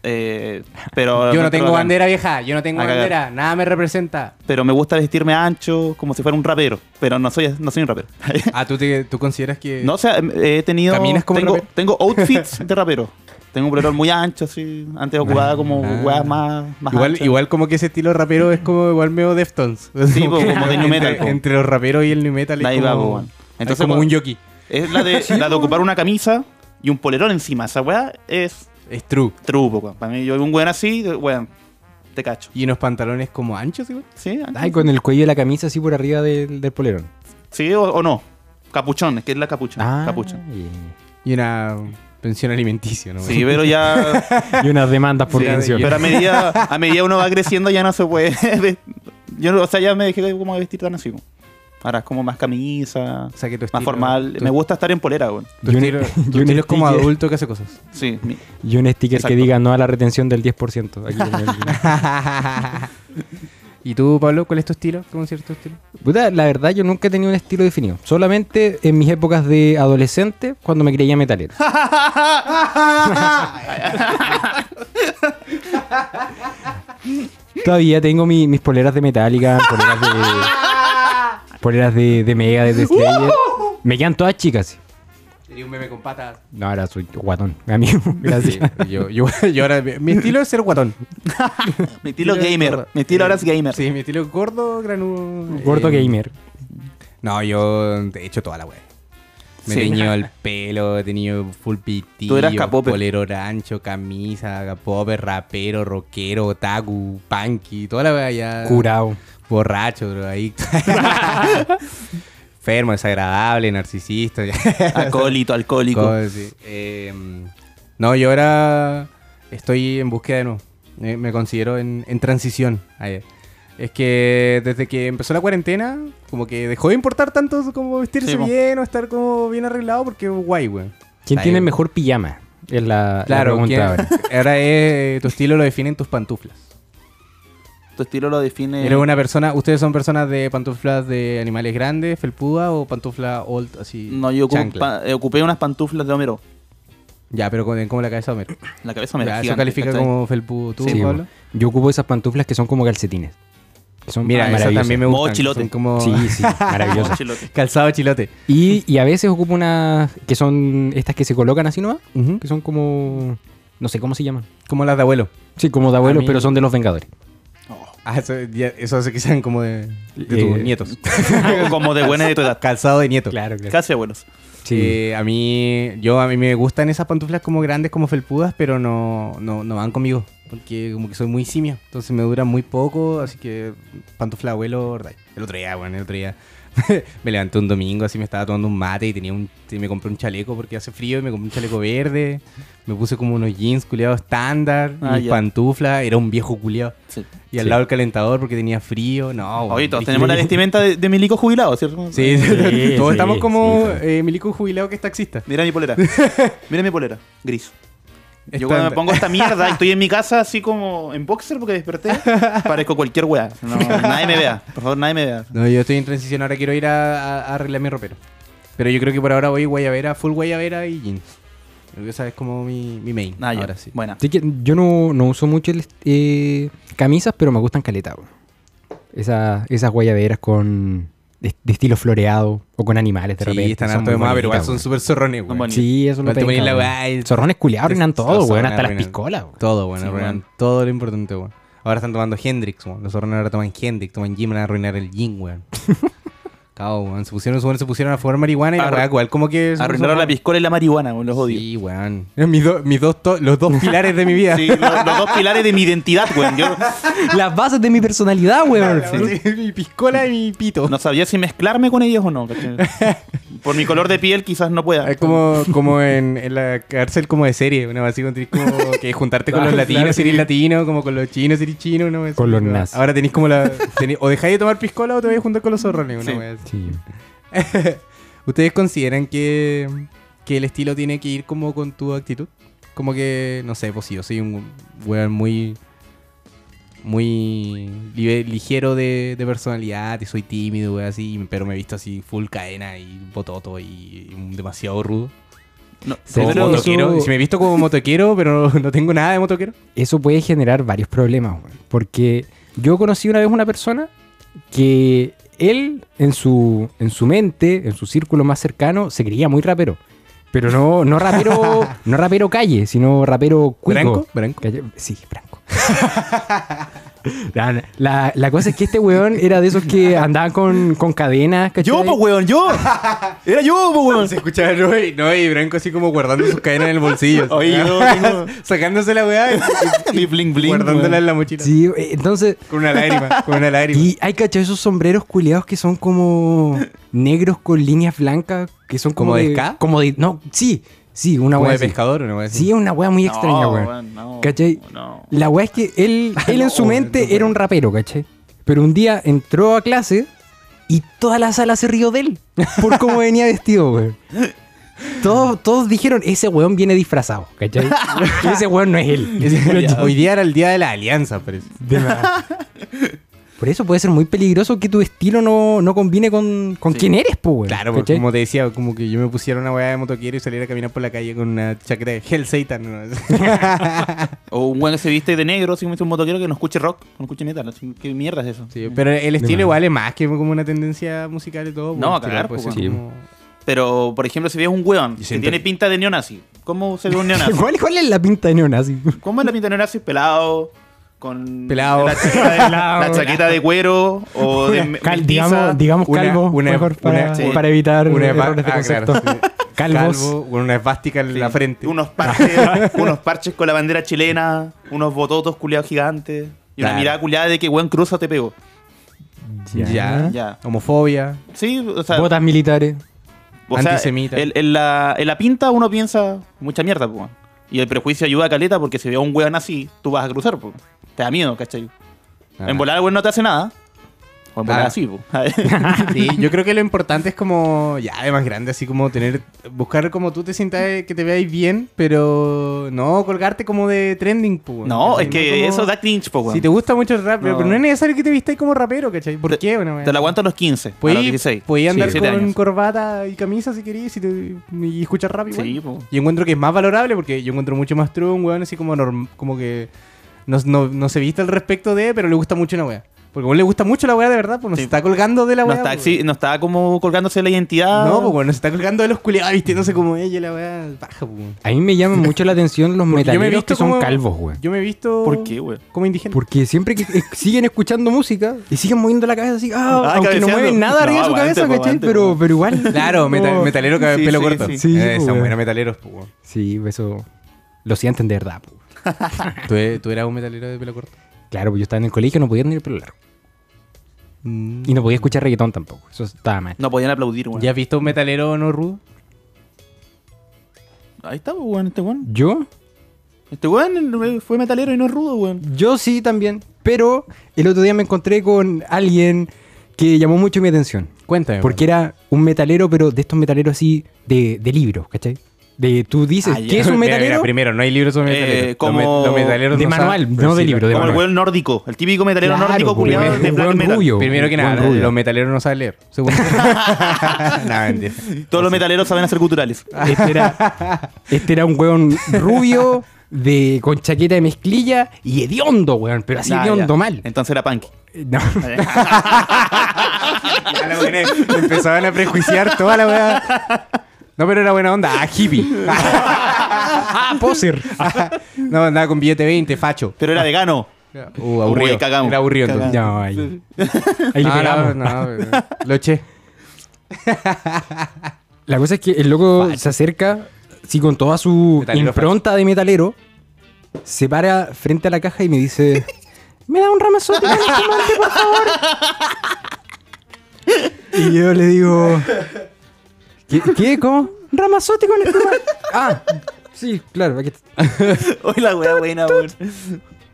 [SPEAKER 2] eh, pero
[SPEAKER 3] Yo no
[SPEAKER 2] encuentro
[SPEAKER 3] tengo
[SPEAKER 2] bacán.
[SPEAKER 3] bandera vieja, yo no tengo
[SPEAKER 2] A cagar.
[SPEAKER 3] bandera, nada me representa.
[SPEAKER 2] Pero me gusta vestirme ancho, como si fuera un rapero. Pero no soy, no soy un rapero.
[SPEAKER 3] Ah, ¿tú, te- tú consideras que...
[SPEAKER 2] no, o sea, em, he tenido.
[SPEAKER 3] ¿Caminas como
[SPEAKER 2] tengo,
[SPEAKER 3] rapero?
[SPEAKER 2] tengo outfits de rapero. Tengo un polerón muy ancho, así. Antes ocupaba como
[SPEAKER 3] Ah.
[SPEAKER 2] weas más, más
[SPEAKER 3] igual,
[SPEAKER 2] anchas.
[SPEAKER 3] igual como que ese estilo rapero es como igual medio Deftones.
[SPEAKER 2] Sí, po,
[SPEAKER 3] que
[SPEAKER 2] como de nu metal, po.
[SPEAKER 3] Entre, entre los raperos y el nu metal es
[SPEAKER 2] Ahí va, po,
[SPEAKER 3] como,
[SPEAKER 2] weón.
[SPEAKER 3] Entonces,
[SPEAKER 2] Entonces, pues,
[SPEAKER 3] como
[SPEAKER 2] po-
[SPEAKER 3] un jockey.
[SPEAKER 2] Es la de, la de ocupar una camisa y un polerón encima. Esa wea es
[SPEAKER 3] Es true.
[SPEAKER 2] truco, weón. Para mí, yo veo un weón así, weón, te cacho.
[SPEAKER 3] Y unos pantalones como anchos, igual.
[SPEAKER 2] ¿Sí? ancho.
[SPEAKER 1] Ay, con el cuello de la camisa así por arriba del, del polerón. Ah,
[SPEAKER 2] ¿Sí o, o no? Capuchón, es que es la capucha.
[SPEAKER 3] Ah.
[SPEAKER 2] capucha.
[SPEAKER 1] y-
[SPEAKER 3] Y una pensión alimenticia, ¿no?
[SPEAKER 2] Sí, pero ya.
[SPEAKER 1] Y unas demandas por
[SPEAKER 2] Sí,
[SPEAKER 1] canción.
[SPEAKER 2] Pero a medida, a medida uno va creciendo ya no se puede. ve- Yo, no- o sea, ya me dejé como de vestir tan así. como. Ahora es como más camisa,
[SPEAKER 3] O sea, que tu estilo-
[SPEAKER 2] más formal.
[SPEAKER 3] tu-
[SPEAKER 2] Me gusta estar en polera, güey.
[SPEAKER 3] Tu
[SPEAKER 1] Y un-
[SPEAKER 3] estilo, tu
[SPEAKER 1] y un
[SPEAKER 3] estilo es como
[SPEAKER 1] sticker.
[SPEAKER 3] adulto que hace cosas.
[SPEAKER 2] Sí, mi-
[SPEAKER 1] Y un sticker
[SPEAKER 2] Exacto.
[SPEAKER 1] que diga no a la retención del 10%. Aquí tengo el-
[SPEAKER 3] ¿Y tú, Pablo, cuál es tu estilo? ¿Cómo es cierto estilo?
[SPEAKER 1] Puta, la verdad, yo nunca he tenido un estilo definido. Solamente en mis épocas de adolescente, cuando me creía metalero. Todavía tengo mi- mis poleras de Metallica, poleras de. poleras de, de Mega, de Slayer. Me quedan todas chicas.
[SPEAKER 3] Sería un meme con patas.
[SPEAKER 1] No, ahora soy guatón, amigo. Gracias.
[SPEAKER 3] yo, yo, yo ahora, mi estilo es ser guatón.
[SPEAKER 2] mi estilo gamer. Mi estilo ahora es gamer.
[SPEAKER 3] Sí, mi estilo es gordo, granudo.
[SPEAKER 1] Gordo
[SPEAKER 3] eh,
[SPEAKER 1] gamer.
[SPEAKER 3] No, yo he hecho toda la wea. Me he
[SPEAKER 2] Sí.
[SPEAKER 3] teñido el pelo, he tenido full pitillo,
[SPEAKER 2] Tú eras capope.
[SPEAKER 3] polero rancho, camisa, capope, rapero, rockero, otaku, punky, toda la wea ya.
[SPEAKER 1] Curado.
[SPEAKER 3] Borracho, drogadicto. Enfermo, desagradable, narcisista. ya.
[SPEAKER 2] Acólito, alcohólico.
[SPEAKER 3] Cosas así. Eh, no, yo ahora estoy en búsqueda de nuevo. Me, me considero en, en transición. Ahí. Es que desde que empezó la cuarentena, como que dejó de importar tanto como vestirse
[SPEAKER 2] Sí, po.
[SPEAKER 3] bien o estar como bien arreglado porque guay, güey.
[SPEAKER 1] ¿Quién
[SPEAKER 3] Ahí,
[SPEAKER 1] tiene
[SPEAKER 3] güey.
[SPEAKER 1] mejor pijama? Es la, la
[SPEAKER 3] Claro, ¿quién-
[SPEAKER 1] pregunta ahora.
[SPEAKER 3] ahora es, tu estilo lo definen tus pantuflas.
[SPEAKER 2] Tu estilo lo
[SPEAKER 1] Eh.
[SPEAKER 2] define.
[SPEAKER 3] Eres una persona, ustedes son personas de pantuflas de animales grandes, felpuda o pantufla old así.
[SPEAKER 2] No, yo ocupo
[SPEAKER 3] chancla?
[SPEAKER 2] pa- eh, ocupé unas pantuflas de Homero.
[SPEAKER 3] Ya, pero con, como la cabeza de Homero.
[SPEAKER 2] La cabeza me
[SPEAKER 3] Ya,
[SPEAKER 2] da
[SPEAKER 3] eso califica como felpudo. ¿Tú,
[SPEAKER 1] Sí,
[SPEAKER 3] Pablo?
[SPEAKER 1] Yo ocupo esas pantuflas que son como calcetines. Que son
[SPEAKER 3] Mira, esas
[SPEAKER 1] maravillosas.
[SPEAKER 3] también me
[SPEAKER 2] Modo
[SPEAKER 3] gustan.
[SPEAKER 2] chilote.
[SPEAKER 3] Son como
[SPEAKER 1] Sí, sí, maravillosas.
[SPEAKER 3] calzado chilote.
[SPEAKER 1] y, y a veces ocupo unas que son estas que se colocan así nomás, que son como... No sé cómo se llaman.
[SPEAKER 3] Como las de abuelo.
[SPEAKER 1] Sí, como de
[SPEAKER 3] A
[SPEAKER 1] abuelos,
[SPEAKER 3] mí-
[SPEAKER 1] pero son de los Vengadores.
[SPEAKER 3] Ah, eso, ya- eso hace que sean como de, de tus
[SPEAKER 1] Eh,
[SPEAKER 3] nietos.
[SPEAKER 2] como de buena de tu edad.
[SPEAKER 3] Calzado de nieto.
[SPEAKER 1] Claro, claro.
[SPEAKER 2] Casi buenos.
[SPEAKER 1] Sí.
[SPEAKER 3] Eh, a mí, yo, a mí me gustan esas pantuflas como grandes, como felpudas, pero no, no, no van conmigo. Porque como que soy muy simio. Entonces me duran muy poco, así que pantufla abuelo, ordai. El otro día, bueno, el otro día. me levanté un domingo, así me estaba tomando un mate y tenía un, y me compré un chaleco porque hace frío y me compré un chaleco verde. Me puse como unos jeans culiados estándar,
[SPEAKER 2] Ah,
[SPEAKER 3] mis
[SPEAKER 2] ya.
[SPEAKER 3] pantuflas, era un viejo culiado.
[SPEAKER 2] Sí.
[SPEAKER 3] Y al
[SPEAKER 1] Sí.
[SPEAKER 3] lado el calentador porque tenía frío. No, bueno,
[SPEAKER 2] Oye, todos
[SPEAKER 3] dije-
[SPEAKER 2] tenemos la vestimenta de, de milico jubilado, ¿cierto?
[SPEAKER 3] Oh, Sí,
[SPEAKER 1] Sí,
[SPEAKER 3] todos
[SPEAKER 1] sí,
[SPEAKER 3] estamos
[SPEAKER 1] sí,
[SPEAKER 3] como
[SPEAKER 1] sí.
[SPEAKER 3] eh, milico jubilado que es taxista.
[SPEAKER 2] Mira mi polera. Mira mi polera. Gris. Yo
[SPEAKER 3] Estándar.
[SPEAKER 2] cuando me pongo esta mierda y estoy en mi casa así como en boxer porque desperté, parezco cualquier weá. No, nadie me vea. Por favor, nadie me vea.
[SPEAKER 3] No, yo estoy en transición, ahora quiero ir a, a- a arreglar mi ropero. Pero yo creo que por ahora voy guayabera, full guayabera y jeans. Creo que esa es como mi, mi main.
[SPEAKER 2] Nah, Ah, ya.
[SPEAKER 3] ahora sí.
[SPEAKER 2] Buena.
[SPEAKER 1] Así que yo no, no uso mucho el est- eh, camisas, pero me gustan caleta. weón. Esa- esas guayaberas con... De, de estilo floreado o con animales de
[SPEAKER 3] Sí,
[SPEAKER 1] repente.
[SPEAKER 3] están
[SPEAKER 1] son
[SPEAKER 3] harto
[SPEAKER 1] muy
[SPEAKER 3] de más, pero igual
[SPEAKER 1] bonitas,
[SPEAKER 3] Este son
[SPEAKER 1] weón.
[SPEAKER 3] súper zorrones, güey.
[SPEAKER 2] Son bonitas.
[SPEAKER 1] Sí, eso lo
[SPEAKER 3] Igual te ponís la weá y-
[SPEAKER 1] Zorrones culiados arruinan todo,
[SPEAKER 3] Zorrones
[SPEAKER 1] weón. Hasta las
[SPEAKER 3] arruinan
[SPEAKER 1] piscolas, weón.
[SPEAKER 3] Todo, bueno,
[SPEAKER 2] Sí,
[SPEAKER 3] arruinan
[SPEAKER 2] bueno.
[SPEAKER 3] todo lo importante, weón. Ahora están tomando Hendrix, weón. Los zorrones ahora toman Hendrix, toman gin, van a arruinar el gin, weón. Cabo, weón. Se pusieron, se pusieron a fumar marihuana y la
[SPEAKER 2] Arru-
[SPEAKER 3] weá, igual como que... se
[SPEAKER 2] Arruinaron
[SPEAKER 3] puso-
[SPEAKER 2] la piscola y la marihuana, weón, los odio. Sí.
[SPEAKER 3] Sí, weón. Mis, dos- mis dos, to- los dos pilares de mi vida.
[SPEAKER 2] lo- los, dos pilares de mi identidad, weón. Yo
[SPEAKER 1] Las bases de mi personalidad, weón.
[SPEAKER 3] Sí, mi piscola y mi pito.
[SPEAKER 2] no sabía si mezclarme con ellos o no. ¿cachai? Por mi color de piel quizás no pueda.
[SPEAKER 3] Es Ah, como, como en, en la cárcel como de serie, una vez así como tenés como que juntarte con
[SPEAKER 1] Ah,
[SPEAKER 3] los latinos,
[SPEAKER 1] claro,
[SPEAKER 3] si eres latino, como con los chinos, si eres chino, una vez así,
[SPEAKER 1] Con los
[SPEAKER 3] ¿no?
[SPEAKER 1] nazis.
[SPEAKER 3] Ahora tenés como la... tenés- o dejáis de tomar piscola o te vais a juntar con los zorrones, una
[SPEAKER 2] Sí.
[SPEAKER 3] vez así.
[SPEAKER 1] Sí.
[SPEAKER 3] ¿Ustedes consideran que, que el estilo tiene que ir como con tu actitud? Como que, no sé, pues sí, yo soy un weón muy. Muy libe- ligero de, de personalidad y soy tímido, weón, así, pero me he visto así full cadena y bototo y, y demasiado rudo.
[SPEAKER 2] No,
[SPEAKER 1] Sí,
[SPEAKER 3] Como
[SPEAKER 1] pero
[SPEAKER 2] primero-
[SPEAKER 1] eso-
[SPEAKER 3] motoquero. Si me he visto como motoquero, pero no, no tengo nada de motoquero.
[SPEAKER 1] Eso puede generar varios problemas, weón, porque yo conocí una vez una persona que él en su, en su mente, en su círculo más cercano, se creía muy rapero. Pero no, no rapero, no rapero calle, sino rapero cuico.
[SPEAKER 3] ¿Branco? ¿Branco?
[SPEAKER 1] Calle- Sí, Branco. La, la- la cosa es que este weón era de esos que andaban con, con cadenas, ¿cachai?
[SPEAKER 2] Yo, pues, weón, yo. Era yo, pues, weón.
[SPEAKER 3] Se escuchaba no y, no, y Branco así como guardando sus cadenas en el bolsillo. así,
[SPEAKER 2] Oye, yo tengo-
[SPEAKER 3] Sacándose la weá y
[SPEAKER 2] Mi bling bling.
[SPEAKER 3] guardándola en la mochila.
[SPEAKER 1] Sí, eh, entonces...
[SPEAKER 3] Con una lágrima, con una lágrima.
[SPEAKER 1] Y hay, ¿cachai? Esos sombreros culiados que son como negros con líneas blancas, que son como,
[SPEAKER 3] ¿Como de ska?
[SPEAKER 1] Como de... No, sí, sí, una
[SPEAKER 3] Como
[SPEAKER 1] wea
[SPEAKER 3] de
[SPEAKER 1] así.
[SPEAKER 3] pescador, una wea así.
[SPEAKER 1] Sí, es una wea muy extraña,
[SPEAKER 2] No,
[SPEAKER 1] weón.
[SPEAKER 2] weón, no,
[SPEAKER 1] ¿Cachai?
[SPEAKER 2] no.
[SPEAKER 1] La wea es que él, él en su
[SPEAKER 3] No,
[SPEAKER 1] mente
[SPEAKER 3] no, weón.
[SPEAKER 1] era un rapero, ¿cachai? Pero un día entró a clase y toda la sala se rió de él por cómo venía vestido, weón. Todos, todos dijeron, ese weón viene disfrazado, ¿cachai? ese weón no es él.
[SPEAKER 3] Pero ya, Hoy día era el día de la alianza, parece.
[SPEAKER 1] De verdad. Por eso puede ser muy peligroso que tu estilo no, no combine con, con quién eres, po, weón.
[SPEAKER 3] Claro, porque
[SPEAKER 1] ¿Cachai?
[SPEAKER 3] como te decía, como que yo me pusiera una weá de motoquero y saliera a caminar por la calle con una chaqueta de Hell Satan. ¿no?
[SPEAKER 2] O un weón que se viste de negro, así como es un motoquero que no escuche rock, no escuche metal. así, ¿Qué mierda es eso?
[SPEAKER 3] Sí, pero el estilo igual es más que como una tendencia musical y todo.
[SPEAKER 2] No,
[SPEAKER 3] porque
[SPEAKER 2] a cagar,
[SPEAKER 3] puede
[SPEAKER 2] pues,
[SPEAKER 3] ser
[SPEAKER 1] sí.
[SPEAKER 3] como-
[SPEAKER 2] Pero, por ejemplo, si ves un weón que
[SPEAKER 3] siento
[SPEAKER 2] tiene pinta de neonazi, ¿cómo se ve un neonazi?
[SPEAKER 1] ¿Cuál, cuál es la pinta de neonazi?
[SPEAKER 2] ¿Cómo es la pinta de neonazi? Pelado, con
[SPEAKER 3] Pelado.
[SPEAKER 2] la chaqueta de,
[SPEAKER 1] Pelado.
[SPEAKER 2] la chaqueta de cuero o de me-
[SPEAKER 1] Cal-
[SPEAKER 2] mestiza.
[SPEAKER 1] digamos, digamos
[SPEAKER 3] Una-
[SPEAKER 1] calvo,
[SPEAKER 3] una-
[SPEAKER 1] mejor para,
[SPEAKER 3] una-
[SPEAKER 2] sí.
[SPEAKER 1] para evitar
[SPEAKER 3] una
[SPEAKER 1] errores de
[SPEAKER 3] ah, claro,
[SPEAKER 1] concepto.
[SPEAKER 3] sí.
[SPEAKER 1] Calvos.
[SPEAKER 3] Calvo con una esvástica en
[SPEAKER 2] Sí,
[SPEAKER 3] la frente.
[SPEAKER 2] Unos parches, unos parches con la bandera chilena, unos bototos culiados gigantes y una
[SPEAKER 3] Claro.
[SPEAKER 2] mirada culiada de que weón cruza te pego.
[SPEAKER 3] Ya.
[SPEAKER 2] Ya.
[SPEAKER 3] Homofobia.
[SPEAKER 2] Sí, o sea,
[SPEAKER 1] Botas militares.
[SPEAKER 2] o sea,
[SPEAKER 3] antisemita.
[SPEAKER 2] en, en la, en la pinta uno piensa mucha mierda, pues. weón. Y el prejuicio ayuda a caleta porque si ve a un weón así, tú vas a cruzar, pues. Te da miedo, ¿cachai?
[SPEAKER 3] Ah.
[SPEAKER 2] En volar el weón no te hace nada. O en volar
[SPEAKER 3] Ah.
[SPEAKER 2] así, pues.
[SPEAKER 3] Sí, yo creo que lo importante es como, ya, de más grande, así como tener, buscar como tú te sientas eh, que te veáis bien, pero no colgarte como de trending, pues. weón.
[SPEAKER 2] no,
[SPEAKER 3] Así,
[SPEAKER 2] es que
[SPEAKER 3] como-
[SPEAKER 2] eso da cringe, pues. weón.
[SPEAKER 3] Si te gusta mucho el rap,
[SPEAKER 2] No.
[SPEAKER 3] pero no es necesario que te vistáis como rapero, ¿cachai? ¿Por
[SPEAKER 2] Te-
[SPEAKER 3] qué? Bueno, weón?
[SPEAKER 2] Te lo aguanto a los 15, a los
[SPEAKER 3] Podí-
[SPEAKER 2] 16.
[SPEAKER 3] podí andar
[SPEAKER 2] Sí,
[SPEAKER 3] con
[SPEAKER 2] siete años.
[SPEAKER 3] corbata y camisa si querís y, te- y escuchar rap igual.
[SPEAKER 2] Sí, po.
[SPEAKER 3] Yo encuentro que es más valorable porque yo encuentro mucho más true un weón así como, norm- como que no, no- no se viste al respecto de, pero le gusta mucho una wea. Porque a él le gusta mucho la wea de verdad, pues no
[SPEAKER 2] Sí.
[SPEAKER 3] se está colgando de la
[SPEAKER 2] No
[SPEAKER 3] wea.
[SPEAKER 2] está,
[SPEAKER 3] po.
[SPEAKER 2] exhi- no está como colgándose la identidad.
[SPEAKER 3] No, pues bueno, se está colgando de los culiados vistiéndose como ella, la weá. Baja, pues. weón.
[SPEAKER 1] A mí me llaman mucho la atención los
[SPEAKER 3] Porque
[SPEAKER 1] metaleros que son
[SPEAKER 3] como-
[SPEAKER 1] calvos, güey.
[SPEAKER 3] Yo me he visto.
[SPEAKER 2] ¿Por qué, güey?
[SPEAKER 3] Como indigente.
[SPEAKER 1] Porque siempre que eh, siguen escuchando música y siguen moviendo la cabeza así, ah,
[SPEAKER 2] Ah,
[SPEAKER 1] aunque no
[SPEAKER 2] cabeceando.
[SPEAKER 1] mueven nada arriba de su
[SPEAKER 2] No, aguante,
[SPEAKER 1] cabeza,
[SPEAKER 2] po,
[SPEAKER 1] ¿cachai?
[SPEAKER 2] aguante,
[SPEAKER 1] Pero,
[SPEAKER 2] po.
[SPEAKER 1] pero igual.
[SPEAKER 3] Claro, meta-
[SPEAKER 1] como-
[SPEAKER 3] metalero con
[SPEAKER 2] Sí,
[SPEAKER 3] pelo
[SPEAKER 2] sí,
[SPEAKER 3] corto.
[SPEAKER 2] sí.
[SPEAKER 1] Sí,
[SPEAKER 3] Eh,
[SPEAKER 1] pues,
[SPEAKER 3] son
[SPEAKER 1] weón.
[SPEAKER 3] buenos metaleros, pues. weón.
[SPEAKER 1] Sí, eso lo sienten de verdad. po.
[SPEAKER 3] ¿Tú, e- tú eras un metalero de pelo corto.
[SPEAKER 1] Claro, pues yo estaba en el colegio, no podía tener pelo largo. Y no podía escuchar reggaetón tampoco. Eso estaba mal.
[SPEAKER 2] No podían aplaudir, weón.
[SPEAKER 3] Mm. ¿Ya has visto un metalero no rudo?
[SPEAKER 2] Ahí está, pues, weón, este weón.
[SPEAKER 1] Yo
[SPEAKER 2] Este weón eh, fue metalero y no es rudo, weón.
[SPEAKER 1] Yo sí también, pero el otro día me encontré con alguien que llamó mucho mi atención.
[SPEAKER 3] Cuéntame.
[SPEAKER 1] Porque era un metalero, pero de estos metaleros así de, de libros, ¿cachai? De, tú dices,
[SPEAKER 2] Ah, ya.
[SPEAKER 1] ¿qué es un
[SPEAKER 3] Mira, mira,
[SPEAKER 1] metalero?
[SPEAKER 3] primero, no hay libros sobre
[SPEAKER 2] Eh,
[SPEAKER 3] metaleros. Los
[SPEAKER 2] como-
[SPEAKER 3] me- los metaleros
[SPEAKER 1] De
[SPEAKER 3] no
[SPEAKER 1] manual,
[SPEAKER 3] saben-
[SPEAKER 1] no de
[SPEAKER 3] sí,
[SPEAKER 1] libro, de
[SPEAKER 2] Como el
[SPEAKER 1] manual.
[SPEAKER 2] weón nórdico, el típico metalero
[SPEAKER 1] Claro,
[SPEAKER 2] nórdico
[SPEAKER 1] pues,
[SPEAKER 2] culiado
[SPEAKER 1] weón,
[SPEAKER 2] de
[SPEAKER 1] un
[SPEAKER 2] black
[SPEAKER 1] weón
[SPEAKER 2] metal.
[SPEAKER 1] rubio.
[SPEAKER 3] Primero que
[SPEAKER 1] Un
[SPEAKER 3] nada,
[SPEAKER 1] rubio.
[SPEAKER 3] los metaleros no saben leer. Segundo. Nah, mentira.
[SPEAKER 2] Todos los metaleros saben hacer culturales.
[SPEAKER 3] Ah,
[SPEAKER 1] Este era, este era un weón rubio, de, con chaqueta de mezclilla y hediondo, weón, pero así
[SPEAKER 2] Ah,
[SPEAKER 1] hediondo
[SPEAKER 2] ya.
[SPEAKER 1] mal.
[SPEAKER 2] Entonces era punk.
[SPEAKER 1] Eh, No,
[SPEAKER 3] Ah, Ya la buena es, Empezaban a prejuiciar toda la weá. No, pero era buena onda. Ah, hippie.
[SPEAKER 1] ah, poser.
[SPEAKER 3] No, andaba con billete 20, facho.
[SPEAKER 2] Pero era vegano.
[SPEAKER 3] Uh, aburrido.
[SPEAKER 2] Uy, cagamos.
[SPEAKER 3] Era aburrido entonces.
[SPEAKER 1] No, ahí, ahí le
[SPEAKER 3] Ah, No,
[SPEAKER 1] pegamos.
[SPEAKER 3] no, no, pero- Lo eché.
[SPEAKER 1] La cosa es que el loco se acerca, sí, con toda su
[SPEAKER 3] Metalero
[SPEAKER 1] impronta de metalero, se para frente a la caja y me dice: ¿Me da un ramazote con este espumante, por favor? Y yo le digo: ¿Qué? qué ¿Cómo? ¿Ramazote con espumante? Ah, sí, claro, aquí está.
[SPEAKER 2] Hoy la weá buena, weón.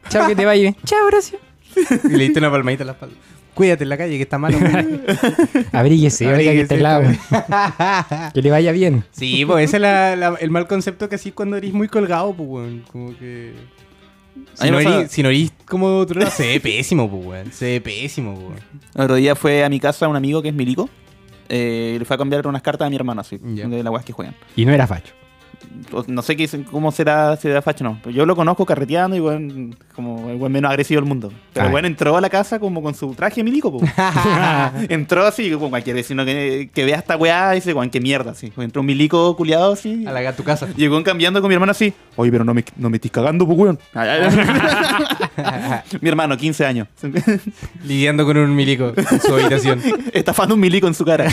[SPEAKER 1] Chao, que te vaya bien. Chao, gracias.
[SPEAKER 3] Y le diste una palmadita en la espalda. Cuídate en la calle que está malo.
[SPEAKER 1] Abríguese, ahorita que está al lado. Que le vaya bien.
[SPEAKER 3] Sí, pues ese es la- la- el mal concepto que así cuando eres muy colgado, pues, weón. Como que.
[SPEAKER 2] A mí
[SPEAKER 3] Si no,
[SPEAKER 2] me pasa-
[SPEAKER 3] eres, si no eres como de otro lado, se ve pésimo, pues, weón. Se ve pésimo, pues,
[SPEAKER 2] El otro día fue a mi casa un amigo que es milico. eh, y le fue a cambiar unas cartas a mi hermano, así,
[SPEAKER 3] Ya.
[SPEAKER 2] de la weas que juegan.
[SPEAKER 1] Y no era facho.
[SPEAKER 2] O- No sé qué, dicen, cómo será, será facho no. Pero yo lo conozco carreteando y bueno, como el buen menos agresivo del mundo. Pero
[SPEAKER 1] Ah.
[SPEAKER 2] bueno, entró a la casa como con su traje milico, po. entró así, como cualquier vecino que, que vea esta weá, dice, weón, qué mierda, así. Pues Entró un milico culiado así.
[SPEAKER 3] A la a tu casa.
[SPEAKER 2] Llegó cambiando con mi hermano así. Oye, pero no me, no me estés cagando, pues, weón.
[SPEAKER 3] Ah.
[SPEAKER 2] mi hermano, 15 años.
[SPEAKER 3] Lidiando con un milico en su habitación.
[SPEAKER 2] Estafando un milico en su cara.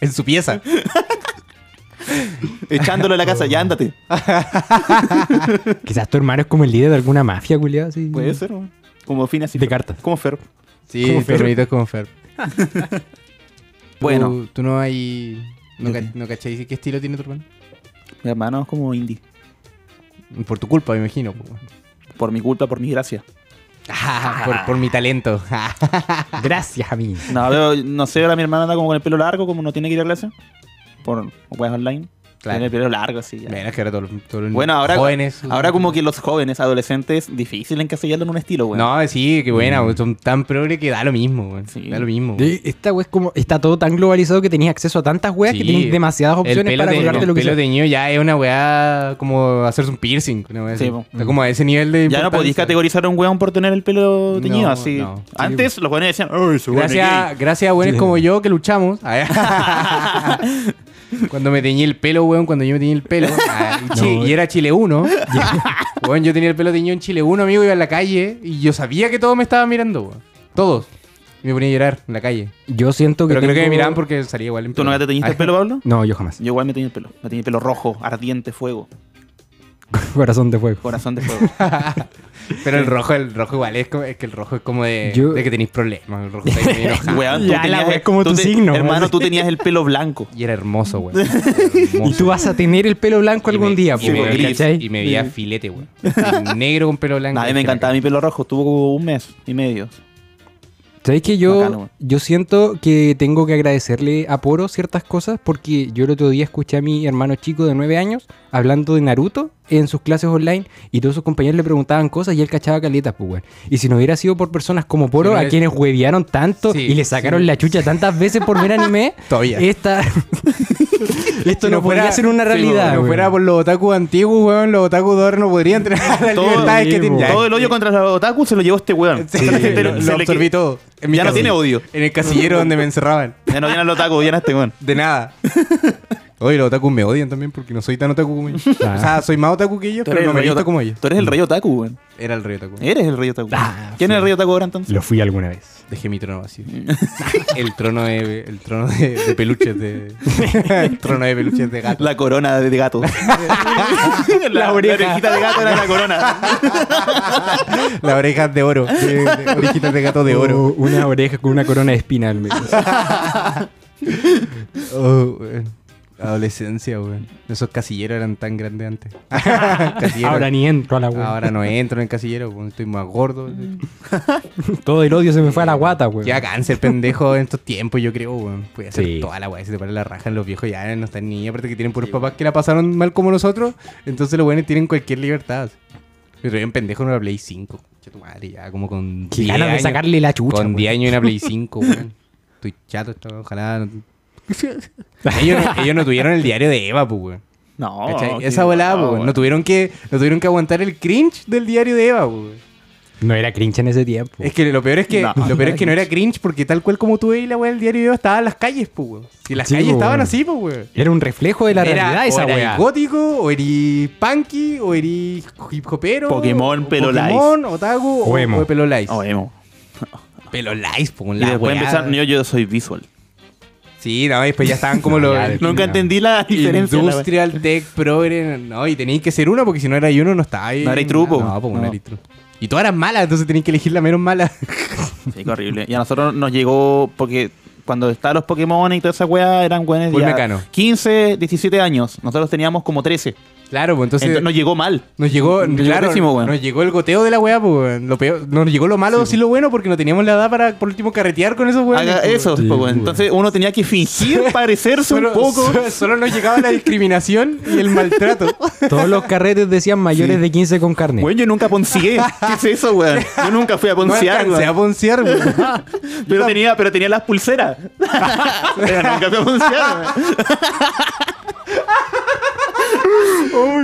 [SPEAKER 3] en su pieza.
[SPEAKER 2] Echándolo a la
[SPEAKER 3] Oh.
[SPEAKER 2] casa. Ya, ándate.
[SPEAKER 1] Quizás tu hermano es como el líder de alguna mafia, culiado, así.
[SPEAKER 3] Mm.
[SPEAKER 2] Puede ser, weón. Como fin así.
[SPEAKER 1] De cartas.
[SPEAKER 2] Como Fer.
[SPEAKER 3] Sí,
[SPEAKER 1] Como
[SPEAKER 3] tu
[SPEAKER 1] Fer.
[SPEAKER 3] hermanito es como Fer.
[SPEAKER 2] Bueno.
[SPEAKER 3] Tú, tú no hay. No,
[SPEAKER 2] Yo
[SPEAKER 3] ca- no cacháis qué estilo tiene tu hermano.
[SPEAKER 2] Mi hermano es como indie.
[SPEAKER 3] Por tu culpa, me imagino. po, weón.
[SPEAKER 2] Por mi culpa, por mi gracia.
[SPEAKER 3] por, por mi talento.
[SPEAKER 1] Gracias a mí.
[SPEAKER 2] No, pero, no sé, ahora mi hermana anda como con el pelo largo, como no tiene que ir a clase. Por weas online.
[SPEAKER 3] Claro.
[SPEAKER 2] Tiene el pelo largo, así. ya.
[SPEAKER 3] Menos que ahora todos los- todos los
[SPEAKER 2] Bueno, ahora,
[SPEAKER 3] jóvenes.
[SPEAKER 2] ahora como que los jóvenes, adolescentes, difícil encasillarlo en un estilo, weón. Mm.
[SPEAKER 3] No, sí, qué buena. weón. Son tan progre que da lo mismo, weón.
[SPEAKER 2] Sí.
[SPEAKER 3] Da lo mismo. weón.
[SPEAKER 1] De- Esta wea es como. Está todo tan globalizado que tenías acceso a tantas weas que
[SPEAKER 3] Sí.
[SPEAKER 1] tienes demasiadas
[SPEAKER 3] El
[SPEAKER 1] opciones
[SPEAKER 3] pelo,
[SPEAKER 1] para
[SPEAKER 3] te-
[SPEAKER 1] colgarte
[SPEAKER 3] el
[SPEAKER 1] lo que
[SPEAKER 3] pelo
[SPEAKER 1] sea.
[SPEAKER 3] teñido ya es una weá como hacerse un piercing. Una weá
[SPEAKER 2] Sí,
[SPEAKER 3] así.
[SPEAKER 2] po.
[SPEAKER 3] Está como a ese nivel de.
[SPEAKER 2] Ya no podéis
[SPEAKER 3] importancia.
[SPEAKER 2] categorizar a un weón por tener el pelo teñido,
[SPEAKER 3] No,
[SPEAKER 2] así.
[SPEAKER 3] no. Sí,
[SPEAKER 2] Antes los weones decían, "Ay, ese weón es
[SPEAKER 3] Gracias, gracias a buenos como yo que luchamos. Ah, cuando me teñí el pelo, weón, cuando yo me teñí el pelo. ah, y, chi-
[SPEAKER 1] No,
[SPEAKER 3] y era Chile 1. weón, yo tenía el pelo teñido en Chile 1, amigo, iba en la calle y yo sabía que todos me estaban mirando, weón. Todos. Y me ponía a llorar en la calle.
[SPEAKER 1] Yo siento que.
[SPEAKER 3] Pero creo que me
[SPEAKER 1] tengo-
[SPEAKER 3] miraban porque salía igual en Ah,
[SPEAKER 2] gay". ¿Tú nunca te teñiste el pelo, Pablo?
[SPEAKER 1] No, yo jamás.
[SPEAKER 2] Yo igual me teñí el pelo. Me teñí el pelo rojo, ardiente, fuego,
[SPEAKER 1] Corazón de fuego.
[SPEAKER 2] corazón de fuego.
[SPEAKER 3] Pero el rojo, el rojo igual es, como- es que el rojo es como de,
[SPEAKER 1] Yo-
[SPEAKER 3] de que tenéis problemas. El rojo está ahí medio enojado.
[SPEAKER 2] Weón, tú
[SPEAKER 1] Ya, la
[SPEAKER 2] tenías-
[SPEAKER 1] wea es como
[SPEAKER 2] tú
[SPEAKER 1] tu signo,
[SPEAKER 2] Hermano,
[SPEAKER 1] weón.
[SPEAKER 2] tú tenías el pelo blanco.
[SPEAKER 3] Y era hermoso, weón. Era hermoso.
[SPEAKER 1] Y tú vas a tener el pelo blanco
[SPEAKER 3] Y
[SPEAKER 1] algún
[SPEAKER 3] me-
[SPEAKER 1] día,
[SPEAKER 3] y
[SPEAKER 1] po,
[SPEAKER 3] me,
[SPEAKER 2] gris.
[SPEAKER 1] ¿cachai?
[SPEAKER 3] y me veía filete, weón. Así, Negro con pelo blanco.
[SPEAKER 2] A mí me encantaba mi pelo rojo, estuvo como un mes y medio.
[SPEAKER 1] ¿Sabéis que yo,
[SPEAKER 2] Bacano, weón.
[SPEAKER 1] yo siento que tengo que agradecerle a Poro ciertas cosas? Porque yo el otro día escuché a mi hermano chico de 9 años hablando de Naruto en sus clases online y todos sus compañeros le preguntaban cosas y él cachaba caletas, pues, weón. Y si no hubiera sido por personas como Poro,
[SPEAKER 3] Si no
[SPEAKER 1] a
[SPEAKER 3] eres-
[SPEAKER 1] quienes huevearon tanto
[SPEAKER 3] Sí,
[SPEAKER 1] y le sacaron
[SPEAKER 3] sí.
[SPEAKER 1] la chucha tantas veces por ver anime,
[SPEAKER 3] Todavía.
[SPEAKER 1] esta... esto no, podría ser una realidad.
[SPEAKER 3] Si no
[SPEAKER 1] weón.
[SPEAKER 3] fuera por los otakus antiguos, weón, los otakus de ahora no podrían tener las
[SPEAKER 2] Todo-
[SPEAKER 3] libertades que
[SPEAKER 1] sí,
[SPEAKER 3] tienen.
[SPEAKER 1] Ya,
[SPEAKER 2] todo el odio contra los otaku se lo llevó este weón.
[SPEAKER 3] Sí,
[SPEAKER 2] Se le- se
[SPEAKER 3] lo,
[SPEAKER 2] le-
[SPEAKER 3] lo absorbí todo. En mi
[SPEAKER 2] Ya no
[SPEAKER 3] casa.
[SPEAKER 2] tiene odio.
[SPEAKER 3] En el casillero donde me encerraban.
[SPEAKER 2] Ya no tiene los otaku, ya no este weón.
[SPEAKER 3] De nada. Oye, los otakus me odian también porque no soy tan otaku como ellos.
[SPEAKER 1] Ah.
[SPEAKER 3] O sea, soy más otaku que ellos,
[SPEAKER 2] Tú
[SPEAKER 3] pero
[SPEAKER 2] eres
[SPEAKER 3] no
[SPEAKER 2] el
[SPEAKER 3] me
[SPEAKER 2] rey
[SPEAKER 3] visto
[SPEAKER 2] otaku.
[SPEAKER 3] como ellos.
[SPEAKER 2] Tú eres el rey otaku, weón.
[SPEAKER 3] Era el rey otaku.
[SPEAKER 2] Eres el rey otaku.
[SPEAKER 1] Ah,
[SPEAKER 2] ¿Quién es el rey otaku ahora entonces?
[SPEAKER 1] Lo fui alguna vez.
[SPEAKER 3] Dejé mi trono vacío. el trono de, el trono de, de peluches de. el trono de peluches de gato.
[SPEAKER 2] La corona de gato. la,
[SPEAKER 1] oreja.
[SPEAKER 2] orejita de gato era la corona.
[SPEAKER 3] Las orejas de oro. De, de- orejitas de gato de oro.
[SPEAKER 1] O Una oreja con una corona de espina al menos.
[SPEAKER 3] Oh, weón. Adolescencia, weón. Esos casilleros eran tan grandes antes. Casillero-
[SPEAKER 1] Ahora ni entro a la weón.
[SPEAKER 3] Ahora no entro en el casillero, weón. estoy más gordo.
[SPEAKER 1] Todo el odio se me fue a la guata, weón.
[SPEAKER 3] Ya cáncer, pendejo, en estos tiempos, yo creo, weón. Puede hacer
[SPEAKER 1] Sí.
[SPEAKER 3] toda la weá, se te para la raja en los viejos, ya no están ni aparte que tienen puros papás que la pasaron mal como nosotros. Entonces los weones tienen cualquier libertad. Pero yo un pendejo en una Play 5. Che tu madre, ya como con.
[SPEAKER 1] Qué
[SPEAKER 3] 10
[SPEAKER 1] ganas de
[SPEAKER 3] años-
[SPEAKER 1] sacarle la chucha.
[SPEAKER 3] Con
[SPEAKER 1] weón.
[SPEAKER 3] 10 años en una Play 5, weón. Estoy chato, esto, ojalá. no- ellos, no, ellos no tuvieron el diario de Eva, pues, weón.
[SPEAKER 2] No.
[SPEAKER 3] ¿Cachai?
[SPEAKER 2] Oh, qué
[SPEAKER 3] Esa volada,
[SPEAKER 2] guau,
[SPEAKER 3] pues,
[SPEAKER 2] weón.
[SPEAKER 3] no tuvieron que no tuvieron que aguantar el cringe del diario de Eva, pues.
[SPEAKER 1] No era cringe en ese tiempo.
[SPEAKER 3] Es que lo peor es que
[SPEAKER 2] No,
[SPEAKER 3] lo peor es que no era cringe porque tal cual como tú veis la weá del diario de Eva estaba en las calles, pues, weón. Si las
[SPEAKER 1] Sí,
[SPEAKER 3] calles
[SPEAKER 1] po,
[SPEAKER 3] estaban
[SPEAKER 1] weón.
[SPEAKER 3] así, pues, weón.
[SPEAKER 1] Era un reflejo de la
[SPEAKER 3] Era-
[SPEAKER 1] realidad esa
[SPEAKER 3] o eres
[SPEAKER 1] weá.
[SPEAKER 3] gótico, o eres punky, o eres hip hopero.
[SPEAKER 2] Pokémon,
[SPEAKER 3] o
[SPEAKER 2] pelo
[SPEAKER 3] Pokémon, otaku,
[SPEAKER 1] O
[SPEAKER 3] o,
[SPEAKER 1] emo.
[SPEAKER 3] o pelo lice.
[SPEAKER 2] Oh, emo.
[SPEAKER 3] Pelo lice, pues,
[SPEAKER 2] Y
[SPEAKER 3] la
[SPEAKER 2] después
[SPEAKER 3] weá.
[SPEAKER 2] empezaron, yo, yo soy visual.
[SPEAKER 3] Sí, no, y después ya estaban como los
[SPEAKER 1] Ya, de-
[SPEAKER 2] Nunca
[SPEAKER 1] No.
[SPEAKER 2] entendí la diferencia. la weá.
[SPEAKER 3] industrial tech progre, no, y tenéis que ser uno porque si no era uno no estaba ahí.
[SPEAKER 2] No erais trupo.
[SPEAKER 3] No, pues, no,
[SPEAKER 2] No.
[SPEAKER 3] erais trupo. Y todas eran malas, entonces tenéis que elegir la menos mala.
[SPEAKER 2] Sí, qué horrible. Y a nosotros nos llegó porque cuando estaban los Pokémon y toda esa weá eran weones
[SPEAKER 3] Full
[SPEAKER 2] ya
[SPEAKER 3] Mecano.
[SPEAKER 2] 15, 17 años. Nosotros teníamos como 13.
[SPEAKER 3] Claro, pues entonces.
[SPEAKER 2] Entonces, nos llegó mal.
[SPEAKER 3] Nos llegó,
[SPEAKER 2] Nos llegó
[SPEAKER 3] claro,
[SPEAKER 2] pésimo, weón.
[SPEAKER 3] nos llegó el goteo de la weá, pues, weón. lo peor, nos llegó lo malo, sí, lo bueno, porque no teníamos la edad para por último carretear con esos weones.
[SPEAKER 2] Haga
[SPEAKER 3] pues,
[SPEAKER 2] eso,
[SPEAKER 1] Sí,
[SPEAKER 2] pues, bueno.
[SPEAKER 1] weón.
[SPEAKER 2] Entonces uno tenía que fingir parecerse
[SPEAKER 3] weón.
[SPEAKER 2] un
[SPEAKER 3] Solo,
[SPEAKER 2] poco.
[SPEAKER 3] so- solo nos llegaba la discriminación y el maltrato.
[SPEAKER 1] Todos los carretes decían mayores de 15 con carne.
[SPEAKER 2] Weón, yo nunca poncié. ¿Qué es eso, weón? Yo nunca fui a
[SPEAKER 3] No
[SPEAKER 2] ponciar,
[SPEAKER 3] alcancé a
[SPEAKER 2] weón.
[SPEAKER 3] ponciar, weón.
[SPEAKER 2] Pero tenía, pero tenía las pulseras. pero nunca fui a ponciar, weón.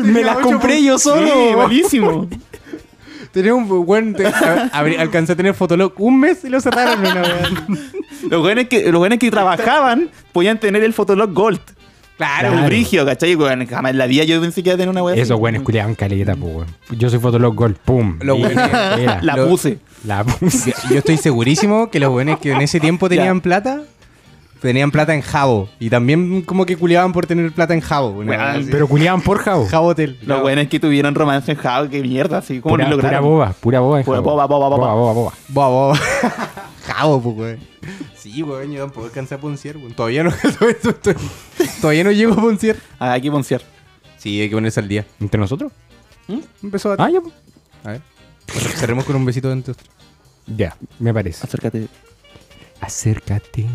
[SPEAKER 1] me las
[SPEAKER 3] ocho
[SPEAKER 1] compré
[SPEAKER 3] pul-
[SPEAKER 1] yo solo.
[SPEAKER 2] Sí, malísimo.
[SPEAKER 3] Tenía un weón. te- a- abrí- alcancé a tener Fotolog un mes y lo cerraron una weón.
[SPEAKER 2] Los weones que, los weones que trabajaban podían tener el Fotolog Gold. Claro,
[SPEAKER 1] Claro.
[SPEAKER 2] un brigio, ¿cachai? Weón, jamás en la vida yo pensé que iba a tener una weón.
[SPEAKER 1] Eso, bueno, escuchaban caleta, pues, weón. Yo soy Fotolog Gold, pum.
[SPEAKER 3] Lo
[SPEAKER 1] Y-
[SPEAKER 3] bueno
[SPEAKER 1] era.
[SPEAKER 2] La
[SPEAKER 3] Lo-
[SPEAKER 2] puse.
[SPEAKER 1] La puse.
[SPEAKER 3] Yo estoy segurísimo que los weones que en ese tiempo tenían
[SPEAKER 2] Ya.
[SPEAKER 3] plata, tenían plata en jabo. Y también como que culiaban por tener plata en jabo. una
[SPEAKER 2] Weón,
[SPEAKER 3] weá así.
[SPEAKER 1] Pero culiaban por jabo.
[SPEAKER 3] Jabo Hotel.
[SPEAKER 2] Los weones que tuvieron romance en Java, qué mierda, así. ¿Cómo
[SPEAKER 1] Pura,
[SPEAKER 2] lo
[SPEAKER 1] pura
[SPEAKER 2] lograron?
[SPEAKER 1] boba, pura boba. en
[SPEAKER 2] Pura
[SPEAKER 1] jabo.
[SPEAKER 2] boba, boba, boba.
[SPEAKER 1] boba, boba.
[SPEAKER 3] Bobo. Jabo, pues, weón. Sí, weón, yo tampoco alcancé a ponciar, weón. Todavía no, todavía, todavía no llego a ponciar.
[SPEAKER 2] Ah, hay que ponciar.
[SPEAKER 3] Sí, hay que ponerse al día.
[SPEAKER 1] ¿Entre nosotros?
[SPEAKER 3] Empezó a...
[SPEAKER 1] Ah, ya. pues.
[SPEAKER 3] A ver. Cerremos con un besito dentro.
[SPEAKER 1] Ya, me parece.
[SPEAKER 2] Acércate.
[SPEAKER 1] Acércate.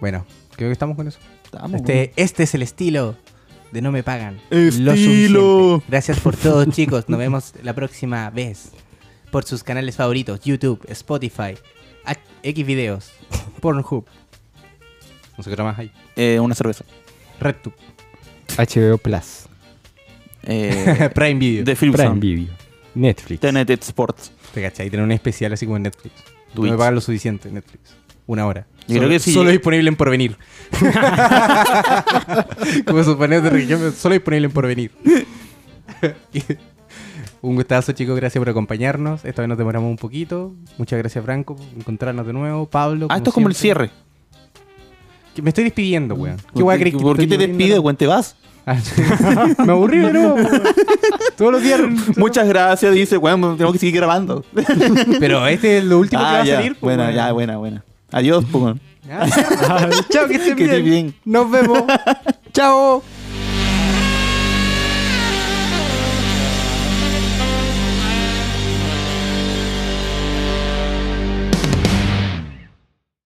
[SPEAKER 3] Bueno, creo que estamos con eso.
[SPEAKER 2] Estamos,
[SPEAKER 3] Este, este es el estilo de No Me Pagan.
[SPEAKER 2] Estilo.
[SPEAKER 3] Lo suficiente. Gracias por todo, chicos. Nos vemos la próxima vez. Por sus canales favoritos: YouTube, Spotify, A- Xvideos, Pornhub. No sé qué más hay.
[SPEAKER 2] Eh, una cerveza.
[SPEAKER 3] RedTube,
[SPEAKER 1] HBO Plus.
[SPEAKER 2] Eh,
[SPEAKER 3] Prime Video.
[SPEAKER 2] de Philips
[SPEAKER 1] Prime
[SPEAKER 2] Sound.
[SPEAKER 1] Video. Netflix.
[SPEAKER 2] TNT Sports.
[SPEAKER 3] Te cachai, tiene un especial así como en Netflix.
[SPEAKER 2] Twitch.
[SPEAKER 3] No me pagan lo suficiente Netflix. Una hora.
[SPEAKER 2] Yo creo
[SPEAKER 3] solo,
[SPEAKER 2] que sí.
[SPEAKER 3] solo disponible en porvenir. como suponer de región, solo disponible en porvenir. un gustazo, chicos. Gracias por acompañarnos. Esta vez nos demoramos un poquito. Muchas gracias, Franco, por encontrarnos de nuevo. Pablo.
[SPEAKER 2] Ah, esto es como el
[SPEAKER 3] siempre.
[SPEAKER 2] cierre.
[SPEAKER 3] Que Me estoy despidiendo, weón. ¿Qué
[SPEAKER 2] ¿Por
[SPEAKER 3] weá
[SPEAKER 2] qué-
[SPEAKER 3] crees que
[SPEAKER 2] ¿Por qué
[SPEAKER 3] estoy
[SPEAKER 2] te despides,
[SPEAKER 3] volviendo
[SPEAKER 2] weón? Te vas.
[SPEAKER 3] loco? Me aburrí de nuevo, weón. Todos los días.
[SPEAKER 2] Muchas gracias, dice, weón, tenemos que seguir grabando.
[SPEAKER 3] Pero este es lo último que va a
[SPEAKER 2] Ah, ya.
[SPEAKER 3] salir. pues,
[SPEAKER 2] buena,
[SPEAKER 3] weón.
[SPEAKER 2] ya, buena, buena. Adiós, pues, weón.
[SPEAKER 3] Ya. Chao, que estén
[SPEAKER 2] Que estés
[SPEAKER 3] bien.
[SPEAKER 2] bien.
[SPEAKER 3] Nos vemos. Chao.